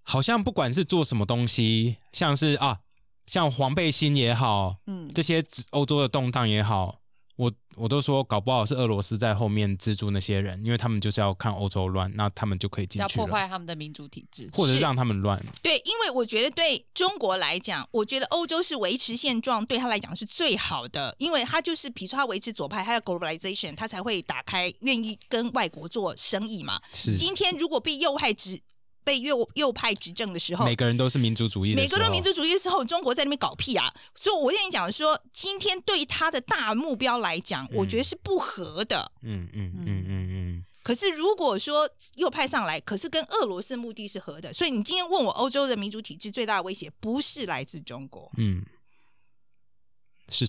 [SPEAKER 1] 好像不管是做什么东西，像是啊，像黄背心也好，
[SPEAKER 2] 嗯，
[SPEAKER 1] 这些子欧洲的动荡也好，我我都说搞不好是俄罗斯在后面资助那些人，因为他们就是要看欧洲乱，那他们就可以进
[SPEAKER 2] 要
[SPEAKER 1] 去
[SPEAKER 2] 破
[SPEAKER 1] 了，
[SPEAKER 2] 坏他们的民主体制，
[SPEAKER 1] 或者
[SPEAKER 3] 是
[SPEAKER 1] 让他们乱。
[SPEAKER 3] 对，因为我觉得对中国来讲，我觉得欧洲是维持现状，对他来讲是最好的，因为他就是，比如说他维持左派，他要 globalization，他才会打开，愿意跟外国做生意嘛。
[SPEAKER 1] 是
[SPEAKER 3] 今天如果被右派执被右右派执政的时候，
[SPEAKER 1] 每个人都是民族主义的
[SPEAKER 3] 每
[SPEAKER 1] 时候，
[SPEAKER 3] 个都民族主义的时候，中国在那边搞屁啊！所以我跟你讲说，今天对他的大目标来讲，我觉得是不合的。
[SPEAKER 1] 嗯，嗯嗯嗯嗯
[SPEAKER 3] 可是如果说右派上来，可是跟俄罗斯的目的是合的，所以你今天问我欧洲的民主体制最大的威胁不是来自中国，
[SPEAKER 1] 嗯嗯，是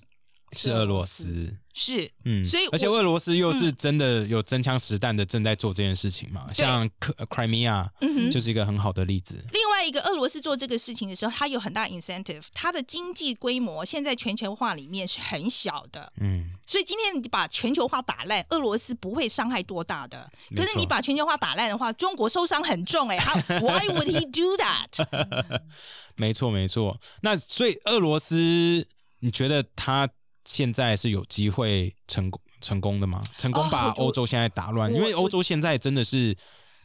[SPEAKER 1] 是俄罗
[SPEAKER 2] 是俄
[SPEAKER 1] 斯。
[SPEAKER 3] 是
[SPEAKER 1] 嗯，
[SPEAKER 3] 所以我
[SPEAKER 1] 而且俄罗斯又是真的有真枪实弹的正在做这件事情嘛，像克 Crimea
[SPEAKER 3] 嗯哼
[SPEAKER 1] 就是一个很好的例子。
[SPEAKER 3] 另外一个俄罗斯做这个事情的时候，它有很大 incentive，它的经济规模现在全球化里面是很小的，
[SPEAKER 1] 嗯，
[SPEAKER 3] 所以今天你把全球化打烂，俄罗斯不会伤害多大的。
[SPEAKER 1] 没
[SPEAKER 3] 可
[SPEAKER 1] 错
[SPEAKER 3] 是你把全球化打烂的话，中国受伤很重 哎、他 Why would he do that？
[SPEAKER 1] 没错没错。那所以俄罗斯，你觉得他现在是有机会成功成功的吗？成功把
[SPEAKER 3] 哦我
[SPEAKER 1] 欧洲现在打乱，
[SPEAKER 3] 我
[SPEAKER 1] 因为
[SPEAKER 3] 我
[SPEAKER 1] 欧洲现在真的是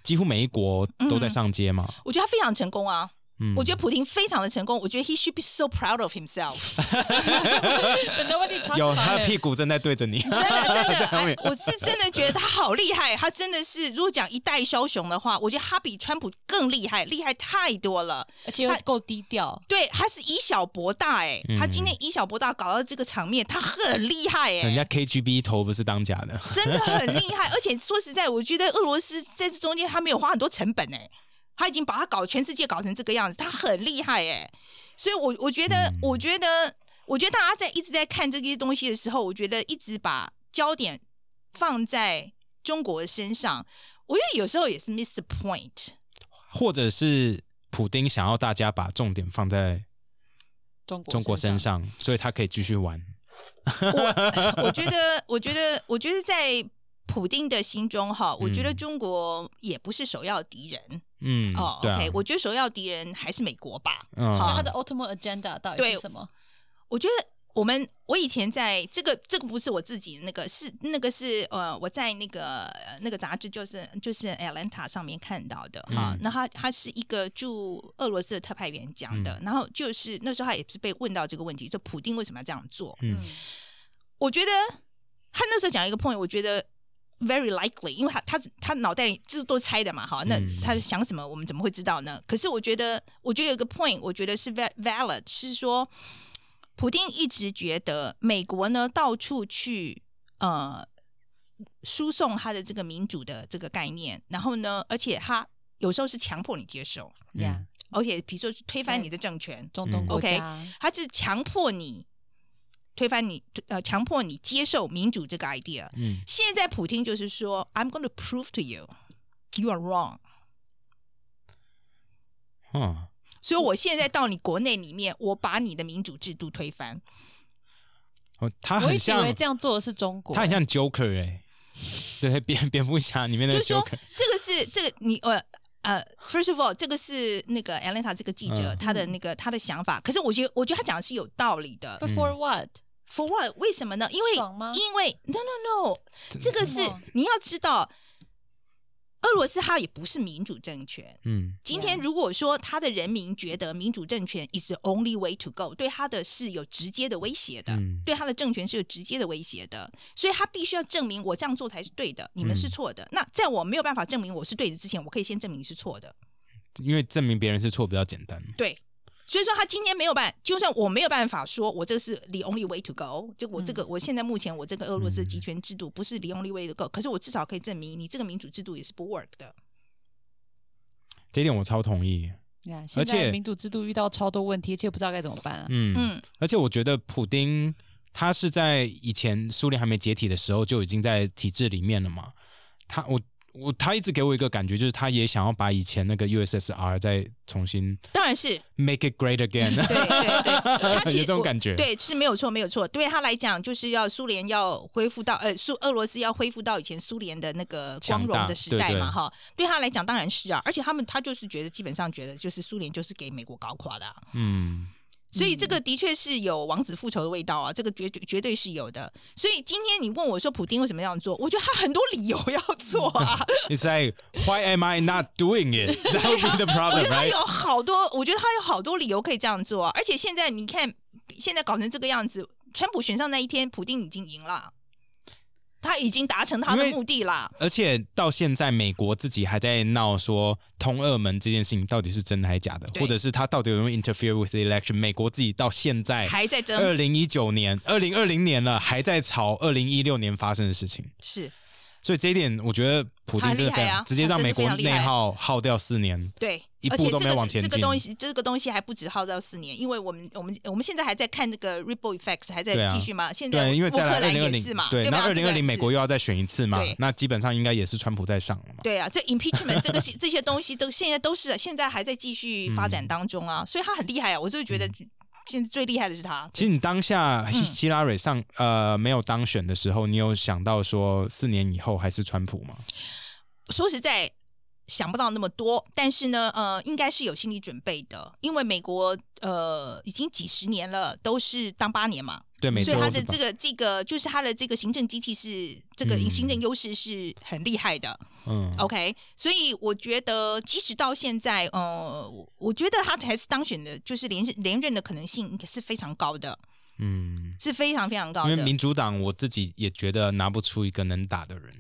[SPEAKER 1] 几乎每一国都在上街嘛。
[SPEAKER 3] 我觉得他非常成功啊，
[SPEAKER 1] 嗯，
[SPEAKER 3] 我觉得普廷非常的成功，我觉得 he should be so proud of himself。
[SPEAKER 2] But nobody talked
[SPEAKER 1] 有
[SPEAKER 2] about
[SPEAKER 1] 他的
[SPEAKER 2] it
[SPEAKER 1] 屁股正在对着你。
[SPEAKER 3] 真的真 的，
[SPEAKER 1] 后面
[SPEAKER 3] 哎我是真的觉得他好厉害，他真的是如果讲一代枭雄的话，我觉得他比川普更厉害，厉害太多了。
[SPEAKER 2] 而且又够低调。
[SPEAKER 3] 对，他是以小博大哎、
[SPEAKER 1] 嗯
[SPEAKER 3] 他今天以小博大搞到这个场面，他很厉害 哎、
[SPEAKER 1] 人家 KGB 头不是当假的，
[SPEAKER 3] 真的很厉害。而且说实在，我觉得俄罗斯在这中间他没有花很多成本哎、他已经把它搞全世界搞成这个样子，他很厉害哎、所以我我觉得，
[SPEAKER 1] 嗯
[SPEAKER 3] 我觉得，我觉得大家在一直在看这些东西的时候，我觉得一直把焦点放在中国身上，我觉得有时候也是 miss the point。
[SPEAKER 1] 或者是普丁想要大家把重点放在
[SPEAKER 2] 中国
[SPEAKER 1] 中国身，上，所以他可以继续玩。
[SPEAKER 3] 我 我觉得，我觉得，我觉得在普丁的心中哈，我觉得
[SPEAKER 1] 嗯
[SPEAKER 3] 中国也不是首要敌人、
[SPEAKER 1] 嗯，
[SPEAKER 3] 哦。
[SPEAKER 1] 对啊
[SPEAKER 3] OK，我觉得首要敌人还是美国吧。
[SPEAKER 1] 嗯
[SPEAKER 2] 那
[SPEAKER 3] 好
[SPEAKER 2] 他的 ultimate agenda 到底
[SPEAKER 3] 对
[SPEAKER 2] 是什么？
[SPEAKER 3] 我觉得我们我以前在这个这个不是我自己的那个是那个是呃我在那个呃那个杂志就是就是 Atlanta 上面看到的哈
[SPEAKER 1] 嗯，
[SPEAKER 3] 那他他是一个驻俄罗斯的特派员讲的，然后就是那时候他也是被问到这个问题，就普丁为什么要这样做？
[SPEAKER 1] 嗯
[SPEAKER 3] 我觉得他那时候讲一个 point，我觉得 very likely，因为他他他脑袋里这都猜的嘛，哈，那
[SPEAKER 1] 嗯
[SPEAKER 3] 他想什么，我们怎么会知道呢？可是我觉得，我觉得有一个 point，我觉得是 va- valid，是说，普丁一直觉得美国呢到处去呃输送他的这个民主的这个概念，然后呢，而且他有时候是强迫你接受，
[SPEAKER 1] 嗯
[SPEAKER 2] 呀，
[SPEAKER 3] 而且比如说推翻
[SPEAKER 2] 对
[SPEAKER 3] 你的政权，
[SPEAKER 2] 中东
[SPEAKER 1] 嗯
[SPEAKER 2] 国
[SPEAKER 3] OK
[SPEAKER 2] 家
[SPEAKER 3] 他是强迫你推翻你，呃，强迫你接受民主这个 idea。
[SPEAKER 1] 嗯
[SPEAKER 3] 现在普京就是说，I'm going to prove to you you are wrong。
[SPEAKER 1] 哦，
[SPEAKER 3] 所以我现在到你国内里面，我把你的民主制度推翻。
[SPEAKER 1] 哦他
[SPEAKER 2] 我
[SPEAKER 1] 很
[SPEAKER 2] 一直以
[SPEAKER 1] 像
[SPEAKER 2] 为这样做的是中国，
[SPEAKER 1] 他很像 Joker 哎、 对，蝙蝙蝠侠里面的
[SPEAKER 3] 就是说
[SPEAKER 1] Joker，，
[SPEAKER 3] 这个是这个你呃呃，first of all，这个是那个 Atlanta 这个记者、
[SPEAKER 1] 嗯
[SPEAKER 3] 他的那个他的想法。可是我觉得，我觉得他讲的是有道理的。
[SPEAKER 2] But
[SPEAKER 1] 嗯
[SPEAKER 2] for what？
[SPEAKER 3] For what？为什么呢？因为
[SPEAKER 2] 爽啊吗
[SPEAKER 3] 因为 no no no，这个是
[SPEAKER 2] 什么
[SPEAKER 3] 你要知道，俄罗斯它也不是民主政权。
[SPEAKER 1] 嗯
[SPEAKER 3] 今天如果说他的人民觉得民主政权 is the only way to go，对他的是有直接的威胁的，
[SPEAKER 1] 嗯
[SPEAKER 3] 对他的政权是有直接的威胁的，所以他必须要证明我这样做才是对的，你们是
[SPEAKER 1] 嗯
[SPEAKER 3] 错的。那在我没有办法证明我是对的之前，我可以先证明你是错的。
[SPEAKER 1] 因为证明别人是错比较简单。
[SPEAKER 3] 对，所以说他今天没有办，就算我没有办法说我这是 the only way to go，就我这
[SPEAKER 1] 嗯
[SPEAKER 3] 个、我现在目前我这个俄罗斯集权制度不是 the only way to go，可是我至少可以证明你这个民主制度也是不 work 的。
[SPEAKER 1] 这一点我超同意。
[SPEAKER 2] 呀，
[SPEAKER 1] 而
[SPEAKER 2] 现在
[SPEAKER 1] 且
[SPEAKER 2] 民主制度遇到超多问题，而且不知道该怎么办啊。
[SPEAKER 1] 嗯，
[SPEAKER 3] 嗯
[SPEAKER 1] 而且我觉得普丁他是在以前苏联还没解体的时候就已经在体制里面了嘛。他我我他一直给我一个感觉，就是他也想要把以前那个 USSR 再重新
[SPEAKER 3] 当然是
[SPEAKER 1] make it great again，
[SPEAKER 3] 对对嗯对，他 其实
[SPEAKER 1] 有这种
[SPEAKER 3] 我
[SPEAKER 1] 感觉。
[SPEAKER 3] 对，是没有错，没有错。对他来讲，就是要苏联要恢复到呃苏俄罗斯要恢复到以前苏联的那个光
[SPEAKER 1] 强大
[SPEAKER 3] 荣的时代
[SPEAKER 1] 对对
[SPEAKER 3] 嘛，哈。对他来讲，当然是啊。而且他们他就是觉得，基本上觉得就是苏联就是给美国搞垮的啊、
[SPEAKER 1] 嗯，
[SPEAKER 3] 所以这个的确是有王子复仇的味道啊，这个绝对绝对是有的。所以今天你问我说普丁为什么要这样做，我觉得他很多理由要做啊。
[SPEAKER 1] It's like why am I not doing it? That would be the
[SPEAKER 3] 我
[SPEAKER 1] problem,
[SPEAKER 3] 觉得他
[SPEAKER 1] right?
[SPEAKER 3] 有好多，我觉得他有好多理由可以这样做啊。而且现在你看，现在搞成这个样子，川普选上那一天，普丁已经赢了，他已经达成他的
[SPEAKER 1] 因为
[SPEAKER 3] 目的啦。
[SPEAKER 1] 而且到现在，美国自己还在闹说通俄门这件事情到底是真的还是假的，
[SPEAKER 3] 对
[SPEAKER 1] 或者是他到底有没有 interfere with the election？美国自己到现在
[SPEAKER 3] 还在争
[SPEAKER 1] 二零一九年、二零二零年了，还在吵二零一六年发生的事情，
[SPEAKER 3] 是
[SPEAKER 1] 所以这一点我觉得普
[SPEAKER 3] 他
[SPEAKER 1] 京真
[SPEAKER 3] 很厉
[SPEAKER 1] 的非
[SPEAKER 3] 害啊
[SPEAKER 1] 常直接让美国
[SPEAKER 3] 他真的非
[SPEAKER 1] 内
[SPEAKER 3] 常厉害
[SPEAKER 1] 耗耗掉四年。
[SPEAKER 3] 对
[SPEAKER 1] 一，步
[SPEAKER 3] 而且
[SPEAKER 1] 都
[SPEAKER 3] 这
[SPEAKER 1] 没有往
[SPEAKER 3] 个
[SPEAKER 1] 前
[SPEAKER 3] 这个
[SPEAKER 1] 进
[SPEAKER 3] 东西，这个东西还不止耗到四年，因为我们我们我们现在还在看那个 ripple effects，还
[SPEAKER 1] 对
[SPEAKER 3] 在
[SPEAKER 1] 啊
[SPEAKER 3] 继续嘛。现在
[SPEAKER 1] 对，因为
[SPEAKER 3] 乌
[SPEAKER 1] 再来
[SPEAKER 3] 克
[SPEAKER 1] 二
[SPEAKER 3] 兰
[SPEAKER 1] 零二
[SPEAKER 3] 也
[SPEAKER 1] 零
[SPEAKER 3] 是嘛，，
[SPEAKER 1] 对，那
[SPEAKER 3] 吧？
[SPEAKER 1] 二
[SPEAKER 3] 这
[SPEAKER 1] 零
[SPEAKER 3] 个
[SPEAKER 1] 二零美
[SPEAKER 3] 是
[SPEAKER 1] 国又要再选一次嘛
[SPEAKER 3] 对，
[SPEAKER 1] 那基本上应该也是川普在上了嘛。
[SPEAKER 3] 对啊，这 impeachment 这个是这些东西都现在都是现在还在继续发
[SPEAKER 1] 嗯
[SPEAKER 3] 展当中啊，所以他很厉害啊，我就觉得现在最厉害的是他。
[SPEAKER 1] 其实你当
[SPEAKER 3] 嗯
[SPEAKER 1] 下希希拉蕊上、呃没有当选的时候，你有想到说四年以后还是川普吗？
[SPEAKER 3] 说实在。想不到那么多，但是呢，呃，应该是有心理准备的，因为美国呃已经几十年了，都是当八年嘛，
[SPEAKER 1] 对，没错，
[SPEAKER 3] 所以他
[SPEAKER 1] 是
[SPEAKER 3] 的
[SPEAKER 1] 吧
[SPEAKER 3] 这个这个就是他的这个行政机器是这个
[SPEAKER 1] 嗯
[SPEAKER 3] 行政优势是很厉害的。
[SPEAKER 1] 嗯
[SPEAKER 3] OK，所以我觉得，即使到现在，呃，我我觉得他还是当选的，就是连连任的可能性是非常高的，
[SPEAKER 1] 嗯，
[SPEAKER 3] 是非常非常高
[SPEAKER 1] 因为
[SPEAKER 3] 的。
[SPEAKER 1] 民主党我自己也觉得拿不出一个能打的人，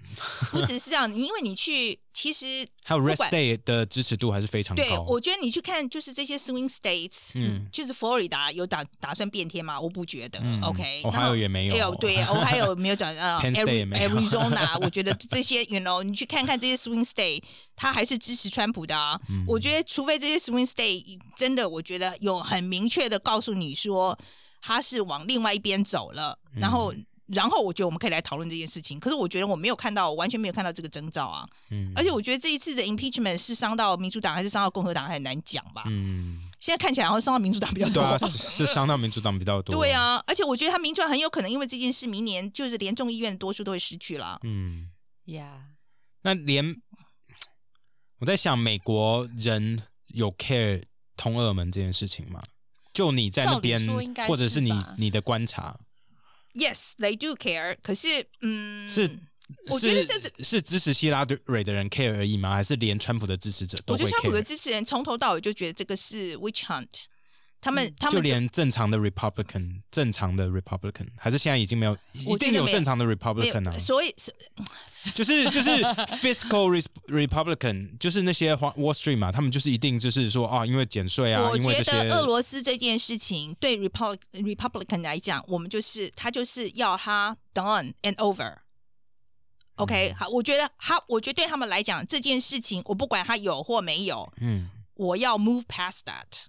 [SPEAKER 3] 不只是这样，因为你去，其实
[SPEAKER 1] 还有
[SPEAKER 3] 不
[SPEAKER 1] Rest
[SPEAKER 3] 管
[SPEAKER 1] Day 的支持度还是非常
[SPEAKER 3] 对
[SPEAKER 1] 高。啊
[SPEAKER 3] 我觉得你去看，就是这些 swing states，
[SPEAKER 1] 嗯
[SPEAKER 3] 嗯，就是佛罗里达有打打算变天吗？我不觉得。
[SPEAKER 1] 嗯
[SPEAKER 3] OK，
[SPEAKER 1] Ohio
[SPEAKER 3] 然后
[SPEAKER 1] 也没有
[SPEAKER 3] L- 对，Ohio 没有转啊
[SPEAKER 1] Penn State 也没有
[SPEAKER 3] Arizona，我觉得这些，you know，你去看看这些 swing state，他还是支持川普的啊。
[SPEAKER 1] 嗯
[SPEAKER 3] 我觉得，除非这些 swing state 真的，我觉得有很明确的告诉你说他是往另外一边走了，
[SPEAKER 1] 嗯
[SPEAKER 3] 然后。然后我觉得我们可以来讨论这件事情，可是我觉得我没有看到，我完全没有看到这个征兆啊！
[SPEAKER 1] 嗯
[SPEAKER 3] 而且我觉得这一次的 impeachment 是伤到民主党还是伤到共和党，还很难讲吧。
[SPEAKER 1] 嗯，
[SPEAKER 3] 现在看起来好像伤到民主党比较多。
[SPEAKER 1] 对啊，是是伤到民主党比较多。
[SPEAKER 3] 对，啊而且我觉得他民主党很有可能因为这件事，明年就是连众议院的多数都会失去了。
[SPEAKER 1] 嗯，
[SPEAKER 2] 呀，
[SPEAKER 1] 那连我在想，美国人有 care 通俄门这件事情吗？就你在那边
[SPEAKER 2] 照理说应该，是
[SPEAKER 1] 或者是你
[SPEAKER 2] 吧
[SPEAKER 1] 你的观察，
[SPEAKER 3] 嗯 Yes, they do care。可是，嗯，
[SPEAKER 1] 是
[SPEAKER 3] 我觉得这
[SPEAKER 1] 是是支持希拉蕊的人 care 而已吗？还是连川普的支持者都
[SPEAKER 3] 我
[SPEAKER 1] 会
[SPEAKER 3] 觉
[SPEAKER 1] care？
[SPEAKER 3] 得川普的支持人从头到尾就觉得这个是 witch hunt，他们、他
[SPEAKER 1] 嗯就
[SPEAKER 3] 们
[SPEAKER 1] 连正常的 Republican，正常的 Republican，还是现在已经没有，一
[SPEAKER 3] 我觉得
[SPEAKER 1] 定有
[SPEAKER 3] 没有
[SPEAKER 1] 正常的
[SPEAKER 3] 没有
[SPEAKER 1] Republican 啊，
[SPEAKER 3] 所以是
[SPEAKER 1] 就是就是 fiscal res- Republican，就是那些华 Wall Street 嘛，他们就是一定就是说啊，因为减税啊，
[SPEAKER 3] 我
[SPEAKER 1] 因为
[SPEAKER 3] 觉
[SPEAKER 1] 这些
[SPEAKER 3] 得俄罗斯这件事情对 Repub Republican 来讲，我们就是他就是要他 done and over。OK，好，
[SPEAKER 1] 嗯
[SPEAKER 3] 我觉得他，我觉得对他们来讲这件事情，我不管他有或没有，
[SPEAKER 1] 嗯
[SPEAKER 3] 我要 move past that。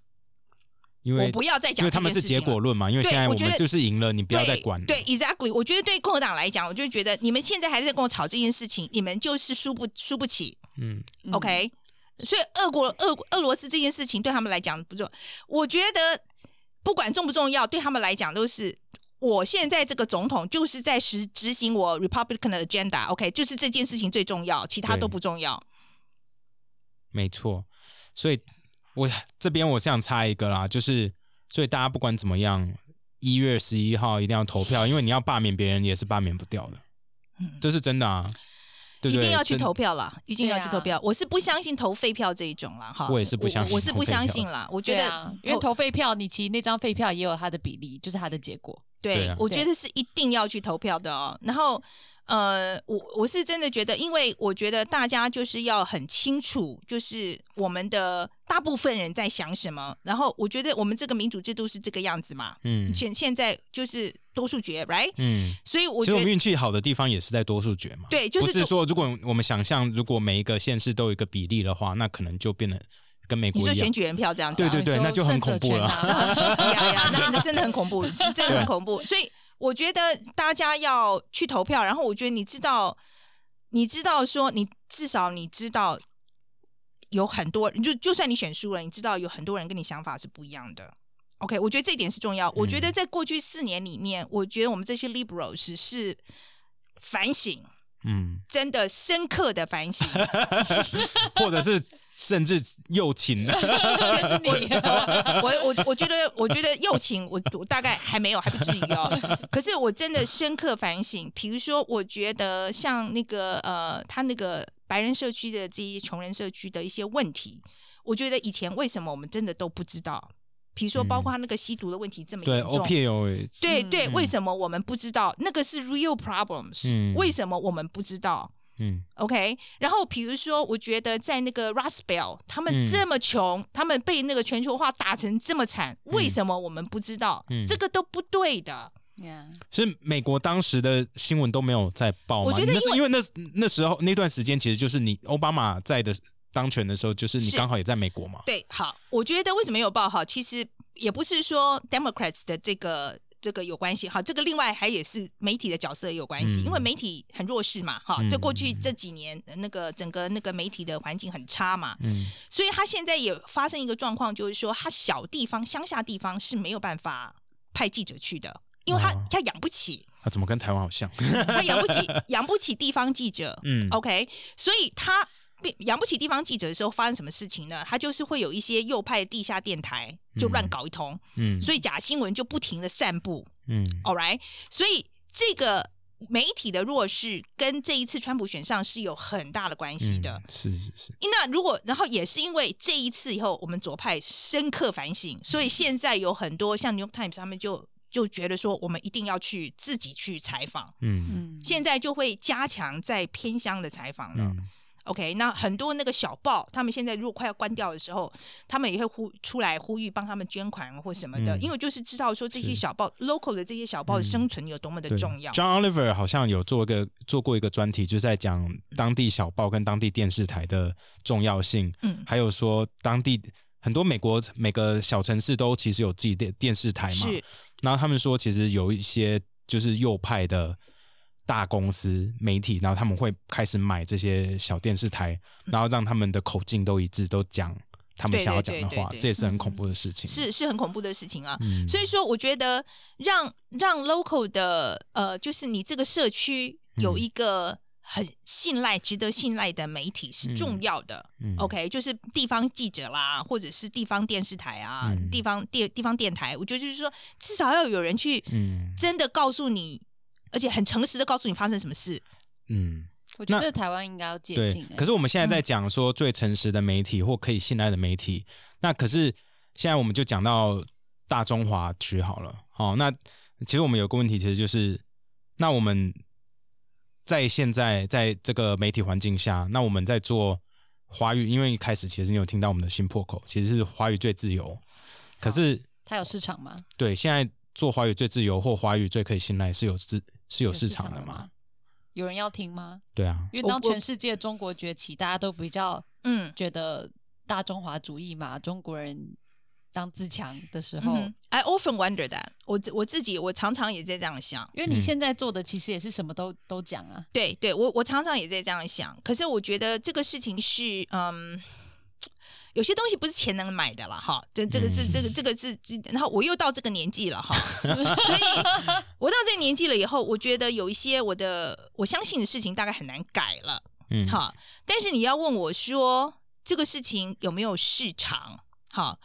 [SPEAKER 1] 因
[SPEAKER 3] 我
[SPEAKER 1] 为
[SPEAKER 3] 不要再讲
[SPEAKER 1] 因为
[SPEAKER 3] 这件事情了，
[SPEAKER 1] 他们是结果论嘛，因为
[SPEAKER 3] 对
[SPEAKER 1] 现在
[SPEAKER 3] 我
[SPEAKER 1] 我
[SPEAKER 3] 觉
[SPEAKER 1] 们
[SPEAKER 3] 得
[SPEAKER 1] 就是赢了，你不要再管了。
[SPEAKER 3] 对对，exactly。我觉得对共和党来讲，我就觉得你们现在还在跟我吵这件事情，你们就是输不输不起。
[SPEAKER 1] 嗯，
[SPEAKER 2] 嗯
[SPEAKER 3] OK，、所以俄国俄俄罗斯这件事情对他们来讲不重，我觉得不管重不重要，对他们来讲都是。我现在这个总统就是在实执行我 Republican 的 agenda，OK，、就是这件事情最重要，其他
[SPEAKER 1] 对
[SPEAKER 3] 都不重要。
[SPEAKER 1] 没错。所以我这边我想插一个啦，就是所以大家不管怎么样，一月十一号一定要投票，因为你要罢免别人也是罢免不掉的，这是真的啊，对不
[SPEAKER 3] 嗯一
[SPEAKER 1] 对？
[SPEAKER 3] 定要去
[SPEAKER 1] 真
[SPEAKER 3] 投。票了，一定要去
[SPEAKER 2] 对啊
[SPEAKER 3] 投票。我是不相信投废票这一种了哈，
[SPEAKER 1] 我也是不相信
[SPEAKER 3] 我，我是
[SPEAKER 1] 投
[SPEAKER 3] 不
[SPEAKER 1] 废
[SPEAKER 3] 相
[SPEAKER 1] 票
[SPEAKER 3] 信啦。我觉
[SPEAKER 2] 对
[SPEAKER 3] 得
[SPEAKER 2] 啊，因为投废票，你其实那张废票也有它的比例，就是它的结果。
[SPEAKER 1] 对
[SPEAKER 3] 对
[SPEAKER 1] 啊，
[SPEAKER 3] 我觉得是一定要去投票的哦。然后，呃，我我是真的觉得，因为我觉得大家就是要很清楚，就是我们的大部分人在想什么。然后，我觉得我们这个民主制度是这个样子嘛，
[SPEAKER 1] 嗯
[SPEAKER 3] 现现在就是多数决，right？
[SPEAKER 1] 嗯，
[SPEAKER 3] 所以我
[SPEAKER 1] 其实
[SPEAKER 3] 觉
[SPEAKER 1] 我们
[SPEAKER 3] 得
[SPEAKER 1] 运气好的地方也是在多数决嘛。
[SPEAKER 3] 对就是
[SPEAKER 1] 不是
[SPEAKER 3] 多
[SPEAKER 1] 说如果我们想象，如果每一个县市都有一个比例的话，那可能就变得跟美
[SPEAKER 3] 你
[SPEAKER 1] 国
[SPEAKER 3] 说
[SPEAKER 1] 一样
[SPEAKER 3] 选。举人票这样子
[SPEAKER 1] 对
[SPEAKER 3] 啊，
[SPEAKER 1] 对对
[SPEAKER 2] 你说
[SPEAKER 1] 那就很恐怖了
[SPEAKER 2] 胜者全拿
[SPEAKER 3] 呀呀，那那真的很恐怖，是真的很恐怖。所以我觉得大家要去投票，然后我觉得你知道，你知道说你至少你知道有很多，就就算你选输了，你知道有很多人跟你想法是不一样的。OK，我觉得这一点是重要。我觉得在过去四年里面，我觉得我们这些 liberals 是是反省，
[SPEAKER 1] 嗯，
[SPEAKER 3] 真的深刻的反省。
[SPEAKER 1] 或者是甚至右倾的。
[SPEAKER 2] 这是 你。
[SPEAKER 3] 我我我觉得，我觉得右倾，我我大概还没有，还不至于哦。可是我真的深刻反省，比如说，我觉得像那个呃，他那个白人社区的这一穷人社区的一些问题，我觉得以前为什么我们真的都不知道？比如说，包括他那个吸毒的问题这么
[SPEAKER 1] 嗯对
[SPEAKER 3] 严重。
[SPEAKER 1] ，opioid。
[SPEAKER 3] 对对，
[SPEAKER 1] 嗯
[SPEAKER 3] 为什么我们不知道？那个是 real problems，、
[SPEAKER 1] 嗯
[SPEAKER 3] 为什么我们不知道？
[SPEAKER 1] 嗯
[SPEAKER 3] OK，然后比如说，我觉得在那个 Rust Belt，他们
[SPEAKER 1] 嗯
[SPEAKER 3] 这么穷，他们被那个全球化打成这么惨，为什么我们不知道？
[SPEAKER 1] 嗯
[SPEAKER 3] 这个都不对的。
[SPEAKER 2] Yeah
[SPEAKER 1] 是美国当时的新闻都没有在报吗？
[SPEAKER 3] 我觉得
[SPEAKER 1] 那是因为那那时候那段时间，其实就是你奥巴马在的当权的时候，就是你
[SPEAKER 3] 是
[SPEAKER 1] 刚好也在美国嘛。
[SPEAKER 3] 对，好，我觉得为什么没有报好，其实也不是说 Democrats 的这个这个有关系，好，这个另外还也是媒体的角色也有关系，
[SPEAKER 1] 嗯
[SPEAKER 3] 因为媒体很弱势嘛，哈
[SPEAKER 1] 嗯，
[SPEAKER 3] 这过去这几年呃那个整个那个媒体的环境很差嘛，
[SPEAKER 1] 嗯
[SPEAKER 3] 所以他现在也发生一个状况，就是说他小地方、乡下地方是没有办法派记者去的，因为他、
[SPEAKER 1] 哦
[SPEAKER 3] 他养不起，
[SPEAKER 1] 啊，怎么跟台湾好像？
[SPEAKER 3] 他养不起， 养不起地方记者。
[SPEAKER 1] 嗯
[SPEAKER 3] OK，所以他被养不起地方记者的时候，发生什么事情呢？他就是会有一些右派地下电台就乱搞一通，
[SPEAKER 1] 嗯
[SPEAKER 3] 所以假新闻就不停的散布。
[SPEAKER 1] 嗯
[SPEAKER 3] All right，所以这个媒体的弱势跟这一次川普选上是有很大的关系
[SPEAKER 1] 嗯
[SPEAKER 3] 的。，
[SPEAKER 1] 是是是，
[SPEAKER 3] 那如果，然后也是因为这一次以后，我们左派深刻反省，所以现在有很多像《New York Times》他们就就觉得说，我们一定要去自己去采访，
[SPEAKER 1] 嗯
[SPEAKER 2] 嗯，
[SPEAKER 3] 现在就会加强在偏乡的采访了。
[SPEAKER 1] 嗯
[SPEAKER 3] OK，那很多那个小报，他们现在如果快要关掉的时候，他们也会呼出来呼吁帮他们捐款啊或什么的，
[SPEAKER 1] 嗯
[SPEAKER 3] 因为就是知道说这些
[SPEAKER 1] 是嗯
[SPEAKER 3] 小报 local 的这些小报的生存有多么的
[SPEAKER 1] 对
[SPEAKER 3] 重要。
[SPEAKER 1] John Oliver 好像有做一个做过一个专题，就是在讲
[SPEAKER 3] 嗯
[SPEAKER 1] 当地小报跟当地电视台的重要性，
[SPEAKER 3] 嗯
[SPEAKER 1] 还有说当地很多美国每个小城市都其实有自己电电视台嘛，
[SPEAKER 3] 是，
[SPEAKER 1] 然后他们说，其实有一些就是右派的大公司媒体，然后他们会开始买这些小电视台，然后让他们的口径都一致，都讲他们
[SPEAKER 3] 嗯对
[SPEAKER 1] 想要
[SPEAKER 3] 对
[SPEAKER 1] 讲的
[SPEAKER 3] 对对
[SPEAKER 1] 话，
[SPEAKER 3] 对
[SPEAKER 1] 这也是很恐怖的事情。
[SPEAKER 3] 是是很恐怖的事情啊。
[SPEAKER 1] 嗯，
[SPEAKER 3] 所以说，我觉得让让 local 的呃，就是你这个社区
[SPEAKER 1] 嗯
[SPEAKER 3] 有一个很信赖、值得信赖的媒体是重要的。
[SPEAKER 1] 嗯
[SPEAKER 3] OK，就是地方记者啦，或者是地方电视台啊，
[SPEAKER 1] 嗯
[SPEAKER 3] 地方电地方电台，我觉得就是说，至少要有人去
[SPEAKER 1] 嗯
[SPEAKER 3] 真的告诉你，而且很诚实的告诉你发生什么事。
[SPEAKER 1] 嗯，
[SPEAKER 2] 我觉
[SPEAKER 1] 那
[SPEAKER 2] 得台湾应该要欸借
[SPEAKER 1] 对
[SPEAKER 2] 鉴。。
[SPEAKER 1] 可
[SPEAKER 2] 是
[SPEAKER 1] 是我们现在在讲说最诚实的媒体或可以信赖的媒体，那可是现在我们就讲到大中华区好了。好，那其实我们有个问题，其实就是那我们在现在在这个媒体环境下，那我们在做华语，因为一开始其实你有听到我们的新破口，其实是华语最自由，可是
[SPEAKER 2] 它有市场吗？
[SPEAKER 1] 对现在做华语最自由或华语最可以信赖是有市是有
[SPEAKER 2] 有
[SPEAKER 1] 市场的
[SPEAKER 2] 了
[SPEAKER 1] 嘛？？
[SPEAKER 2] 啊有人要听吗？
[SPEAKER 1] 对啊，
[SPEAKER 2] 因为当
[SPEAKER 3] 我我
[SPEAKER 2] 全世界中国崛起，大家都比较
[SPEAKER 3] 嗯，
[SPEAKER 2] 觉得大中华主义嘛，中国人当自强的时
[SPEAKER 3] 嗯
[SPEAKER 2] 候，
[SPEAKER 3] 哼，I often wonder that 我自我自己我常常也在这样想，
[SPEAKER 2] 因为你
[SPEAKER 1] 嗯
[SPEAKER 2] 现在做的其实也是什么都都讲啊，
[SPEAKER 3] 对对，我我常常也在这样想。可是我觉得这个事情是，嗯，有些东西不是钱能买的了哈。这这个是、这个这个是，然后我又到这个年纪了 哈，所以我到这个年纪了以后，我觉得有一些我的我相信的事情大概很难改了
[SPEAKER 1] 嗯，
[SPEAKER 3] 哈。但是你要问我说这个事情有没有市场？哈，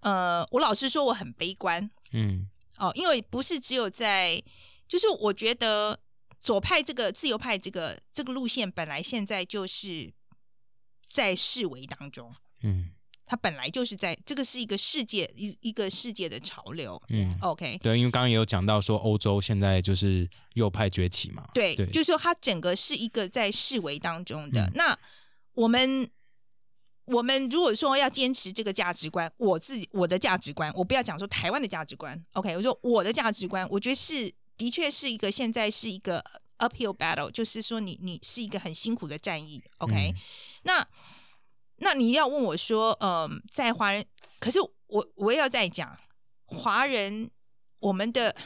[SPEAKER 3] 呃，我老实说我很悲观，
[SPEAKER 1] 嗯
[SPEAKER 3] 哦，因为不是只有在，就是我觉得左派这个自由派这个这个路线本来现在就是在示威当中，
[SPEAKER 1] 嗯
[SPEAKER 3] 它本来就是在这个是一个世界一一个世界的潮流。
[SPEAKER 1] 嗯，
[SPEAKER 3] OK，
[SPEAKER 1] 对，因为刚刚也有讲到说欧洲现在就是右派崛起嘛，
[SPEAKER 3] 对，
[SPEAKER 1] 对，
[SPEAKER 3] 就是说它整个是一个在示威当中的。
[SPEAKER 1] 嗯
[SPEAKER 3] 那我们我们如果说要坚持这个价值观，我自己我的价值观，我不要讲说台湾的价值观，OK，我说我的价值观，我觉得是的确是一个现在是一个 uphill battle，就是说你你是一个很辛苦的战役，OK，、
[SPEAKER 1] 嗯
[SPEAKER 3] 那那你要问我说，嗯、在华人，可是我我也要再讲华人，我们的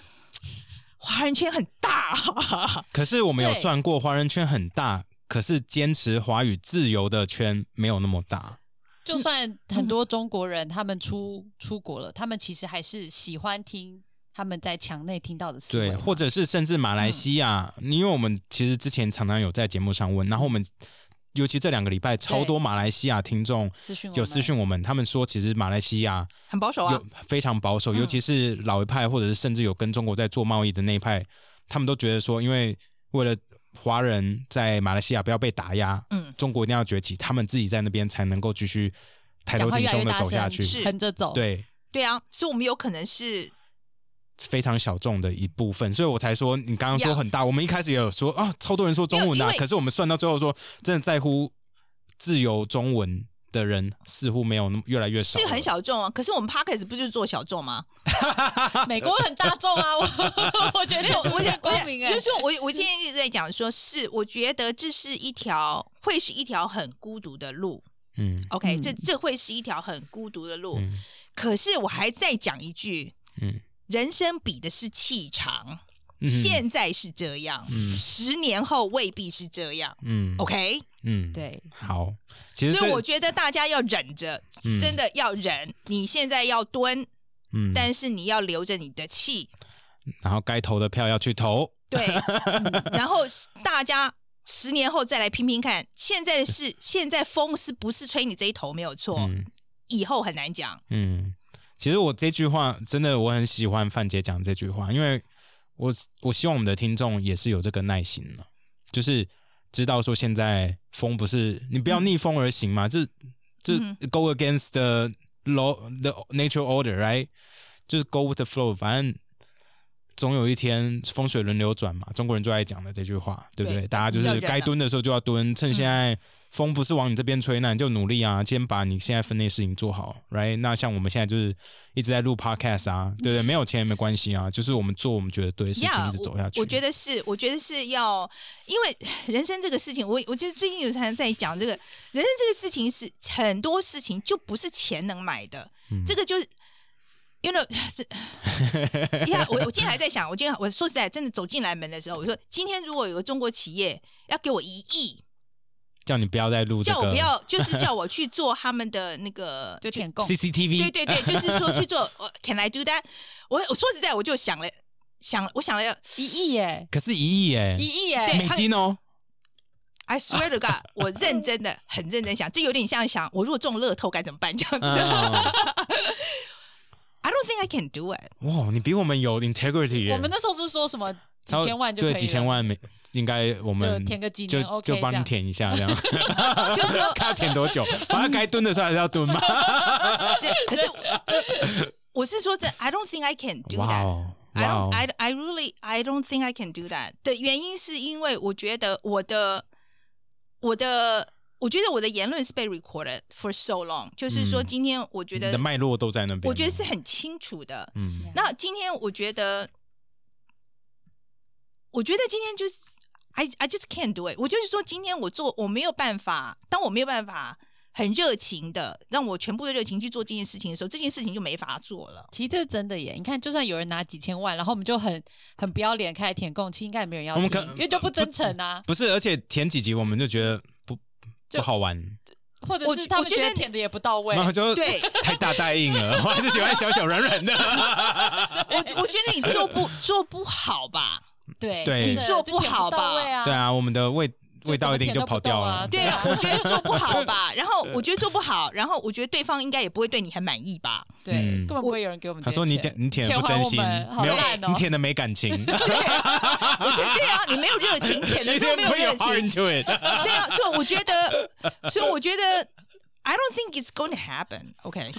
[SPEAKER 3] 华人圈很大、啊
[SPEAKER 1] 可是我们有
[SPEAKER 2] 对
[SPEAKER 1] 算过，华人圈很大，可是坚持华语自由的圈没有那么大。嗯
[SPEAKER 2] 就算很多中国人他们出出国了，他们其实还是喜欢听他们在墙内听到的思维
[SPEAKER 1] 对，
[SPEAKER 2] 嘛，
[SPEAKER 1] 或者是甚至马来西亚，因为我们其实之前常常有在节目上问，然后我们尤其这两个礼拜，超多马来西亚听众
[SPEAKER 2] 私讯我
[SPEAKER 1] 有
[SPEAKER 2] 们
[SPEAKER 1] 私，讯我们，他们说其实马来西亚
[SPEAKER 3] 很保守啊
[SPEAKER 1] 有。非常保守，
[SPEAKER 3] 嗯
[SPEAKER 1] 尤其是老一派，或者是甚至有跟中国在做贸易的那一派，他们都觉得说，因为为了华人在马来西亚不要被打压，
[SPEAKER 3] 嗯
[SPEAKER 1] 中国一定要崛起，他们自己在那边才能够继续抬头
[SPEAKER 2] 讲话
[SPEAKER 1] 挺
[SPEAKER 2] 越来
[SPEAKER 1] 胸
[SPEAKER 2] 越
[SPEAKER 1] 的
[SPEAKER 2] 大
[SPEAKER 1] 走下去
[SPEAKER 2] 声，，
[SPEAKER 3] 哦
[SPEAKER 2] 横着走，，
[SPEAKER 1] 对。
[SPEAKER 3] 对啊，所以我们有可能是
[SPEAKER 1] 非常小众的一部分，所以我才说你刚刚说
[SPEAKER 3] Yeah
[SPEAKER 1] 很大。我们一开始也有说啊，超多人说中文
[SPEAKER 3] 没有
[SPEAKER 1] 啊
[SPEAKER 3] 因，为
[SPEAKER 1] 可是我们算到最后说，真的在乎自由中文的人似乎没有那么越来越少，
[SPEAKER 3] 是很。小众啊。可是我们 p o c k e t 不就是做小众吗？
[SPEAKER 2] 美国很大众啊，我 我觉得
[SPEAKER 3] 没有，我讲
[SPEAKER 2] 讲
[SPEAKER 3] 我
[SPEAKER 2] 光
[SPEAKER 3] 讲，
[SPEAKER 2] 明
[SPEAKER 3] 就
[SPEAKER 2] 哎、
[SPEAKER 3] 是说我我今天一直在讲说，是我觉得这是一条会是一条很孤独的路。
[SPEAKER 1] 嗯
[SPEAKER 3] OK，、
[SPEAKER 2] 嗯
[SPEAKER 3] 这这会是一条很孤独的路。
[SPEAKER 1] 嗯
[SPEAKER 3] 可是我还再讲一句，
[SPEAKER 1] 嗯
[SPEAKER 3] 人生比的是气场，
[SPEAKER 1] 嗯，
[SPEAKER 3] 现在是这样，
[SPEAKER 1] 嗯
[SPEAKER 3] 十年后未必是这样。
[SPEAKER 1] 嗯
[SPEAKER 3] OK，
[SPEAKER 1] 嗯，
[SPEAKER 2] 对，，
[SPEAKER 1] 好，其实
[SPEAKER 3] 所以
[SPEAKER 1] 这
[SPEAKER 3] 我觉得大家要忍着，
[SPEAKER 1] 嗯
[SPEAKER 3] 真的要忍。你现在要蹲，
[SPEAKER 1] 嗯，
[SPEAKER 3] 但是你要留着你的气。
[SPEAKER 1] 然后该投的票要去投，
[SPEAKER 3] 对，嗯然后大家十年后再来拼拼看。现在的是现在风是不是吹你这一头没有错，
[SPEAKER 1] 嗯
[SPEAKER 3] 以后很难讲。
[SPEAKER 1] 嗯，其实我这句话真的我很喜欢范姐讲这句话，因为我我希望我们的听众也是有这个耐心了，就是知道说现在风不是你不要逆风而行嘛，这这
[SPEAKER 3] 嗯
[SPEAKER 1] go against the law the natural order right，就是 go with the flow，反正。总有一天风水轮流转嘛，中国人最爱讲的这句话，对不对？
[SPEAKER 3] 对
[SPEAKER 1] 大家就
[SPEAKER 3] 要
[SPEAKER 1] 是
[SPEAKER 3] 忍
[SPEAKER 1] 该
[SPEAKER 3] 啊嗯
[SPEAKER 1] 蹲的时候就要蹲，趁现在风不是往你这边吹，那你就努力啊，先把你现在分内事情做好，right？那像我们现在就是一直在录 podcast 啊，对不对？没有钱也没关 系啊，就是我们做我们觉得对的事情，
[SPEAKER 3] 呀
[SPEAKER 1] 一直走下去。
[SPEAKER 3] 我，我觉得是，我觉得是要，因为人生这个事情，我我就最近有常常在讲这个人生这个事情是很多事情就不是钱能买的，
[SPEAKER 1] 嗯
[SPEAKER 3] 这个就是。因为 这呀，我我今天还在想，我今天我说实在，真的走进来门的时候，我说今天如果有个中国企业要给我一亿，
[SPEAKER 1] 叫你不要再录这
[SPEAKER 3] 叫我
[SPEAKER 1] 个
[SPEAKER 3] 不 要，就是叫我去做他们的那个
[SPEAKER 2] 就舔共，
[SPEAKER 1] CCTV，
[SPEAKER 3] 对对对， 就是说去做。呃 Can I do that？我我说实在，我就想了想了，我想了
[SPEAKER 2] 一亿耶，
[SPEAKER 1] 可是一亿耶，
[SPEAKER 2] 一亿耶，
[SPEAKER 3] 对
[SPEAKER 1] 美金哦，
[SPEAKER 3] ，I swear to God，我认真的很认真想，这有点像想我如果中乐透该怎么办这样子。
[SPEAKER 1] 嗯
[SPEAKER 3] I don't think I can do it。
[SPEAKER 1] 哇，你比我们有 integrity 耶，
[SPEAKER 2] 我们那时候是说什么几
[SPEAKER 1] 超
[SPEAKER 2] 千万就可
[SPEAKER 1] 对
[SPEAKER 2] 以了
[SPEAKER 1] 几千，万美，应该我
[SPEAKER 2] 就
[SPEAKER 1] 们
[SPEAKER 2] 填个几
[SPEAKER 1] 就
[SPEAKER 2] 年 OK，
[SPEAKER 1] 就帮
[SPEAKER 2] 这
[SPEAKER 1] 你
[SPEAKER 2] 样
[SPEAKER 1] 舔一下这样，
[SPEAKER 3] 就是说，
[SPEAKER 1] 看要舔多久，反正该蹲的时候还是要 蹲嘛。
[SPEAKER 3] 对，可是我我是说真，I don't think I can do
[SPEAKER 1] 哇
[SPEAKER 3] that。
[SPEAKER 1] 哦，
[SPEAKER 3] I
[SPEAKER 1] 哇
[SPEAKER 3] don't,
[SPEAKER 1] 哦，
[SPEAKER 3] I, I really, I don't think I can do that。的原因是因为我觉得我的，我的，我觉得我的言论是被 recorded for so long，就是说
[SPEAKER 1] 嗯
[SPEAKER 3] 今天我觉
[SPEAKER 1] 你
[SPEAKER 3] 得，
[SPEAKER 1] 的脉络都在那边，
[SPEAKER 3] 我觉得是，很清楚的。
[SPEAKER 1] 嗯
[SPEAKER 3] 那今天我觉得，我觉得今天就是 I I just can't do it。我就是说，今天我做我没有办法，当我没有办法很热情的，让我全部的热情去做这件事情的时候，这件事情就没法做了。
[SPEAKER 2] 其实这是真的耶，你看，就算有人拿几千万，然后我们就很很不要脸开始填供，其实应该也没人要
[SPEAKER 1] 我
[SPEAKER 2] 听
[SPEAKER 1] 们可，
[SPEAKER 2] 因为就不真诚啊，
[SPEAKER 1] 不是，而且填几集我们就觉得不
[SPEAKER 2] 就
[SPEAKER 1] 不好玩，
[SPEAKER 2] 或者
[SPEAKER 3] 我
[SPEAKER 2] 是他
[SPEAKER 3] 我
[SPEAKER 2] 们
[SPEAKER 3] 觉
[SPEAKER 2] 觉
[SPEAKER 3] 得
[SPEAKER 2] 得填的也不到位
[SPEAKER 1] 然。后就
[SPEAKER 3] 对
[SPEAKER 1] 太大带硬了，我还是喜欢小小软软的。
[SPEAKER 3] 我我觉得你做不做不好吧？
[SPEAKER 2] 对，
[SPEAKER 1] 对
[SPEAKER 2] 真的
[SPEAKER 3] 你做
[SPEAKER 2] 就
[SPEAKER 3] 不
[SPEAKER 2] 填
[SPEAKER 3] 好
[SPEAKER 2] 到
[SPEAKER 3] 吧
[SPEAKER 2] 位啊，
[SPEAKER 1] 对啊，我们的味
[SPEAKER 2] 就
[SPEAKER 1] 味道一定就跑掉了。
[SPEAKER 2] 怎
[SPEAKER 3] 对啊，我觉得做不好 吧。然后我觉得做不好，然后我觉得对方应该也不会对你很满意 吧？
[SPEAKER 2] 对，
[SPEAKER 1] 嗯
[SPEAKER 2] 根本不会有人给我们这
[SPEAKER 1] 他
[SPEAKER 2] 些钱。
[SPEAKER 1] 说你舔你舔的不真心，
[SPEAKER 2] 钱还我们好
[SPEAKER 1] 没有
[SPEAKER 2] 烂哦
[SPEAKER 1] 你舔的没感情，
[SPEAKER 3] 我说对啊，你没有热情，舔的
[SPEAKER 1] 你
[SPEAKER 3] 时候
[SPEAKER 1] 舔
[SPEAKER 3] 没
[SPEAKER 1] 的没有
[SPEAKER 3] 热
[SPEAKER 1] heart
[SPEAKER 3] 情，
[SPEAKER 1] into it。
[SPEAKER 3] 对啊，所以我觉得，所以我觉得，I don't think it's going to happen. OK，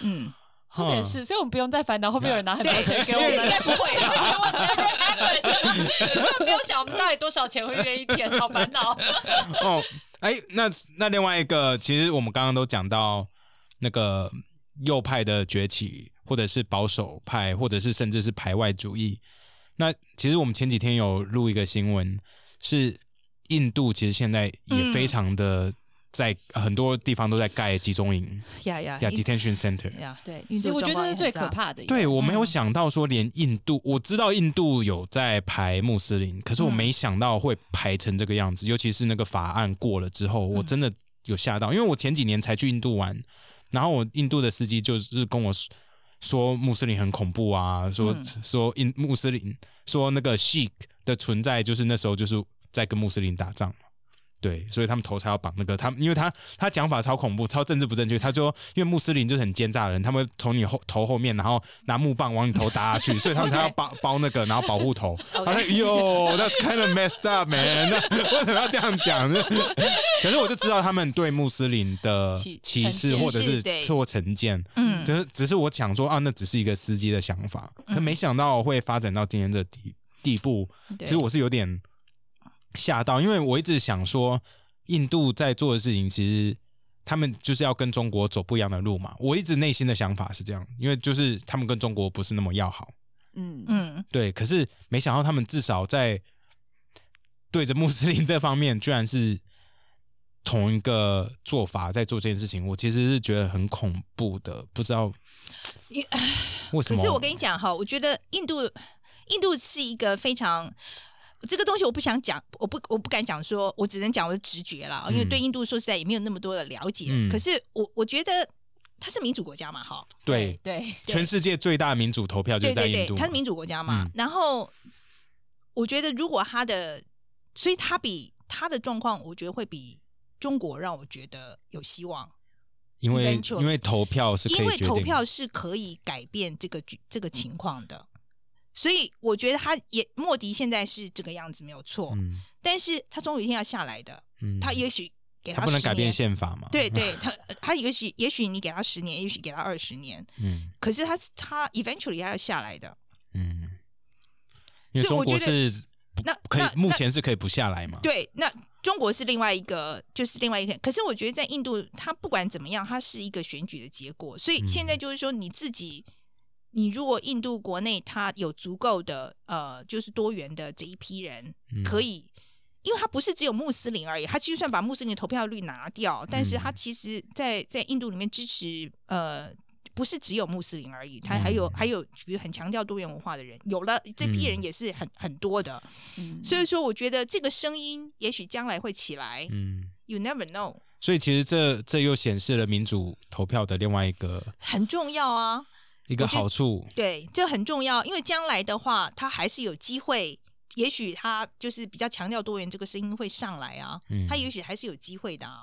[SPEAKER 3] 嗯，
[SPEAKER 2] 说的也是，所以我们不用再烦恼后面有人拿很多钱给我们，
[SPEAKER 3] 对应该不
[SPEAKER 2] 会了。不用想我们到底多少钱会愿意填，好烦恼。
[SPEAKER 1] 哦，哎，那那另外一个，其实我们刚刚都讲到那个右派的崛起，或者是保守派，或者是甚至是排外主义。那其实我们前几天有录一个新闻，是印度其实现在也非常的在、很多地方都在盖集中营
[SPEAKER 3] 呀呀
[SPEAKER 1] 呀，detention center。
[SPEAKER 3] 呀，
[SPEAKER 2] 对，
[SPEAKER 3] 运
[SPEAKER 2] 其实
[SPEAKER 3] 动
[SPEAKER 2] 我觉得这是最可怕的。
[SPEAKER 1] 对，我没有
[SPEAKER 2] 嗯
[SPEAKER 1] 想到说连印度，我知道印度有在排穆斯林，可
[SPEAKER 2] 嗯
[SPEAKER 1] 是我没想到会排成这个样子，尤其是那个法案过了之后，
[SPEAKER 2] 嗯
[SPEAKER 1] 我真的有吓到，因为我前几年才去印度玩，然后我印度的司机就是跟我说说穆斯林很恐怖啊，说、
[SPEAKER 2] 嗯
[SPEAKER 1] 说印穆斯林，说那个 Sheikh 的存在就是那时候就是在跟穆斯林打仗。对，所以他们头才要绑那个，他们因为他他讲法超恐怖，超政治不正确。他说，因为穆斯林就是很奸诈的人，他们从你后头后面，然后拿木棒往你头打下去，所以他们才要包包那个，然后保护头。他说哟，That's kind of messed up, man。那 为什么要这样讲？ 可是我就知道他们对穆斯林的
[SPEAKER 2] 歧
[SPEAKER 1] 歧视
[SPEAKER 2] 成见
[SPEAKER 1] 或者
[SPEAKER 3] 歧
[SPEAKER 1] 是
[SPEAKER 3] 视对
[SPEAKER 1] 错成见，
[SPEAKER 3] 嗯
[SPEAKER 1] 只是只是我想说啊，那只是一个司机的想法，可没想到会发展到今天这地地步。
[SPEAKER 3] 对
[SPEAKER 1] 其实我是有点吓到，因为我一直想说，印度在做的事情，其实他们就是要跟中国走不一样的路嘛。我一直内心的想法是这样，因为就是他们跟中国不是那么要好，
[SPEAKER 2] 嗯，
[SPEAKER 3] 嗯，
[SPEAKER 1] 对。可是没想到他们至少在对着穆斯林这方面，居然是同一个做法在做这件事情，我其实是觉得很恐怖的，不知道
[SPEAKER 3] 因
[SPEAKER 1] 为什
[SPEAKER 3] 可
[SPEAKER 1] 么。
[SPEAKER 3] 是我跟你讲哈，我觉得印度，印度是一个非常。这个东西我不想讲，我不我不敢讲说，我只能讲我的直觉啦，因为
[SPEAKER 1] 嗯
[SPEAKER 3] 对印度说实在也没有那么多的了解。
[SPEAKER 1] 嗯
[SPEAKER 3] 可是我我觉得它是民主国家嘛，哈，
[SPEAKER 1] 对
[SPEAKER 2] 对，
[SPEAKER 1] 全世界最大民主投啊票就
[SPEAKER 3] 对
[SPEAKER 1] 是在
[SPEAKER 3] 对
[SPEAKER 1] 印
[SPEAKER 3] 对
[SPEAKER 1] 度，嘛，
[SPEAKER 3] 它是民主国家嘛。
[SPEAKER 1] 嗯
[SPEAKER 3] 然后我觉得，如果他的，所以他比他的状况，我觉得会比中国让我觉得有希望，
[SPEAKER 1] 因为
[SPEAKER 3] eventually
[SPEAKER 1] 因为投票是可
[SPEAKER 3] 因
[SPEAKER 1] 以
[SPEAKER 3] 为
[SPEAKER 1] 决
[SPEAKER 3] 投
[SPEAKER 1] 定
[SPEAKER 3] 票是可以改变这个局这个情况的。所以我觉得他也莫迪现在是这个样子没有错，
[SPEAKER 1] 嗯
[SPEAKER 3] 但是他总有一天要下来的。
[SPEAKER 1] 嗯，
[SPEAKER 3] 他也许给
[SPEAKER 1] 他不能
[SPEAKER 3] 10
[SPEAKER 1] 改变嗯
[SPEAKER 3] 年
[SPEAKER 1] 宪法嘛？
[SPEAKER 3] 对对，他他也许也许你给他十年，也许给他二十年，
[SPEAKER 1] 嗯
[SPEAKER 3] 可是他他 eventually 他要下来的。
[SPEAKER 1] 嗯，因为
[SPEAKER 3] 所以
[SPEAKER 1] 中
[SPEAKER 3] 我
[SPEAKER 1] 国
[SPEAKER 3] 觉
[SPEAKER 1] 是不
[SPEAKER 3] 那
[SPEAKER 1] 可以
[SPEAKER 3] 那
[SPEAKER 1] 目
[SPEAKER 3] 那
[SPEAKER 1] 前是可以不下来嘛？
[SPEAKER 3] 对，那中国是另外一个，就是另外一个。可是我觉得在印度，它不管怎么样，它是一个选举的结果，所以
[SPEAKER 1] 嗯
[SPEAKER 3] 现在就是说你自己。你如果印度国内它有足够的呃，就是多元的这一批人
[SPEAKER 1] 嗯
[SPEAKER 3] 可以，因为它不是只有穆斯林而已，它就算把穆斯林的投票率拿掉，但
[SPEAKER 1] 嗯
[SPEAKER 3] 是它其实在在印度里面支持呃，不是只有穆斯林而已，它还有、还有比如很强调多元文化的人，有了这批人
[SPEAKER 1] 嗯
[SPEAKER 3] 也是很、很多的，
[SPEAKER 2] 嗯
[SPEAKER 3] 所以说，我觉得这个声音也许将来会起来、
[SPEAKER 1] 嗯，
[SPEAKER 3] y o u never know，
[SPEAKER 1] 所以其实这这又显示了民主投票的另外一个
[SPEAKER 3] 很重要啊。
[SPEAKER 1] 一个
[SPEAKER 3] 我觉得
[SPEAKER 1] 好处。
[SPEAKER 3] 对，这很重要，因为将来的话，他还是有机会。也许他就是比较强调多元，这个声音会上来啊。
[SPEAKER 1] 嗯
[SPEAKER 3] 他也许还是有机会的啊。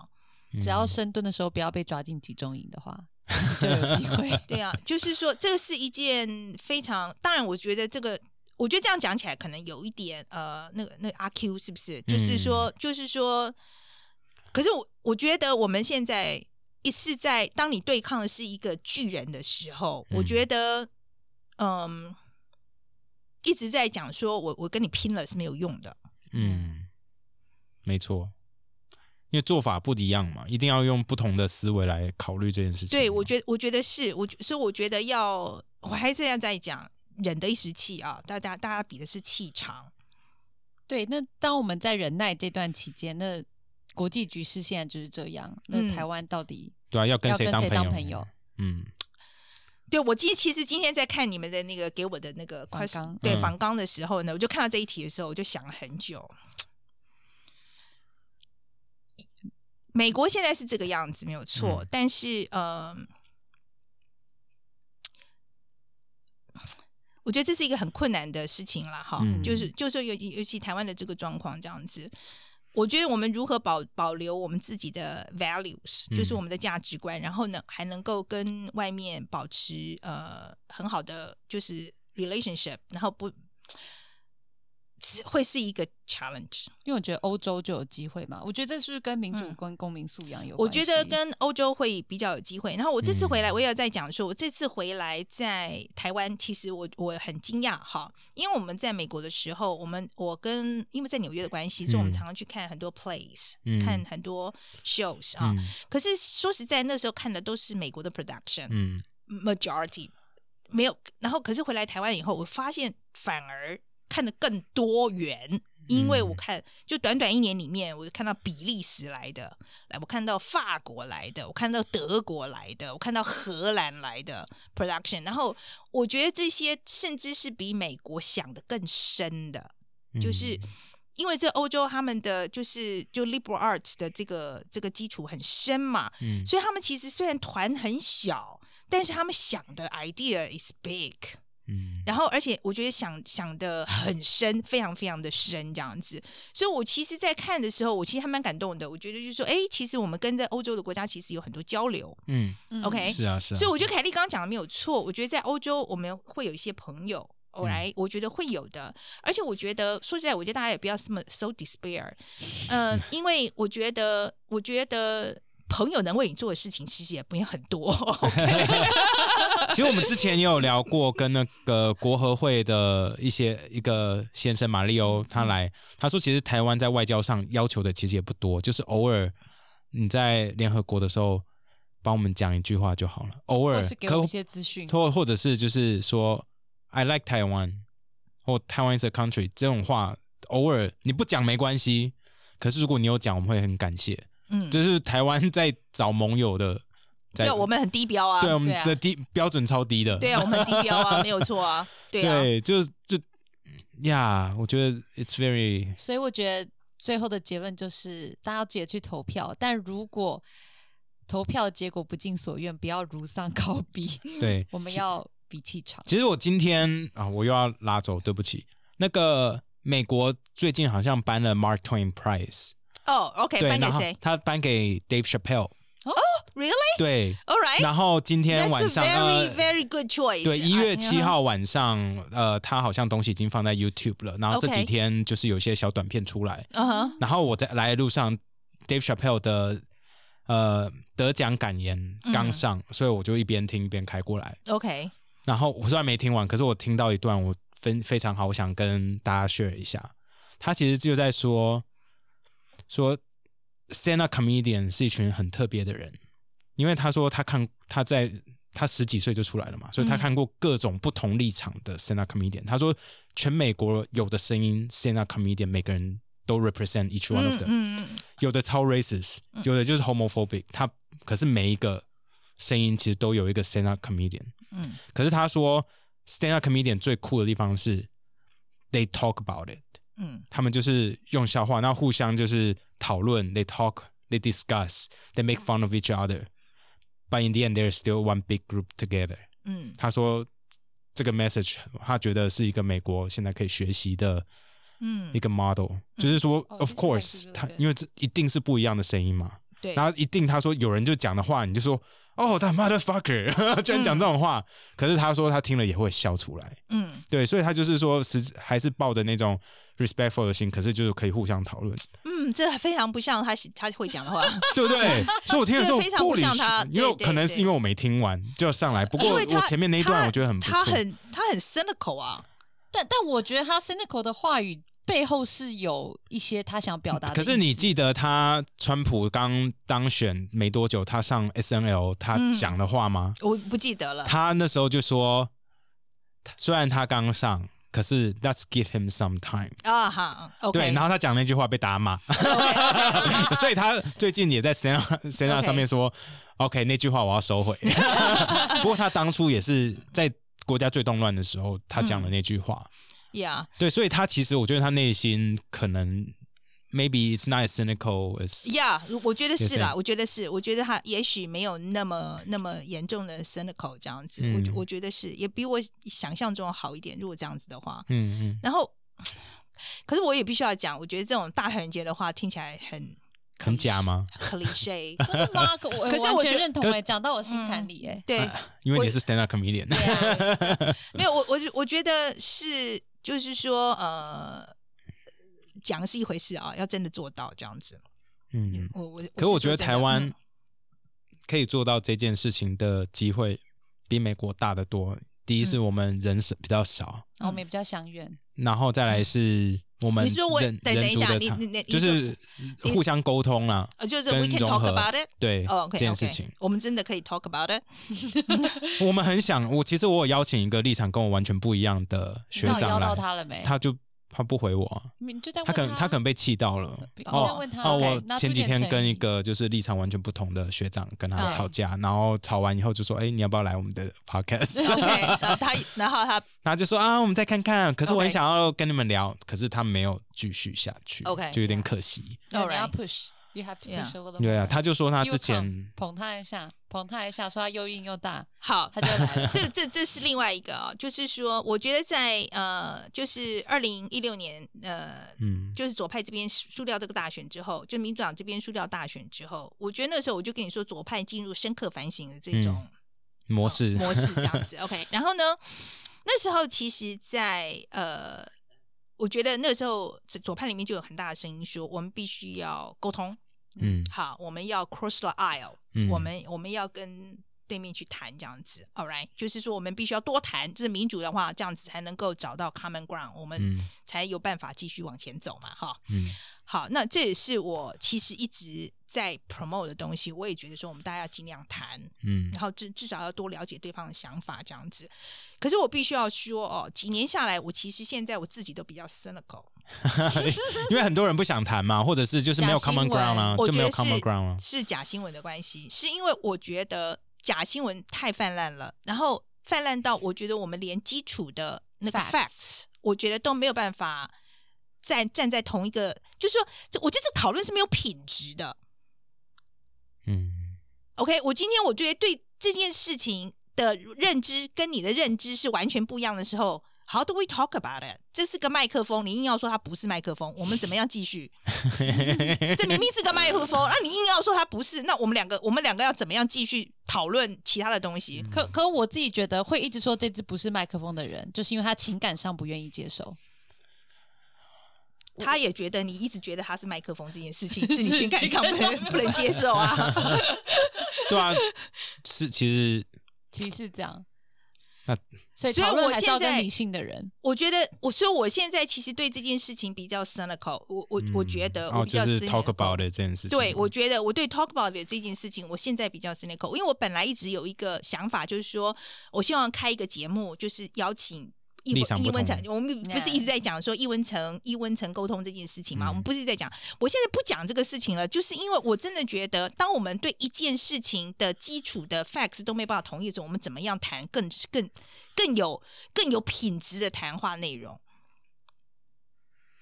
[SPEAKER 1] 嗯
[SPEAKER 2] 只要深蹲的时候不要被抓进集中营的话，就有机会。
[SPEAKER 3] 对啊，就是说，这是一件非常……当然，我觉得这个，我觉得这样讲起来可能有一点呃，那个那个阿 Q 是不是？就是说，就是说，可是我我觉得我们现在一是在当你对抗的是一个巨人的时候，我
[SPEAKER 1] 嗯
[SPEAKER 3] 觉得，嗯，一直在讲说我我跟你拼了是没有用的，
[SPEAKER 1] 嗯，没错，因为做法不一样嘛，一定要用不同的思维来考虑这件事情嘛。
[SPEAKER 3] 对，我觉得，我觉得是我觉，所以我觉得要，我还是要再讲忍的一时气啊，大家大家比的是气场。
[SPEAKER 2] 对，那当我们在忍耐这段期间，那国际局势现在就是这样，那
[SPEAKER 3] 嗯
[SPEAKER 2] 台湾到底
[SPEAKER 1] 对啊，要跟
[SPEAKER 2] 要
[SPEAKER 1] 谁
[SPEAKER 2] 跟
[SPEAKER 1] 当
[SPEAKER 2] 谁
[SPEAKER 1] 朋
[SPEAKER 2] 当
[SPEAKER 1] 友？
[SPEAKER 2] 朋友？
[SPEAKER 1] 嗯，
[SPEAKER 3] 对我今其实今天在看你们的那个给我的那个快速
[SPEAKER 2] 访纲
[SPEAKER 3] 对
[SPEAKER 1] 嗯
[SPEAKER 3] 仿纲的时候呢，我就看到这一题的时候，我就想了很久。美国现在是这个样子没有错，
[SPEAKER 1] 嗯
[SPEAKER 3] 但是呃，我觉得这是一个很困难的事情啦，哈，
[SPEAKER 1] 嗯
[SPEAKER 3] 就是就是尤其尤其台湾的这个状况这样子。我觉得我们如何保保留我们自己的 values，
[SPEAKER 1] 嗯
[SPEAKER 3] 就是我们的价值观，然后呢，还能够跟外面保持呃很好的就是 relationship，然后不是会是一个 challenge。
[SPEAKER 2] 因为我觉得欧洲就有机会嘛，我觉得这是不是跟民主
[SPEAKER 3] 嗯
[SPEAKER 2] 跟公民素养有
[SPEAKER 3] 我
[SPEAKER 2] 关系。
[SPEAKER 3] 觉得跟欧洲会比较有机会。然后我这次回来，
[SPEAKER 1] 嗯
[SPEAKER 3] 我也有在讲说，我这次回来在台湾，其实我我很惊讶哈，因为我们在美国的时候，我们我跟因为在纽约的关系，所以我们
[SPEAKER 1] 嗯
[SPEAKER 3] 常常去看很多 plays，、
[SPEAKER 1] 嗯
[SPEAKER 3] 看很多 shows 啊。
[SPEAKER 1] 嗯
[SPEAKER 3] 可是说实在，那时候看的都是美国的 production，、
[SPEAKER 1] 嗯
[SPEAKER 3] majority 没有，然后可是回来台湾以后，我发现反而看得更多元，因为我看就短短一年里面，我就看到比利时来的，来我看到法国来的，我看到德国来的，我看到荷兰来的 production，然后我觉得这些甚至是比美国想的更深的，
[SPEAKER 1] 嗯
[SPEAKER 3] 就是因为这欧洲他们的就是就 liberal arts 的这个这个基础很深嘛，
[SPEAKER 1] 嗯
[SPEAKER 3] 所以他们其实虽然团很小，但是他们想的 idea is big，
[SPEAKER 1] 嗯
[SPEAKER 3] 然后而且我觉得想想的很深，非常非常的深这样子。所以我其实，在看的时候，我其实还蛮感动的。我觉得就是说，哎，其实我们跟在欧洲的国家其实有很多交流。
[SPEAKER 1] 嗯，
[SPEAKER 2] 嗯
[SPEAKER 3] OK
[SPEAKER 1] 是啊是啊，
[SPEAKER 3] 所以我觉得凯莉刚刚讲的没有错，我觉得在欧洲我们会有一些朋友。偶
[SPEAKER 1] 嗯
[SPEAKER 3] 来，我觉得会有的，而且我觉得说实在，我觉得大家也不要这么 so despair，嗯、呃，因为我觉得，我觉得朋友能为你做的事情其实也不用很 多，
[SPEAKER 1] 其实我们之前也有聊过，跟那个国合会的一些一个先生马里欧，
[SPEAKER 3] 嗯
[SPEAKER 1] 他来，他说其实台湾在外交上要求的其实也不多，就是偶尔你在联合国的时候帮我们讲一句话就好了，偶尔
[SPEAKER 2] 或是给
[SPEAKER 1] 可
[SPEAKER 2] 我一些资讯，
[SPEAKER 1] 或或者是就是说 I like Taiwan 或 Taiwan is a country 这种话，偶尔你不讲没关系，可是如果你有讲，我们会很感谢。
[SPEAKER 3] 嗯，
[SPEAKER 1] 这是台湾在找盟友的，在
[SPEAKER 3] 对，我们很低标啊，
[SPEAKER 1] 对我们
[SPEAKER 2] 对啊
[SPEAKER 1] 的低标准超低的，
[SPEAKER 3] 对啊，我们很低标啊，没有错啊，对啊，
[SPEAKER 1] 对，就就呀我觉得 it's very
[SPEAKER 2] 所以我觉得最后的结论就是，大家要记得去投票，但如果投票结果不尽所愿，不要如丧 考妣，
[SPEAKER 3] 嗯
[SPEAKER 1] 对。
[SPEAKER 2] 我们要比气场。
[SPEAKER 1] 其实我今天啊，我又要拉走，对不起。那个美国最近好像颁了 Mark Twain Prize，
[SPEAKER 3] 哦，OK，
[SPEAKER 1] 对，
[SPEAKER 3] 颁给
[SPEAKER 1] 然后
[SPEAKER 3] 谁哦
[SPEAKER 1] 他颁给 Dave Chappelle，
[SPEAKER 3] ？Really？All
[SPEAKER 1] 对。
[SPEAKER 3] right，That's
[SPEAKER 1] 然后今天晚
[SPEAKER 3] 哎 a
[SPEAKER 1] 上，呃
[SPEAKER 3] very very good choice。
[SPEAKER 1] 对，一月七
[SPEAKER 3] 啊
[SPEAKER 1] 号晚上，呃，他好像东西已经放在 YouTube 了，然后这
[SPEAKER 3] OK
[SPEAKER 1] 几天就是有一些小短片出来，
[SPEAKER 3] 嗯哼，
[SPEAKER 1] 然后我在来的路上，Dave Chappelle 的呃得奖感言刚上，所以我就一边听一边开过来。
[SPEAKER 3] OK，
[SPEAKER 1] 然后我虽然没听完，可是我听到一段，我非非常好，我想跟大家 share 一下。他其实就在说说 stand up comedian 是一群很特别的人，因为他说他看他在他十几岁就出来了嘛，所以他看过各种不同立场的 stand up comedian。他说全美国有的声音 stand up comedian 每个人都 represent each one of
[SPEAKER 3] 嗯
[SPEAKER 1] them，、
[SPEAKER 3] 嗯嗯
[SPEAKER 1] 有的超 racist，有的就是 homophobic。他可是每一个声音其实都有一个 stand up comedian。
[SPEAKER 3] 嗯
[SPEAKER 1] 可是他说，stand up comedian 最酷的地方是，they talk about it，
[SPEAKER 3] 嗯
[SPEAKER 1] 他们就是用笑话，那互相就是讨论，they talk，they discuss，they make fun of each other，but in the end they're still one big group together。
[SPEAKER 3] 嗯
[SPEAKER 1] 他说这个 message，他觉得是一个美国现在可以学习的
[SPEAKER 3] 嗯
[SPEAKER 1] 一
[SPEAKER 3] 嗯，
[SPEAKER 1] 个 model，、就是说、
[SPEAKER 2] 哦
[SPEAKER 1] of
[SPEAKER 2] 这是很酷
[SPEAKER 1] course，
[SPEAKER 2] 对
[SPEAKER 1] 他
[SPEAKER 2] 对
[SPEAKER 1] 因为这一定是不一样的声音嘛，
[SPEAKER 3] 对，
[SPEAKER 1] 然后一定他说有人就讲的话，你就说哦，他 motherfucker，居 然讲这种话。可是他说他听了也会笑出来，
[SPEAKER 3] 嗯
[SPEAKER 1] 对，所以他就是说实还是抱着那种 respectful 的心，可是就是可以互相讨论，
[SPEAKER 3] 嗯，这非常不像他是他会讲的话，
[SPEAKER 1] 对不对？所以我听了之 后
[SPEAKER 3] 这个非常不像他
[SPEAKER 1] holy shit，因为
[SPEAKER 3] 对对
[SPEAKER 1] 可能是
[SPEAKER 3] 对
[SPEAKER 1] 因为我没听完就上 来，不过
[SPEAKER 3] 因为
[SPEAKER 1] 我
[SPEAKER 3] 他
[SPEAKER 1] 前面那一段
[SPEAKER 3] 他
[SPEAKER 1] 我觉得很不
[SPEAKER 3] 他
[SPEAKER 1] 错，
[SPEAKER 3] 很他很 cynical 啊，
[SPEAKER 2] 但但我觉得他 cynical 的话语背后是有一些他想表达的意
[SPEAKER 1] 可
[SPEAKER 2] 思。
[SPEAKER 1] 是你记得他川普刚当选没多久，他上 S N L 他
[SPEAKER 3] 嗯
[SPEAKER 1] 讲的话吗？
[SPEAKER 3] 我不记得了。
[SPEAKER 1] 他那时候就说，他虽然他刚上，可是 let's give him some time。
[SPEAKER 3] 啊哈，OK，
[SPEAKER 1] 对，然后他讲那句话被打骂，所以他最近也在 stand up stand up
[SPEAKER 3] OK
[SPEAKER 1] 上面说，OK 那句话我要收 回。不过他当初也是在国家最动乱的时候，他讲的那句话，
[SPEAKER 3] 嗯 Yeah，
[SPEAKER 1] 对，所以他其实我觉得他内心可能 maybe it's not as cynical as
[SPEAKER 3] Yeah，如我觉得是
[SPEAKER 1] 对
[SPEAKER 3] 啦，我觉得是，我觉得他也许没有那么那么严重的 cynical 这样子，我觉
[SPEAKER 1] 嗯
[SPEAKER 3] 我觉得是，也比我想象中好一点。如果这样子的话，
[SPEAKER 1] 嗯嗯
[SPEAKER 3] 然后，可是我也必须要讲，我觉得这种大团结的话听起来很
[SPEAKER 1] 很假吗？
[SPEAKER 3] cliche，
[SPEAKER 2] 真的吗？可我
[SPEAKER 3] 可是
[SPEAKER 2] 完
[SPEAKER 3] 我
[SPEAKER 2] 全
[SPEAKER 3] 觉得
[SPEAKER 2] 认同哎，讲到我心坎里 啊哎。
[SPEAKER 3] 对，
[SPEAKER 1] 因为
[SPEAKER 3] 我
[SPEAKER 1] 你是 stand up comedian，
[SPEAKER 3] 没有我我我觉得是，就是说呃。讲是一回事啊，要真的做到这样子。
[SPEAKER 1] 嗯。
[SPEAKER 3] 我我，
[SPEAKER 1] 可我
[SPEAKER 3] 是
[SPEAKER 1] 觉
[SPEAKER 3] 说
[SPEAKER 1] 得
[SPEAKER 3] 真
[SPEAKER 1] 台
[SPEAKER 3] 的
[SPEAKER 1] 湾
[SPEAKER 3] 嗯
[SPEAKER 1] 可以做到这件事情的机会比美国大得多。第一
[SPEAKER 3] 嗯
[SPEAKER 1] 是我们人是比较少，
[SPEAKER 2] 然后我们也比较相远，
[SPEAKER 1] 然后再来是我们
[SPEAKER 3] 嗯你说我
[SPEAKER 1] 人
[SPEAKER 3] 等等
[SPEAKER 1] 人
[SPEAKER 3] 一
[SPEAKER 1] 族
[SPEAKER 3] 下
[SPEAKER 1] 的
[SPEAKER 3] 你
[SPEAKER 1] 差
[SPEAKER 3] 你你，你
[SPEAKER 1] 就是
[SPEAKER 3] 你
[SPEAKER 1] 互相沟通啦，
[SPEAKER 3] 呃就是
[SPEAKER 1] 跟
[SPEAKER 3] we can
[SPEAKER 1] 融
[SPEAKER 3] talk
[SPEAKER 1] 合
[SPEAKER 3] about it。
[SPEAKER 1] 对
[SPEAKER 3] 哦，OK，
[SPEAKER 1] 这件事情，
[SPEAKER 3] 我们真的可以 talk about it。
[SPEAKER 1] 我们很想。我其实我有邀请一个立场跟我完全不一样的学
[SPEAKER 2] 那我邀
[SPEAKER 1] 长来，
[SPEAKER 2] 到他了
[SPEAKER 3] 欸
[SPEAKER 2] 没？
[SPEAKER 1] 他就他不回我啊，
[SPEAKER 2] 你就在
[SPEAKER 1] 他
[SPEAKER 2] 问
[SPEAKER 1] 可能他可能被气到了。
[SPEAKER 2] 你
[SPEAKER 1] 哦
[SPEAKER 2] 在
[SPEAKER 3] 嗯
[SPEAKER 2] 问他
[SPEAKER 1] 哦，
[SPEAKER 2] ，OK，
[SPEAKER 1] 我
[SPEAKER 2] 拿出
[SPEAKER 1] 前几
[SPEAKER 2] 点
[SPEAKER 1] 天
[SPEAKER 2] 诚
[SPEAKER 1] 跟一
[SPEAKER 2] 意
[SPEAKER 1] 个就是立场完全不同的学长跟他
[SPEAKER 2] 嗯
[SPEAKER 1] 吵架，然后吵完以后就说：“哎，你要不要来我们的 podcast？”
[SPEAKER 3] OK，然后他，然后他
[SPEAKER 1] 他就说：“啊，我们再看看。”可是我很
[SPEAKER 3] OK
[SPEAKER 1] 想要跟你们聊，可是他没有继续下去
[SPEAKER 3] OK
[SPEAKER 1] 就有点可惜。
[SPEAKER 2] 对你要
[SPEAKER 3] Alright.
[SPEAKER 2] push，you have to
[SPEAKER 3] Yeah.
[SPEAKER 2] push a little more。
[SPEAKER 1] 对啊，他就说他
[SPEAKER 2] You
[SPEAKER 1] 之
[SPEAKER 2] come，
[SPEAKER 1] 前
[SPEAKER 2] 捧他一下，捧他一下，说他又硬又大，
[SPEAKER 3] 好，。
[SPEAKER 2] 他就来 了
[SPEAKER 3] 这这这是另外一个哦，就是说，我觉得在呃，就是二零一六年呃，
[SPEAKER 1] 嗯
[SPEAKER 3] 就是左派这边输掉这个大选之后，就民主党这边输掉大选之后，我觉得那时候我就跟你说，左派进入深刻反省的
[SPEAKER 1] 嗯
[SPEAKER 3] 这种
[SPEAKER 1] 模式
[SPEAKER 3] 哦模式这样子。OK，然 后呢，那时候其实在，呃，我觉得那时候左左派里面就有很大的声音说，我们必须要沟通，
[SPEAKER 1] 嗯
[SPEAKER 3] 好，我们要 cross the aisle，、
[SPEAKER 1] 嗯
[SPEAKER 3] 我们我们要跟对面去谈这样子，all right，就是说我们必须要多谈，这是民主的话，这样子才能够找到 common ground，我们
[SPEAKER 1] 嗯
[SPEAKER 3] 才有办法继续往前走嘛，哈。
[SPEAKER 1] 嗯
[SPEAKER 3] 好，那这也是我其实一直在 promote 的东西，我也觉得说我们大家要尽量谈，
[SPEAKER 1] 嗯
[SPEAKER 3] 然后至至少要多了解对方的想法这样子。可是我必须要说哦，几年下来，我其实现在我自己都比较 cynical，
[SPEAKER 1] 因为很多人不想谈嘛，或者是就是没有
[SPEAKER 2] 假新
[SPEAKER 1] common
[SPEAKER 2] 闻
[SPEAKER 1] ground 啊，
[SPEAKER 3] 我
[SPEAKER 1] 就
[SPEAKER 3] 觉
[SPEAKER 1] 没有
[SPEAKER 3] 得是
[SPEAKER 1] common ground 啊。
[SPEAKER 3] 是假新闻的关系，是因为我觉得假新闻太泛滥了，然后泛滥到我觉得我们连基础的那个
[SPEAKER 2] Facts
[SPEAKER 3] facts，我觉得都没有办法站站在同一个，就是说，这我觉得这讨论是没有品质的。
[SPEAKER 1] 嗯
[SPEAKER 3] OK，我今天我觉得对这件事情的认知跟你的认知是完全不一样的时候。How do we talk about it？这是个麦克风，你硬要说它不是麦克风，我们怎么样继续？这明明是个麦克风，那、你硬要说它不是，那我们两个，我们两个要怎么样继续讨论其他的东西？
[SPEAKER 1] 嗯
[SPEAKER 2] 可可我自己觉得会一直说这只不是麦克风的人，就是因为他情感上不愿意接受。
[SPEAKER 3] 他也觉得你一直觉得他是麦克风这件 事情，是你
[SPEAKER 2] 是
[SPEAKER 3] 情感上不
[SPEAKER 2] 情感
[SPEAKER 3] 能
[SPEAKER 2] 上
[SPEAKER 3] 不能接受啊。
[SPEAKER 1] 对啊，是其实
[SPEAKER 2] 其实是这样。
[SPEAKER 1] 那
[SPEAKER 2] 所以
[SPEAKER 3] 所以
[SPEAKER 2] 讨论
[SPEAKER 3] 我
[SPEAKER 2] 还是要
[SPEAKER 3] 现
[SPEAKER 2] 跟
[SPEAKER 3] 在
[SPEAKER 2] 理性的人。
[SPEAKER 3] 我觉得，我所以我现在其实对这件事情比较 cynical，我我、我觉
[SPEAKER 1] 嗯
[SPEAKER 3] 得
[SPEAKER 1] 哦，
[SPEAKER 3] 我比
[SPEAKER 1] 就
[SPEAKER 3] 较
[SPEAKER 1] 是 talk
[SPEAKER 3] cynical
[SPEAKER 1] about it 这件事情。嗯
[SPEAKER 3] 对，我觉得我对 talk about 的这件事情，我现在比较 cynical，因为我本来一直有一个想法，就是说我希望开一个节目，就是邀请。易
[SPEAKER 1] 立
[SPEAKER 3] 文
[SPEAKER 1] 场不
[SPEAKER 3] 易文
[SPEAKER 1] 同
[SPEAKER 3] 成，我们不是一直在讲说易文成、易文成沟通这件事情吗？
[SPEAKER 1] 嗯
[SPEAKER 3] 我们不是在讲，我现在不讲这个事情了，就是因为我真的觉得，当我们对一件事情的基础的 facts 都没办法同意的时候，我们怎么样谈更更更有更有品质的谈话内容？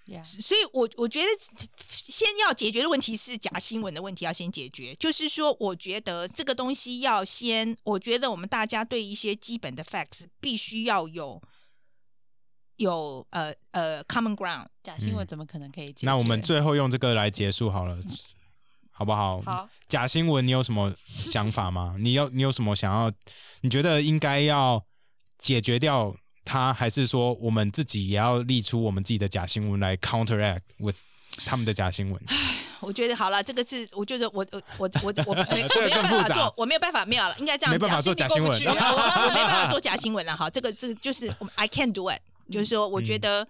[SPEAKER 2] Yeah.
[SPEAKER 3] 所以我我觉得先要解决的问题是假新闻的问题，要先解决。就是说，我觉得这个东西要先，我觉得我们大家对一些基本的 facts 必须要有有呃呃 common ground。
[SPEAKER 2] 假新闻怎么可能可以解
[SPEAKER 1] 嗯
[SPEAKER 2] 决？
[SPEAKER 1] 那我们最后用这个来结束好了，好不好？
[SPEAKER 2] 好，
[SPEAKER 1] 假新闻，你有什么想法吗？你有你有什么想要？你觉得应该要解决掉它，还是说我们自己也要立出我们自己的假新闻来 counteract with 他们的假新闻？
[SPEAKER 3] 我觉得好了，这个是我觉得我我我我我我没
[SPEAKER 1] 这个
[SPEAKER 3] 有
[SPEAKER 1] 更
[SPEAKER 3] 办
[SPEAKER 1] 复
[SPEAKER 3] 法
[SPEAKER 1] 杂
[SPEAKER 3] 做，我没有办法没有了，应该这样
[SPEAKER 1] 没办法
[SPEAKER 3] 讲
[SPEAKER 1] 做假新闻
[SPEAKER 2] 心里
[SPEAKER 3] 我
[SPEAKER 2] 过不去啊
[SPEAKER 3] 我没办法做假新闻了哈，这个这个就是我 I can do it，就是说我觉得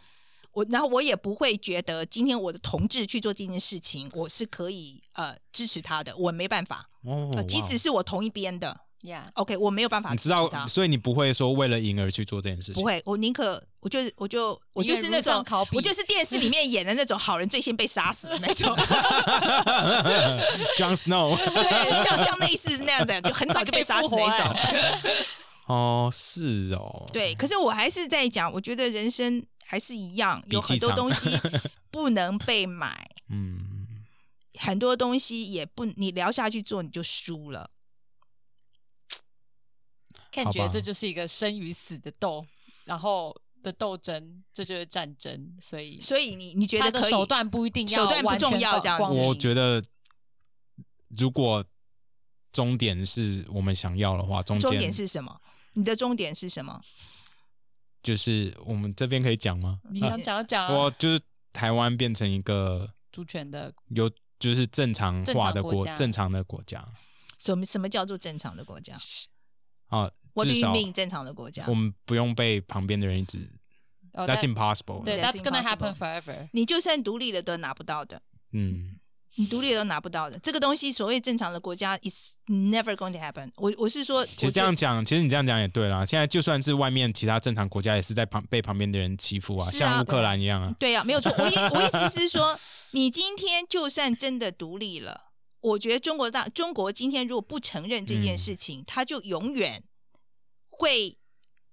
[SPEAKER 3] 我，然后我也不会觉得今天我的同志去做这件事情，我是可以呃支持他的，我没办法，
[SPEAKER 1] 哦
[SPEAKER 3] 呃，即使是我同一边的，
[SPEAKER 2] 呀
[SPEAKER 3] OK，我没有办法
[SPEAKER 1] 你知道，所以你不会说为了赢而去做这件事情。
[SPEAKER 3] 不会，我宁可我就我就我
[SPEAKER 2] 宁
[SPEAKER 3] 就
[SPEAKER 2] 愿
[SPEAKER 3] 是那
[SPEAKER 2] 如丧
[SPEAKER 3] 种
[SPEAKER 2] 考
[SPEAKER 3] 我
[SPEAKER 2] 妣
[SPEAKER 3] 就是电视里面演的那种好人最先被杀死的那种，
[SPEAKER 1] John Snow，
[SPEAKER 3] 对，像像类似那样子，就很早就被杀死那
[SPEAKER 2] 他
[SPEAKER 3] 种
[SPEAKER 2] 可。
[SPEAKER 1] 哦，是哦，，
[SPEAKER 3] 对，可是我还是在讲，我觉得人生还是一样，有
[SPEAKER 1] 笔记
[SPEAKER 3] 很多
[SPEAKER 1] 长
[SPEAKER 3] 东西不能被买，
[SPEAKER 1] 嗯，
[SPEAKER 3] 很多东西也不你聊下去做你就输了。
[SPEAKER 2] 看
[SPEAKER 1] 好
[SPEAKER 2] 觉得
[SPEAKER 1] 吧
[SPEAKER 2] 这就是一个生与死的斗，然后的斗争，这就是战争，所以
[SPEAKER 3] 所以你你觉
[SPEAKER 2] 他
[SPEAKER 3] 得
[SPEAKER 2] 的
[SPEAKER 3] 可以
[SPEAKER 2] 手段不一定要
[SPEAKER 3] 手段不
[SPEAKER 2] 完全
[SPEAKER 3] 重要
[SPEAKER 2] 光
[SPEAKER 3] 这样子
[SPEAKER 2] 光明
[SPEAKER 1] 我觉得如果终点是我们想要的话，中
[SPEAKER 3] 嗯终
[SPEAKER 1] 间
[SPEAKER 3] 点是什么？你的终点是什么？
[SPEAKER 1] 就是我们这边可以讲吗？
[SPEAKER 2] 你想讲讲啊
[SPEAKER 1] 我就是台湾变成一个
[SPEAKER 2] 主权的
[SPEAKER 1] 有就是正常化的
[SPEAKER 2] 正常国
[SPEAKER 1] 国
[SPEAKER 2] 家
[SPEAKER 1] 正常的国家
[SPEAKER 3] 什么什么叫做正常的国家
[SPEAKER 1] 啊，
[SPEAKER 3] ？What do
[SPEAKER 1] 至
[SPEAKER 3] you
[SPEAKER 1] 少
[SPEAKER 3] mean 正常的国家
[SPEAKER 1] 我？们不用被旁边的人一直
[SPEAKER 2] 哦，
[SPEAKER 1] That's
[SPEAKER 2] 但
[SPEAKER 1] impossible。
[SPEAKER 2] 对
[SPEAKER 3] That's
[SPEAKER 2] ，That's gonna happen
[SPEAKER 3] impossible
[SPEAKER 2] forever。
[SPEAKER 3] 你就算独立了都拿不到的，
[SPEAKER 1] 嗯，
[SPEAKER 3] 你独立了都拿不到的。这个东西所谓正常的国家 is never going to happen 我。我是说，
[SPEAKER 1] 其
[SPEAKER 3] 我
[SPEAKER 1] 实这
[SPEAKER 3] 觉得
[SPEAKER 1] 样讲，其实你这样讲也对啦。现在就算是外面其他正常国家，也是在旁被旁边的人欺负啊，
[SPEAKER 3] 是啊
[SPEAKER 1] 像乌克兰一样啊。
[SPEAKER 3] 对呀、没有错。我意我意思是说，你今天就算真的独立了，我觉得中国大中国今天如果不承认这件事情，他就永远会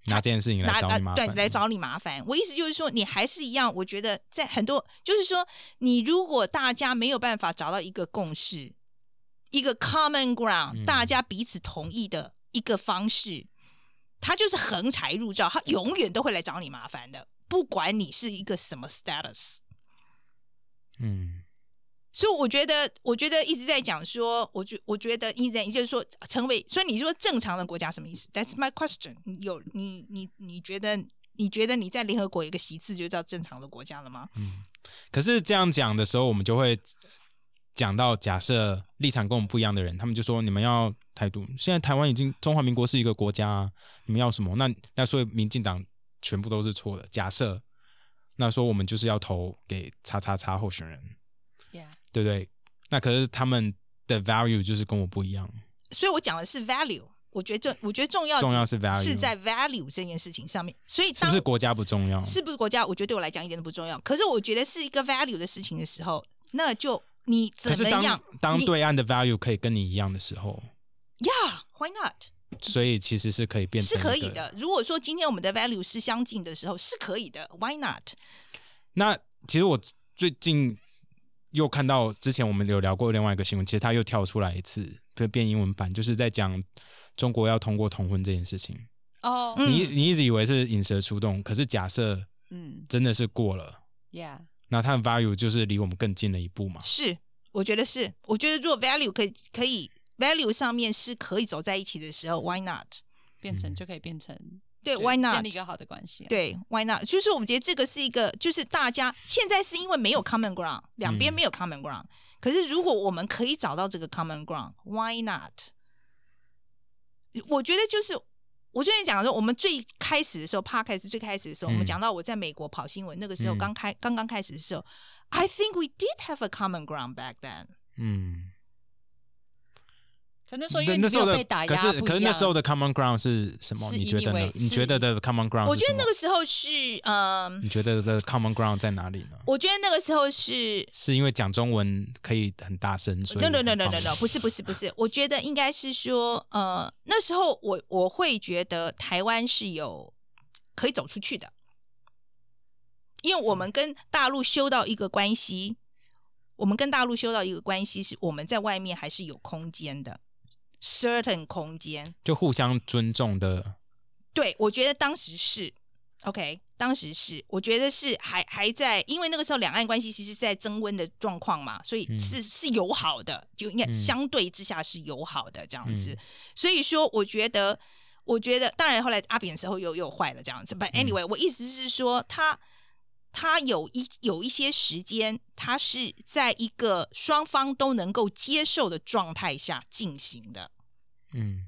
[SPEAKER 1] 拿这件事情来
[SPEAKER 3] 拿
[SPEAKER 1] 找
[SPEAKER 3] 拿
[SPEAKER 1] 你麻
[SPEAKER 3] 对
[SPEAKER 1] 烦，嗯
[SPEAKER 3] 来找你麻烦。我意思就是说，你还是一样，我觉得在很多，就是说，你如果大家没有办法找到一个共识，一个 common ground，、
[SPEAKER 1] 嗯
[SPEAKER 3] 大家彼此同意的一个方式，他就是横财入账，他永远都会来找你麻烦的，不管你是一个什么 status。
[SPEAKER 1] 嗯，
[SPEAKER 3] 所以我觉得，我觉得一直在讲说，我觉我觉得一直在就是说，成为所以你说正常的国家什么意思？That's my question 你有。你你你觉得你觉得你在联合国有一个席次就叫正常的国家了吗？
[SPEAKER 1] 可是这样讲的时候，我们就会讲到假设立场跟我们不一样的人，他们就说你们要台独。现在台湾已经中华民国是一个国家、啊，你们要什么？那那所以民进党全部都是错的。假设那说我们就是要投给叉叉叉候选人，
[SPEAKER 2] Yeah，
[SPEAKER 1] 对不对？那可是他们的 value 就是跟我不一样。
[SPEAKER 3] 所以我讲的是 value。我觉得我觉得重要
[SPEAKER 1] 重要是 value
[SPEAKER 3] 是在 value 这件事情上面。所以
[SPEAKER 1] 是
[SPEAKER 3] 当
[SPEAKER 1] 不是国家不重要？
[SPEAKER 3] 是不是国家，我觉得对我来讲一点都不重要。可是我觉得是一个 value 的事情的时候，那就你怎
[SPEAKER 1] 可是
[SPEAKER 3] 么
[SPEAKER 1] 当
[SPEAKER 3] 样？
[SPEAKER 1] 当
[SPEAKER 3] 你
[SPEAKER 1] 对岸的 value 可以跟你一样的时候，
[SPEAKER 3] ，Yeah，why not？
[SPEAKER 1] 所以其实是可以变成
[SPEAKER 3] 是可
[SPEAKER 1] 一
[SPEAKER 3] 以
[SPEAKER 1] 个。
[SPEAKER 3] 的。如果说今天我们的 value 是相近的时候，是可以的，Why not？
[SPEAKER 1] 那其实我最近又看到之前我们有聊过另外一个新闻，其实它又跳出来一次，就变英文版，就是在讲中国要通过同婚这件事情。
[SPEAKER 2] 哦，
[SPEAKER 3] 嗯
[SPEAKER 1] 你你一直以为是引蛇出洞，可是假设
[SPEAKER 2] 嗯
[SPEAKER 1] 真的是过了，
[SPEAKER 2] ，Yeah，
[SPEAKER 1] 那它的 value 就是离我们更近了一步嘛。
[SPEAKER 3] 是，我觉得是。我觉得如果 value 可以可以 value 上面是可以走在一起的时候，Why not？
[SPEAKER 2] 变成
[SPEAKER 1] 嗯
[SPEAKER 2] 就可以变成
[SPEAKER 3] 对
[SPEAKER 2] 就
[SPEAKER 3] ，Why
[SPEAKER 2] 建
[SPEAKER 3] not？
[SPEAKER 2] 立一个好的关系啊。
[SPEAKER 3] 对，Why not？就是我们觉得这个是一个，就是大家现在是因为没有 common ground，两边
[SPEAKER 1] 嗯
[SPEAKER 3] 没有 common ground、可是如果我们可以找到这个 common ground，Why not？我觉得就是我之前讲的时候，我们最开始的时候 p 开始最开始的时候，我们
[SPEAKER 1] 嗯
[SPEAKER 3] 讲到我在美国跑新闻那个时候，
[SPEAKER 1] 嗯
[SPEAKER 3] 刚开刚刚开始的时候，I think we did have a common ground back then。
[SPEAKER 1] 嗯，
[SPEAKER 2] 可那时候因
[SPEAKER 1] 那
[SPEAKER 2] 为你
[SPEAKER 1] 那时
[SPEAKER 2] 没有
[SPEAKER 1] 候的
[SPEAKER 2] 被打压，
[SPEAKER 1] 可是
[SPEAKER 2] 不一
[SPEAKER 1] 可是那时候
[SPEAKER 2] 样
[SPEAKER 1] 的 common ground 是什么？
[SPEAKER 2] 是
[SPEAKER 1] 你觉得
[SPEAKER 2] 引以
[SPEAKER 1] 呢
[SPEAKER 2] 为？
[SPEAKER 1] 你觉得的 common ground？
[SPEAKER 3] 我
[SPEAKER 1] 啊是
[SPEAKER 3] 觉得
[SPEAKER 1] 什么
[SPEAKER 3] 那个时候是，嗯，
[SPEAKER 1] 你觉得的 common ground 在哪里呢？
[SPEAKER 3] 我觉得那个时候是
[SPEAKER 1] 是因为讲中文可以很大声，所以
[SPEAKER 3] no no no no no
[SPEAKER 1] 很棒
[SPEAKER 3] no，不是不是不是，我觉得应该是说，呃，那时候我我会觉得台湾是有可以走出去的，因为我们跟大陆修到一个关系，我们跟大陆修到一个关系，是我们在外面还是有空间的，certain 空间。
[SPEAKER 1] 就互相尊重的，
[SPEAKER 3] 对，我觉得当时是 OK，当时是，我觉得是还还在，因为那个时候两岸关系其实是在增温的状况嘛，所以
[SPEAKER 1] 嗯
[SPEAKER 3] 是、是友好的，就应该
[SPEAKER 1] 嗯
[SPEAKER 3] 相对之下是友好的这样子。
[SPEAKER 1] 嗯
[SPEAKER 3] 所以说，我觉得，我觉得，当然后来阿扁时候又又坏了这样子。But
[SPEAKER 1] 嗯
[SPEAKER 3] anyway，、我意思是说，他他有一有一些时间，他是在一个双方都能够接受的状态下进行的。
[SPEAKER 1] 嗯。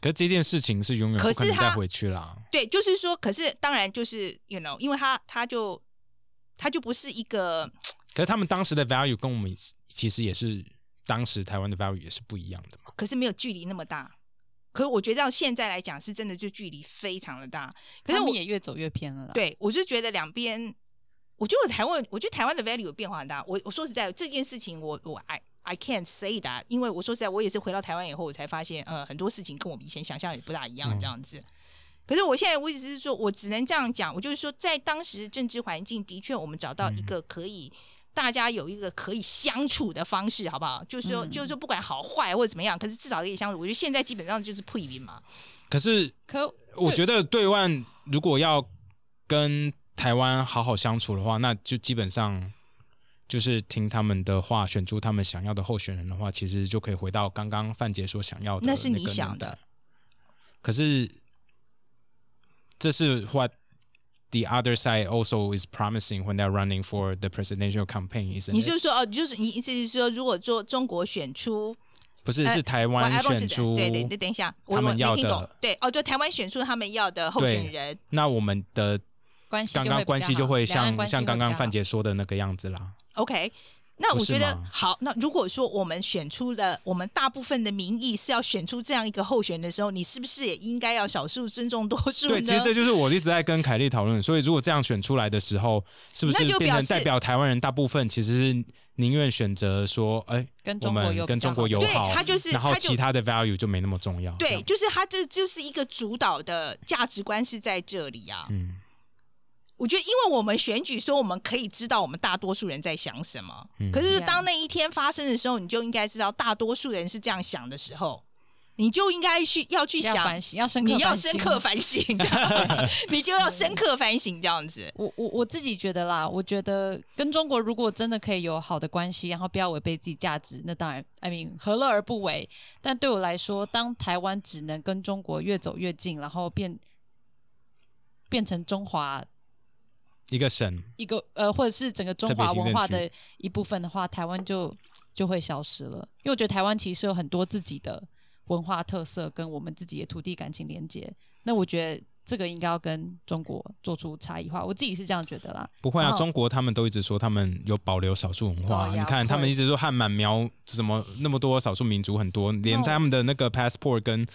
[SPEAKER 1] 可是这件事情是永远
[SPEAKER 3] 可
[SPEAKER 1] 不
[SPEAKER 3] 是
[SPEAKER 1] 可能
[SPEAKER 3] 他
[SPEAKER 1] 再回去啦。
[SPEAKER 3] 对，就是说，可是当然就是 you know，因为他他就他就不是一个
[SPEAKER 1] 可是他们当时的 value 跟我们其实也是当时台湾的 value 也是不一样的嘛。
[SPEAKER 3] 可是没有距离那么大。可是我觉得到现在来讲，是真的就距离非常的大。可是
[SPEAKER 2] 他
[SPEAKER 3] 我
[SPEAKER 2] 们也越走越偏了啦。，
[SPEAKER 3] 对我就觉得两边，我觉得台湾，我觉得台湾的 value 有变化很大。我我说实在，这件事情我我 I I can't say that，因为我说实在，我也是回到台湾以后，我才发现，呃，很多事情跟我们以前想象也不大一样
[SPEAKER 1] 嗯
[SPEAKER 3] 这样子。可是我现在，我只是说，我只能这样讲，我就是说，在当时政治环境，的确我们找到一个可以。大家有一个可以相处的方式，好不好？就是说，
[SPEAKER 2] 嗯
[SPEAKER 3] 就是说，不管好坏或者怎么样，可是至少可以相处。我觉得现在基本上就是破云嘛，
[SPEAKER 1] 可是
[SPEAKER 2] 可
[SPEAKER 1] 我
[SPEAKER 2] 对
[SPEAKER 1] 觉得对岸如果要跟台湾好好相处的话，那就基本上就是听他们的话，选出他们想要的候选人的话，其实就可以回到刚刚范姐所想要的。
[SPEAKER 3] 那是你想的。
[SPEAKER 1] 可是这是 what the other side also is promising when they're running for the presidential campaign，isn't
[SPEAKER 3] 你
[SPEAKER 1] it？
[SPEAKER 3] 就是说哦，就是你意思是说，如果做中国选出
[SPEAKER 1] 不是
[SPEAKER 3] 哎
[SPEAKER 1] 是台
[SPEAKER 3] 我
[SPEAKER 1] 湾
[SPEAKER 3] iPhone
[SPEAKER 1] 选出
[SPEAKER 3] 对对对，等一下，我
[SPEAKER 1] 他们
[SPEAKER 3] 我
[SPEAKER 1] 要
[SPEAKER 3] 没听懂
[SPEAKER 1] 的。
[SPEAKER 3] 对哦，就台湾选出他们要的候选人，
[SPEAKER 1] 那我们的
[SPEAKER 2] 关系
[SPEAKER 1] 刚
[SPEAKER 2] 就会
[SPEAKER 1] 刚
[SPEAKER 2] 比较
[SPEAKER 1] 关系
[SPEAKER 2] 好
[SPEAKER 1] 就会
[SPEAKER 2] 两岸
[SPEAKER 1] 像
[SPEAKER 2] 关系
[SPEAKER 1] 像
[SPEAKER 2] 会
[SPEAKER 1] 刚
[SPEAKER 2] 比
[SPEAKER 1] 刚
[SPEAKER 2] 较
[SPEAKER 1] 范
[SPEAKER 2] 好
[SPEAKER 1] 姐说的那个样子啦。
[SPEAKER 3] OK，那
[SPEAKER 1] 不
[SPEAKER 3] 我
[SPEAKER 1] 是
[SPEAKER 3] 觉得
[SPEAKER 1] 吗
[SPEAKER 3] 好。那如果说我们选出了，我们大部分的民意是要选出这样一个候选人的时候，你是不是也应该要少数尊重多数呢？
[SPEAKER 1] 对，其实这就是我一直在跟凯莉讨论。所以如果这样选出来的时候，是不
[SPEAKER 3] 那
[SPEAKER 1] 是
[SPEAKER 3] 就
[SPEAKER 1] 变
[SPEAKER 3] 表
[SPEAKER 1] 成
[SPEAKER 3] 示
[SPEAKER 1] 代表台湾人大部分其实是宁愿选择说，哎，
[SPEAKER 2] 跟
[SPEAKER 1] 我
[SPEAKER 2] 中国
[SPEAKER 1] 们
[SPEAKER 2] 有
[SPEAKER 1] 跟
[SPEAKER 2] 比较
[SPEAKER 1] 中国
[SPEAKER 2] 好
[SPEAKER 1] 友
[SPEAKER 3] 对
[SPEAKER 1] 好，
[SPEAKER 3] 他就是
[SPEAKER 1] 然后
[SPEAKER 3] 他就
[SPEAKER 1] 其他的 value 就没那么重要。这
[SPEAKER 3] 对，
[SPEAKER 1] 样，
[SPEAKER 3] 就是他这就是一个主导的价值观是在这里啊。
[SPEAKER 1] 嗯，
[SPEAKER 3] 我觉得，因为我们选举，说我们可以知道我们大多数人在想什么。
[SPEAKER 1] 嗯
[SPEAKER 3] 可是
[SPEAKER 2] Yeah
[SPEAKER 3] 当那一天发生的时候，你就应该知道大多数人是这样想的时候，你就应该去要去
[SPEAKER 2] 要
[SPEAKER 3] 想
[SPEAKER 2] 反，省，要深刻，
[SPEAKER 3] 你要深刻。反 省，这样你就要深刻反省这样子。
[SPEAKER 2] 我我我自己觉得啦，我觉得跟中国如果真的可以有好的关系，然后不要违背自己价值，那当然，I mean 何乐而不为？但对我来说，当台湾只能跟中国越走越近，然后变变成中华
[SPEAKER 1] 一个省，
[SPEAKER 2] 一个呃，或者是整个中
[SPEAKER 1] 特别
[SPEAKER 2] 华
[SPEAKER 1] 行
[SPEAKER 2] 文
[SPEAKER 1] 政
[SPEAKER 2] 化
[SPEAKER 1] 区
[SPEAKER 2] 的一部分的话，台湾就就会消失了。因为我觉得台湾其实有很多自己的文化特色，跟我们自己的土地感情连接。那我觉得这个应该要跟中国做出差异化，我自己是这样觉得啦。
[SPEAKER 1] 不会啊，
[SPEAKER 3] 哦
[SPEAKER 2] 然后
[SPEAKER 1] 中国他们都一直说他们有保留少数文化啊。
[SPEAKER 2] 哦呀
[SPEAKER 1] 你看，
[SPEAKER 2] ，of
[SPEAKER 1] 他们一直说汉满苗什么那么多少数民族很多，连
[SPEAKER 2] 那
[SPEAKER 3] 哦
[SPEAKER 2] 我
[SPEAKER 1] 他们的那个 passport 跟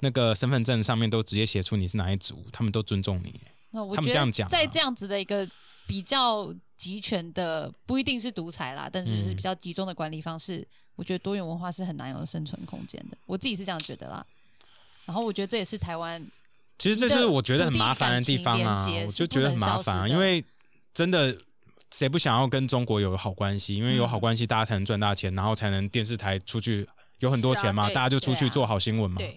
[SPEAKER 1] 那个身份证上面都直接写出你是哪一族，他们都尊重你。
[SPEAKER 2] 那我
[SPEAKER 1] 他们
[SPEAKER 2] 觉
[SPEAKER 1] 这样
[SPEAKER 2] 得
[SPEAKER 1] 讲啊
[SPEAKER 2] 在这样子的一个比较集权的，不一定是独裁啦，但是就是
[SPEAKER 1] 嗯
[SPEAKER 2] 比较集中的管理方式，我觉得多元文化是很难有生存空间的。我自己是这样觉得啦。然后我觉得这也是台湾
[SPEAKER 1] 其实这就是我觉得很麻烦的地方啊
[SPEAKER 2] 你的土地感情连，接
[SPEAKER 1] 我就觉得很麻烦、啊，
[SPEAKER 2] 是不能消失的
[SPEAKER 1] 因为真的谁不想要跟中国有好关系？因为有好
[SPEAKER 3] 嗯
[SPEAKER 1] 关系，大家才能赚大钱，然后才能电视台出去有很多钱嘛，
[SPEAKER 3] 是啊对
[SPEAKER 1] 大家就出
[SPEAKER 3] 对
[SPEAKER 1] 去
[SPEAKER 3] 啊
[SPEAKER 1] 做好新闻嘛。
[SPEAKER 3] 对，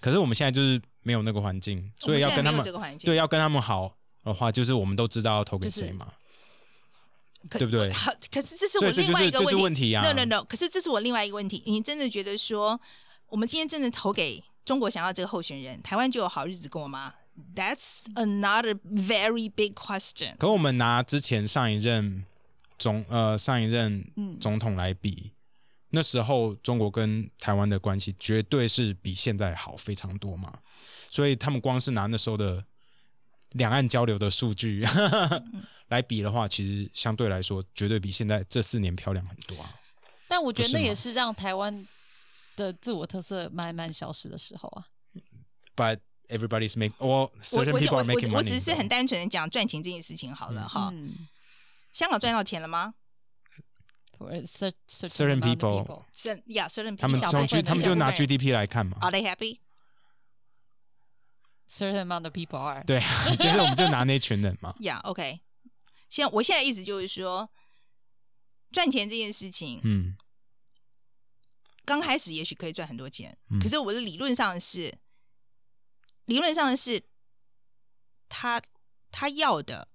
[SPEAKER 1] 可是我们现在就是没有那个环境，嗯所以要
[SPEAKER 3] 我们现在
[SPEAKER 1] 跟他
[SPEAKER 3] 没有
[SPEAKER 1] 们
[SPEAKER 3] 这个环境，
[SPEAKER 1] 对要跟他们好的话，就是我们都知道要投给谁嘛，
[SPEAKER 3] 可
[SPEAKER 1] 对不对？
[SPEAKER 3] 好，可是这是
[SPEAKER 1] 所
[SPEAKER 3] 我
[SPEAKER 1] 以这
[SPEAKER 3] 另
[SPEAKER 1] 就
[SPEAKER 3] 外
[SPEAKER 1] 是
[SPEAKER 3] 一个
[SPEAKER 1] 这是
[SPEAKER 3] 问
[SPEAKER 1] 问
[SPEAKER 3] 题。
[SPEAKER 1] 题啊。
[SPEAKER 3] No no no，可是这是我另外一个问题。你真的觉得说，我们今天真的投给中国想要这个候选人，台湾就有好日子过吗？That's another very big question。
[SPEAKER 1] 可我们拿之前上一任总呃上一任
[SPEAKER 2] 嗯
[SPEAKER 1] 总统来比，那时候中国跟台湾的关系绝对是比现在好非常多嘛，所以他们光是拿那时候的两岸交流的数据
[SPEAKER 3] 嗯
[SPEAKER 1] 来比的话，其实相对来说绝对比现在这四年漂亮很多啊。
[SPEAKER 2] 但我觉得
[SPEAKER 1] 不是
[SPEAKER 2] 那
[SPEAKER 1] 吗
[SPEAKER 2] 也是让台湾的自我特色慢慢消失的时候啊。
[SPEAKER 1] But everybody's make or
[SPEAKER 3] 我
[SPEAKER 1] certain
[SPEAKER 3] 我
[SPEAKER 1] people
[SPEAKER 3] 我
[SPEAKER 1] are making money。
[SPEAKER 3] 我我只是很单纯的讲赚钱这件事情好了哈。
[SPEAKER 2] 嗯
[SPEAKER 3] 香港赚到钱了吗？
[SPEAKER 2] ，for a cer- certain
[SPEAKER 1] Certain
[SPEAKER 2] amount of
[SPEAKER 1] people
[SPEAKER 3] 是呀，虽然
[SPEAKER 1] 他们
[SPEAKER 2] 小
[SPEAKER 1] 从
[SPEAKER 2] 部分
[SPEAKER 1] G
[SPEAKER 2] 的
[SPEAKER 1] 他们就拿
[SPEAKER 3] 小部分
[SPEAKER 1] GDP 来看嘛。
[SPEAKER 3] are they happy？
[SPEAKER 2] certain amount of people are
[SPEAKER 1] 对啊， 就是我们就拿那群人嘛。
[SPEAKER 3] 呀、o k 现在我现在意思就是说，赚钱这件事情，
[SPEAKER 1] 嗯，
[SPEAKER 3] 刚开始也许可以赚很多钱，
[SPEAKER 1] 嗯
[SPEAKER 3] 可是我的理论上是，理论上是他他要的，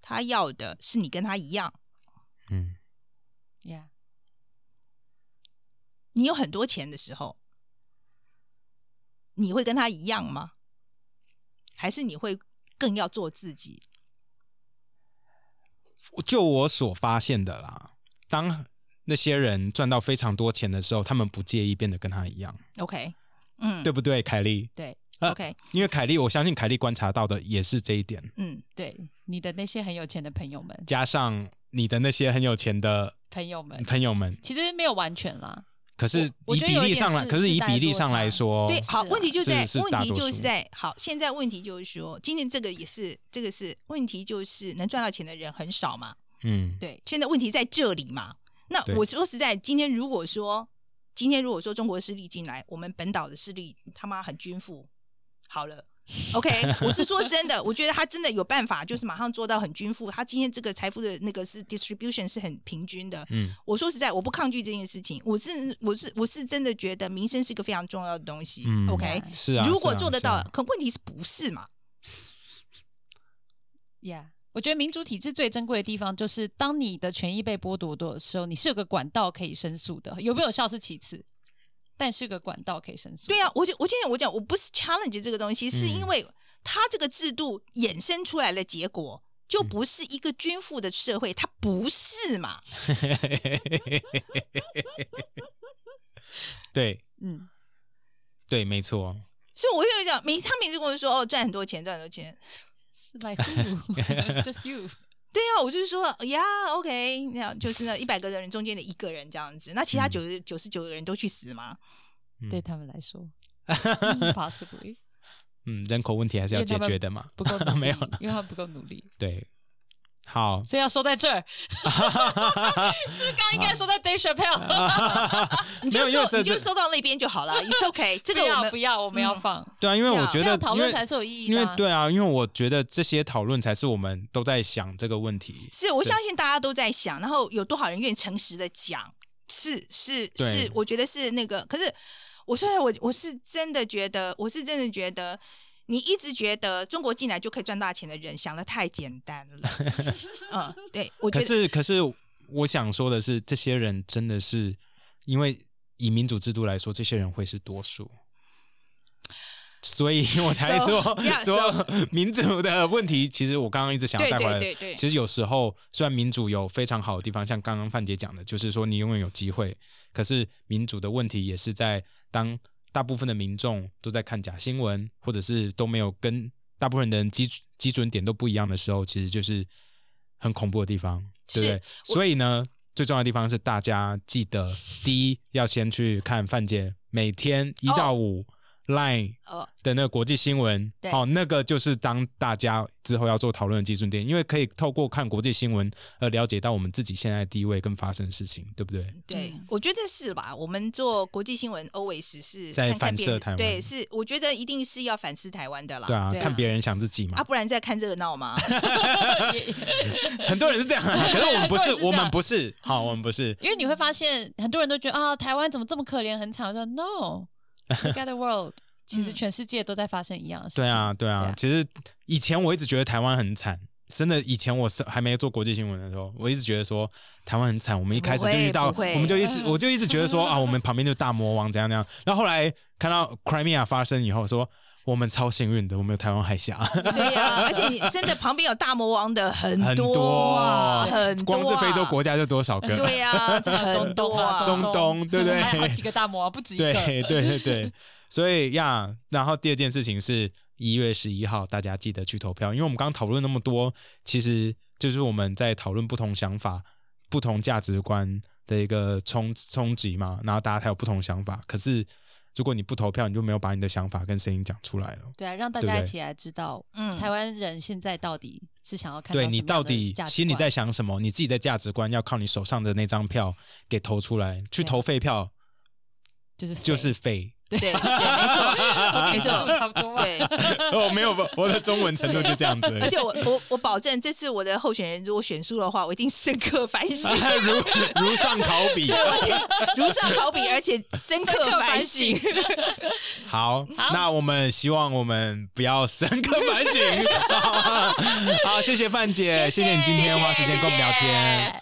[SPEAKER 3] 他要的是你跟他一样，
[SPEAKER 1] 嗯，
[SPEAKER 2] ，yeah，
[SPEAKER 3] 你有很多钱的时候，你会跟他一样吗？还是你会更要做自己？
[SPEAKER 1] 就我所发现的啦，当那些人赚到非常多钱的时候，他们不介意变得跟他一样，
[SPEAKER 3] OK，嗯，
[SPEAKER 1] 对不对，凯莉？
[SPEAKER 2] 对
[SPEAKER 1] 呃
[SPEAKER 3] o k
[SPEAKER 1] 因为凯莉，我相信凯莉观察到的也是这一点，
[SPEAKER 3] 嗯，
[SPEAKER 2] 对，你的那些很有钱的朋友们，
[SPEAKER 1] 加上你的那些很有钱的
[SPEAKER 2] 朋友们
[SPEAKER 1] 朋友们，
[SPEAKER 2] 其实没有完全啦，
[SPEAKER 1] 可是
[SPEAKER 2] 我我
[SPEAKER 1] 以
[SPEAKER 2] 觉得
[SPEAKER 1] 比
[SPEAKER 2] 有一
[SPEAKER 1] 例
[SPEAKER 2] 点
[SPEAKER 1] 上来，
[SPEAKER 2] 是
[SPEAKER 1] 可是
[SPEAKER 2] 世
[SPEAKER 1] 以
[SPEAKER 2] 代
[SPEAKER 1] 比例
[SPEAKER 2] 落
[SPEAKER 1] 上来
[SPEAKER 2] 差
[SPEAKER 1] 说，
[SPEAKER 3] 对，好，
[SPEAKER 2] 是啊
[SPEAKER 3] 问题就在
[SPEAKER 1] 哦是是
[SPEAKER 3] 问
[SPEAKER 1] 大
[SPEAKER 3] 题
[SPEAKER 1] 多
[SPEAKER 3] 就是
[SPEAKER 1] 数
[SPEAKER 3] 在好，现在问题就是说，今天这个也是这个是问题，就是能赚到钱的人很少嘛。
[SPEAKER 1] 嗯，
[SPEAKER 2] 对，
[SPEAKER 3] 现在问题在这里嘛。那
[SPEAKER 1] 对
[SPEAKER 3] 我说实在，今天如果说今天如果说中国的势力进来，我们本岛的势力他妈很均富，好 了。OK，我是说真的，我觉得他真的有办法，就是马上做到很均富。他今天这个财富的那个是 distribution 是很平均的。
[SPEAKER 1] 嗯，
[SPEAKER 3] 我说实在，我不抗拒这件事情，我是我是我是真的觉得民生是一个非常重要的东西。
[SPEAKER 1] 嗯
[SPEAKER 3] OK，
[SPEAKER 2] 对
[SPEAKER 1] 是啊，
[SPEAKER 3] 如
[SPEAKER 1] 是
[SPEAKER 3] 果
[SPEAKER 1] 啊
[SPEAKER 3] 做得
[SPEAKER 1] 是啊
[SPEAKER 3] 到，可问题是不是嘛？
[SPEAKER 2] ，Yeah。我觉得民主体制最珍贵的地方，就是当你的权益被剥夺的时候，你是有个管道可以申诉的，有没有效是其次，但是有个管道可以申诉。
[SPEAKER 3] 对啊，我就我现在我讲，我不是 challenge 这个东西，是因
[SPEAKER 1] 嗯
[SPEAKER 3] 为它这个制度衍生出来的结果。
[SPEAKER 1] 嗯
[SPEAKER 3] 就不是一个均富的社会，它不是嘛？
[SPEAKER 1] 啊 对
[SPEAKER 2] 嗯，
[SPEAKER 1] 对，没错，
[SPEAKER 3] 所以我就讲，每他每次跟我说哦，赚很多钱，赚很多钱。
[SPEAKER 2] 是 like you，just you。
[SPEAKER 3] 对啊，我就是说呀，OK，那样就是那一百个人中间的一个人这样子，那其他
[SPEAKER 1] 嗯
[SPEAKER 3] 九十九十九个人都去死吗？
[SPEAKER 1] 嗯
[SPEAKER 2] 对他们来说，possibly
[SPEAKER 1] 嗯，人口问题还是要
[SPEAKER 2] 因为他
[SPEAKER 1] 解
[SPEAKER 2] 们
[SPEAKER 1] 决的嘛，
[SPEAKER 2] 不够努 力，
[SPEAKER 1] 没有了
[SPEAKER 2] 因为他们不够努力，
[SPEAKER 1] 对，好，
[SPEAKER 2] 所以要说在 这儿。是不是刚刚应该说在 Dave
[SPEAKER 1] 啊
[SPEAKER 2] Chappelle？
[SPEAKER 3] 你
[SPEAKER 1] 没
[SPEAKER 3] 就
[SPEAKER 1] 有因为
[SPEAKER 3] 收
[SPEAKER 1] 这
[SPEAKER 3] 你就
[SPEAKER 1] 这
[SPEAKER 3] 收到那边就好 了，It's OK。这
[SPEAKER 2] 不
[SPEAKER 3] 个我
[SPEAKER 2] 要
[SPEAKER 3] 们
[SPEAKER 2] 不要，我们要
[SPEAKER 3] 嗯
[SPEAKER 2] 放，
[SPEAKER 1] 对啊，因为我
[SPEAKER 3] 对啊
[SPEAKER 1] 觉
[SPEAKER 2] 这
[SPEAKER 1] 得
[SPEAKER 2] 样讨
[SPEAKER 1] 因
[SPEAKER 2] 论
[SPEAKER 1] 为
[SPEAKER 2] 才是有意义
[SPEAKER 1] 因
[SPEAKER 2] 的
[SPEAKER 1] 为
[SPEAKER 2] 啊。
[SPEAKER 1] 对啊，因为我觉得这些讨论才是我们都在想这个问题。
[SPEAKER 3] 是我
[SPEAKER 1] 对
[SPEAKER 3] 相信大家都在想，然后有多少人愿意诚实的讲？是是
[SPEAKER 1] 对
[SPEAKER 3] 是，我觉得是那个。可是我说实在我我是真的觉得，我是真的觉得，你一直觉得中国进来就可以赚大钱的人，想的太简单 了。嗯，对，我觉
[SPEAKER 1] 可
[SPEAKER 3] 得
[SPEAKER 1] 是可是我想说的是，这些人真的是因为以民主制度来说，这些人会是多数。所以我才
[SPEAKER 3] So-
[SPEAKER 1] 说
[SPEAKER 3] yeah,
[SPEAKER 1] 说 民主的问题，其实我刚刚一直想要
[SPEAKER 3] 对
[SPEAKER 1] 带回来的，
[SPEAKER 3] 对对对
[SPEAKER 1] 其实有时候虽然民主有非常好的地方，像刚刚范姐讲的，就是说你永远有机会，可是民主的问题也是在当大部分的民众都在看假新闻，或者是都没有跟大部分人的基基准点都不一样的时候，其实就是很恐怖的地方，对不对？所以呢，最重要的地方是大家记得，第一要先去看范姐每天一到五 Line
[SPEAKER 3] 哦
[SPEAKER 1] 的那个国际新闻，
[SPEAKER 2] 对
[SPEAKER 1] 哦，那个就是当大家之后要做讨论的基准点，因为可以透过看国际新闻而了解到我们自己现在的地位跟发生的事情，对不对？
[SPEAKER 3] 对
[SPEAKER 2] 嗯，
[SPEAKER 3] 我觉得是吧？我们做国际新闻 always 是
[SPEAKER 1] 在
[SPEAKER 3] 看看
[SPEAKER 1] 反
[SPEAKER 3] 别
[SPEAKER 1] 射
[SPEAKER 3] 人
[SPEAKER 1] 台湾
[SPEAKER 3] 对，是我觉得一定是要反思台湾的啦。
[SPEAKER 1] 对啊，
[SPEAKER 2] 对啊
[SPEAKER 1] 看别人想自己嘛
[SPEAKER 3] 啊，，不然再看热闹嘛。
[SPEAKER 2] 也
[SPEAKER 1] 很多人是这样、啊，可是我们不是，
[SPEAKER 2] 很多人是这样
[SPEAKER 1] 我们不是，好，我们不是，
[SPEAKER 2] 因为你会发现，很多人都觉得啊，台湾怎么这么可怜，很惨。我说 No，look at the world，其实全世界都在发生一样的事
[SPEAKER 1] 嗯
[SPEAKER 2] 情。
[SPEAKER 1] 对啊，，对
[SPEAKER 2] 对
[SPEAKER 1] 啊
[SPEAKER 2] 啊。
[SPEAKER 1] 其实以前我一直觉得台湾很惨，真的，以前我是还没做国际新闻的时候，我一直觉得说台湾很惨。我们一开始
[SPEAKER 3] 怎么
[SPEAKER 1] 就
[SPEAKER 3] 会
[SPEAKER 1] 遇到，
[SPEAKER 3] 不会
[SPEAKER 1] 我们就一直我就一直觉得说啊，我们旁边就大魔王怎样怎样。然后后来看到 Crimea 发生以后，说我们超幸运的，我们有台湾海峡，
[SPEAKER 3] 对呀、而且你真的旁边有大魔王的很
[SPEAKER 1] 很
[SPEAKER 3] 多啊，很多、
[SPEAKER 1] 光是非洲。国家就多少个，
[SPEAKER 3] 对呀、啊，这
[SPEAKER 2] 还有
[SPEAKER 3] 很
[SPEAKER 2] 中
[SPEAKER 3] 多
[SPEAKER 2] 东
[SPEAKER 3] 啊
[SPEAKER 2] 啊，
[SPEAKER 1] 中东对不对
[SPEAKER 2] 还有好几个大魔王，不止一
[SPEAKER 1] 对
[SPEAKER 2] 个。
[SPEAKER 1] 对对对，所以呀，然后第二件事情是一月十一号，大家记得去投票，因为我们刚刚讨论那么多，其实就是我们在讨论不同想法、不同价值观的一个冲冲击嘛，然后大家才有不同想法。可是如果你不投票，你就没有把你的想法跟声音讲出来了。
[SPEAKER 2] 对啊，让大
[SPEAKER 1] 对不
[SPEAKER 2] 家
[SPEAKER 1] 对
[SPEAKER 2] 一起来知道，
[SPEAKER 3] 嗯
[SPEAKER 2] 台湾人现在到底是想要看
[SPEAKER 1] 对
[SPEAKER 2] 什么
[SPEAKER 1] 你
[SPEAKER 2] 样
[SPEAKER 1] 到
[SPEAKER 2] 的
[SPEAKER 1] 底
[SPEAKER 2] 价值
[SPEAKER 1] 心里
[SPEAKER 2] 观
[SPEAKER 1] 在想什么？你自己的价值观要靠你手上的那张票给投出来，去
[SPEAKER 2] 对
[SPEAKER 1] 投废票
[SPEAKER 2] 就是
[SPEAKER 1] 就是废。
[SPEAKER 3] 对对，没 错，没错，
[SPEAKER 2] 差不多吧。
[SPEAKER 3] 对。
[SPEAKER 1] 我没有，我的中文程度就这 样子而已。
[SPEAKER 3] 而且我我我保证，这次我的候选人如果选输的话，我一定深刻反省，
[SPEAKER 1] 如 如上考比。
[SPEAKER 3] 如上考比，而且深刻反省。
[SPEAKER 1] 好，那我们希望我们不要深刻 反省。好，谢谢范姐，
[SPEAKER 2] 谢
[SPEAKER 1] 谢你今
[SPEAKER 2] 谢
[SPEAKER 1] 天花时
[SPEAKER 2] 谢
[SPEAKER 1] 间跟我们聊
[SPEAKER 2] 谢
[SPEAKER 1] 天，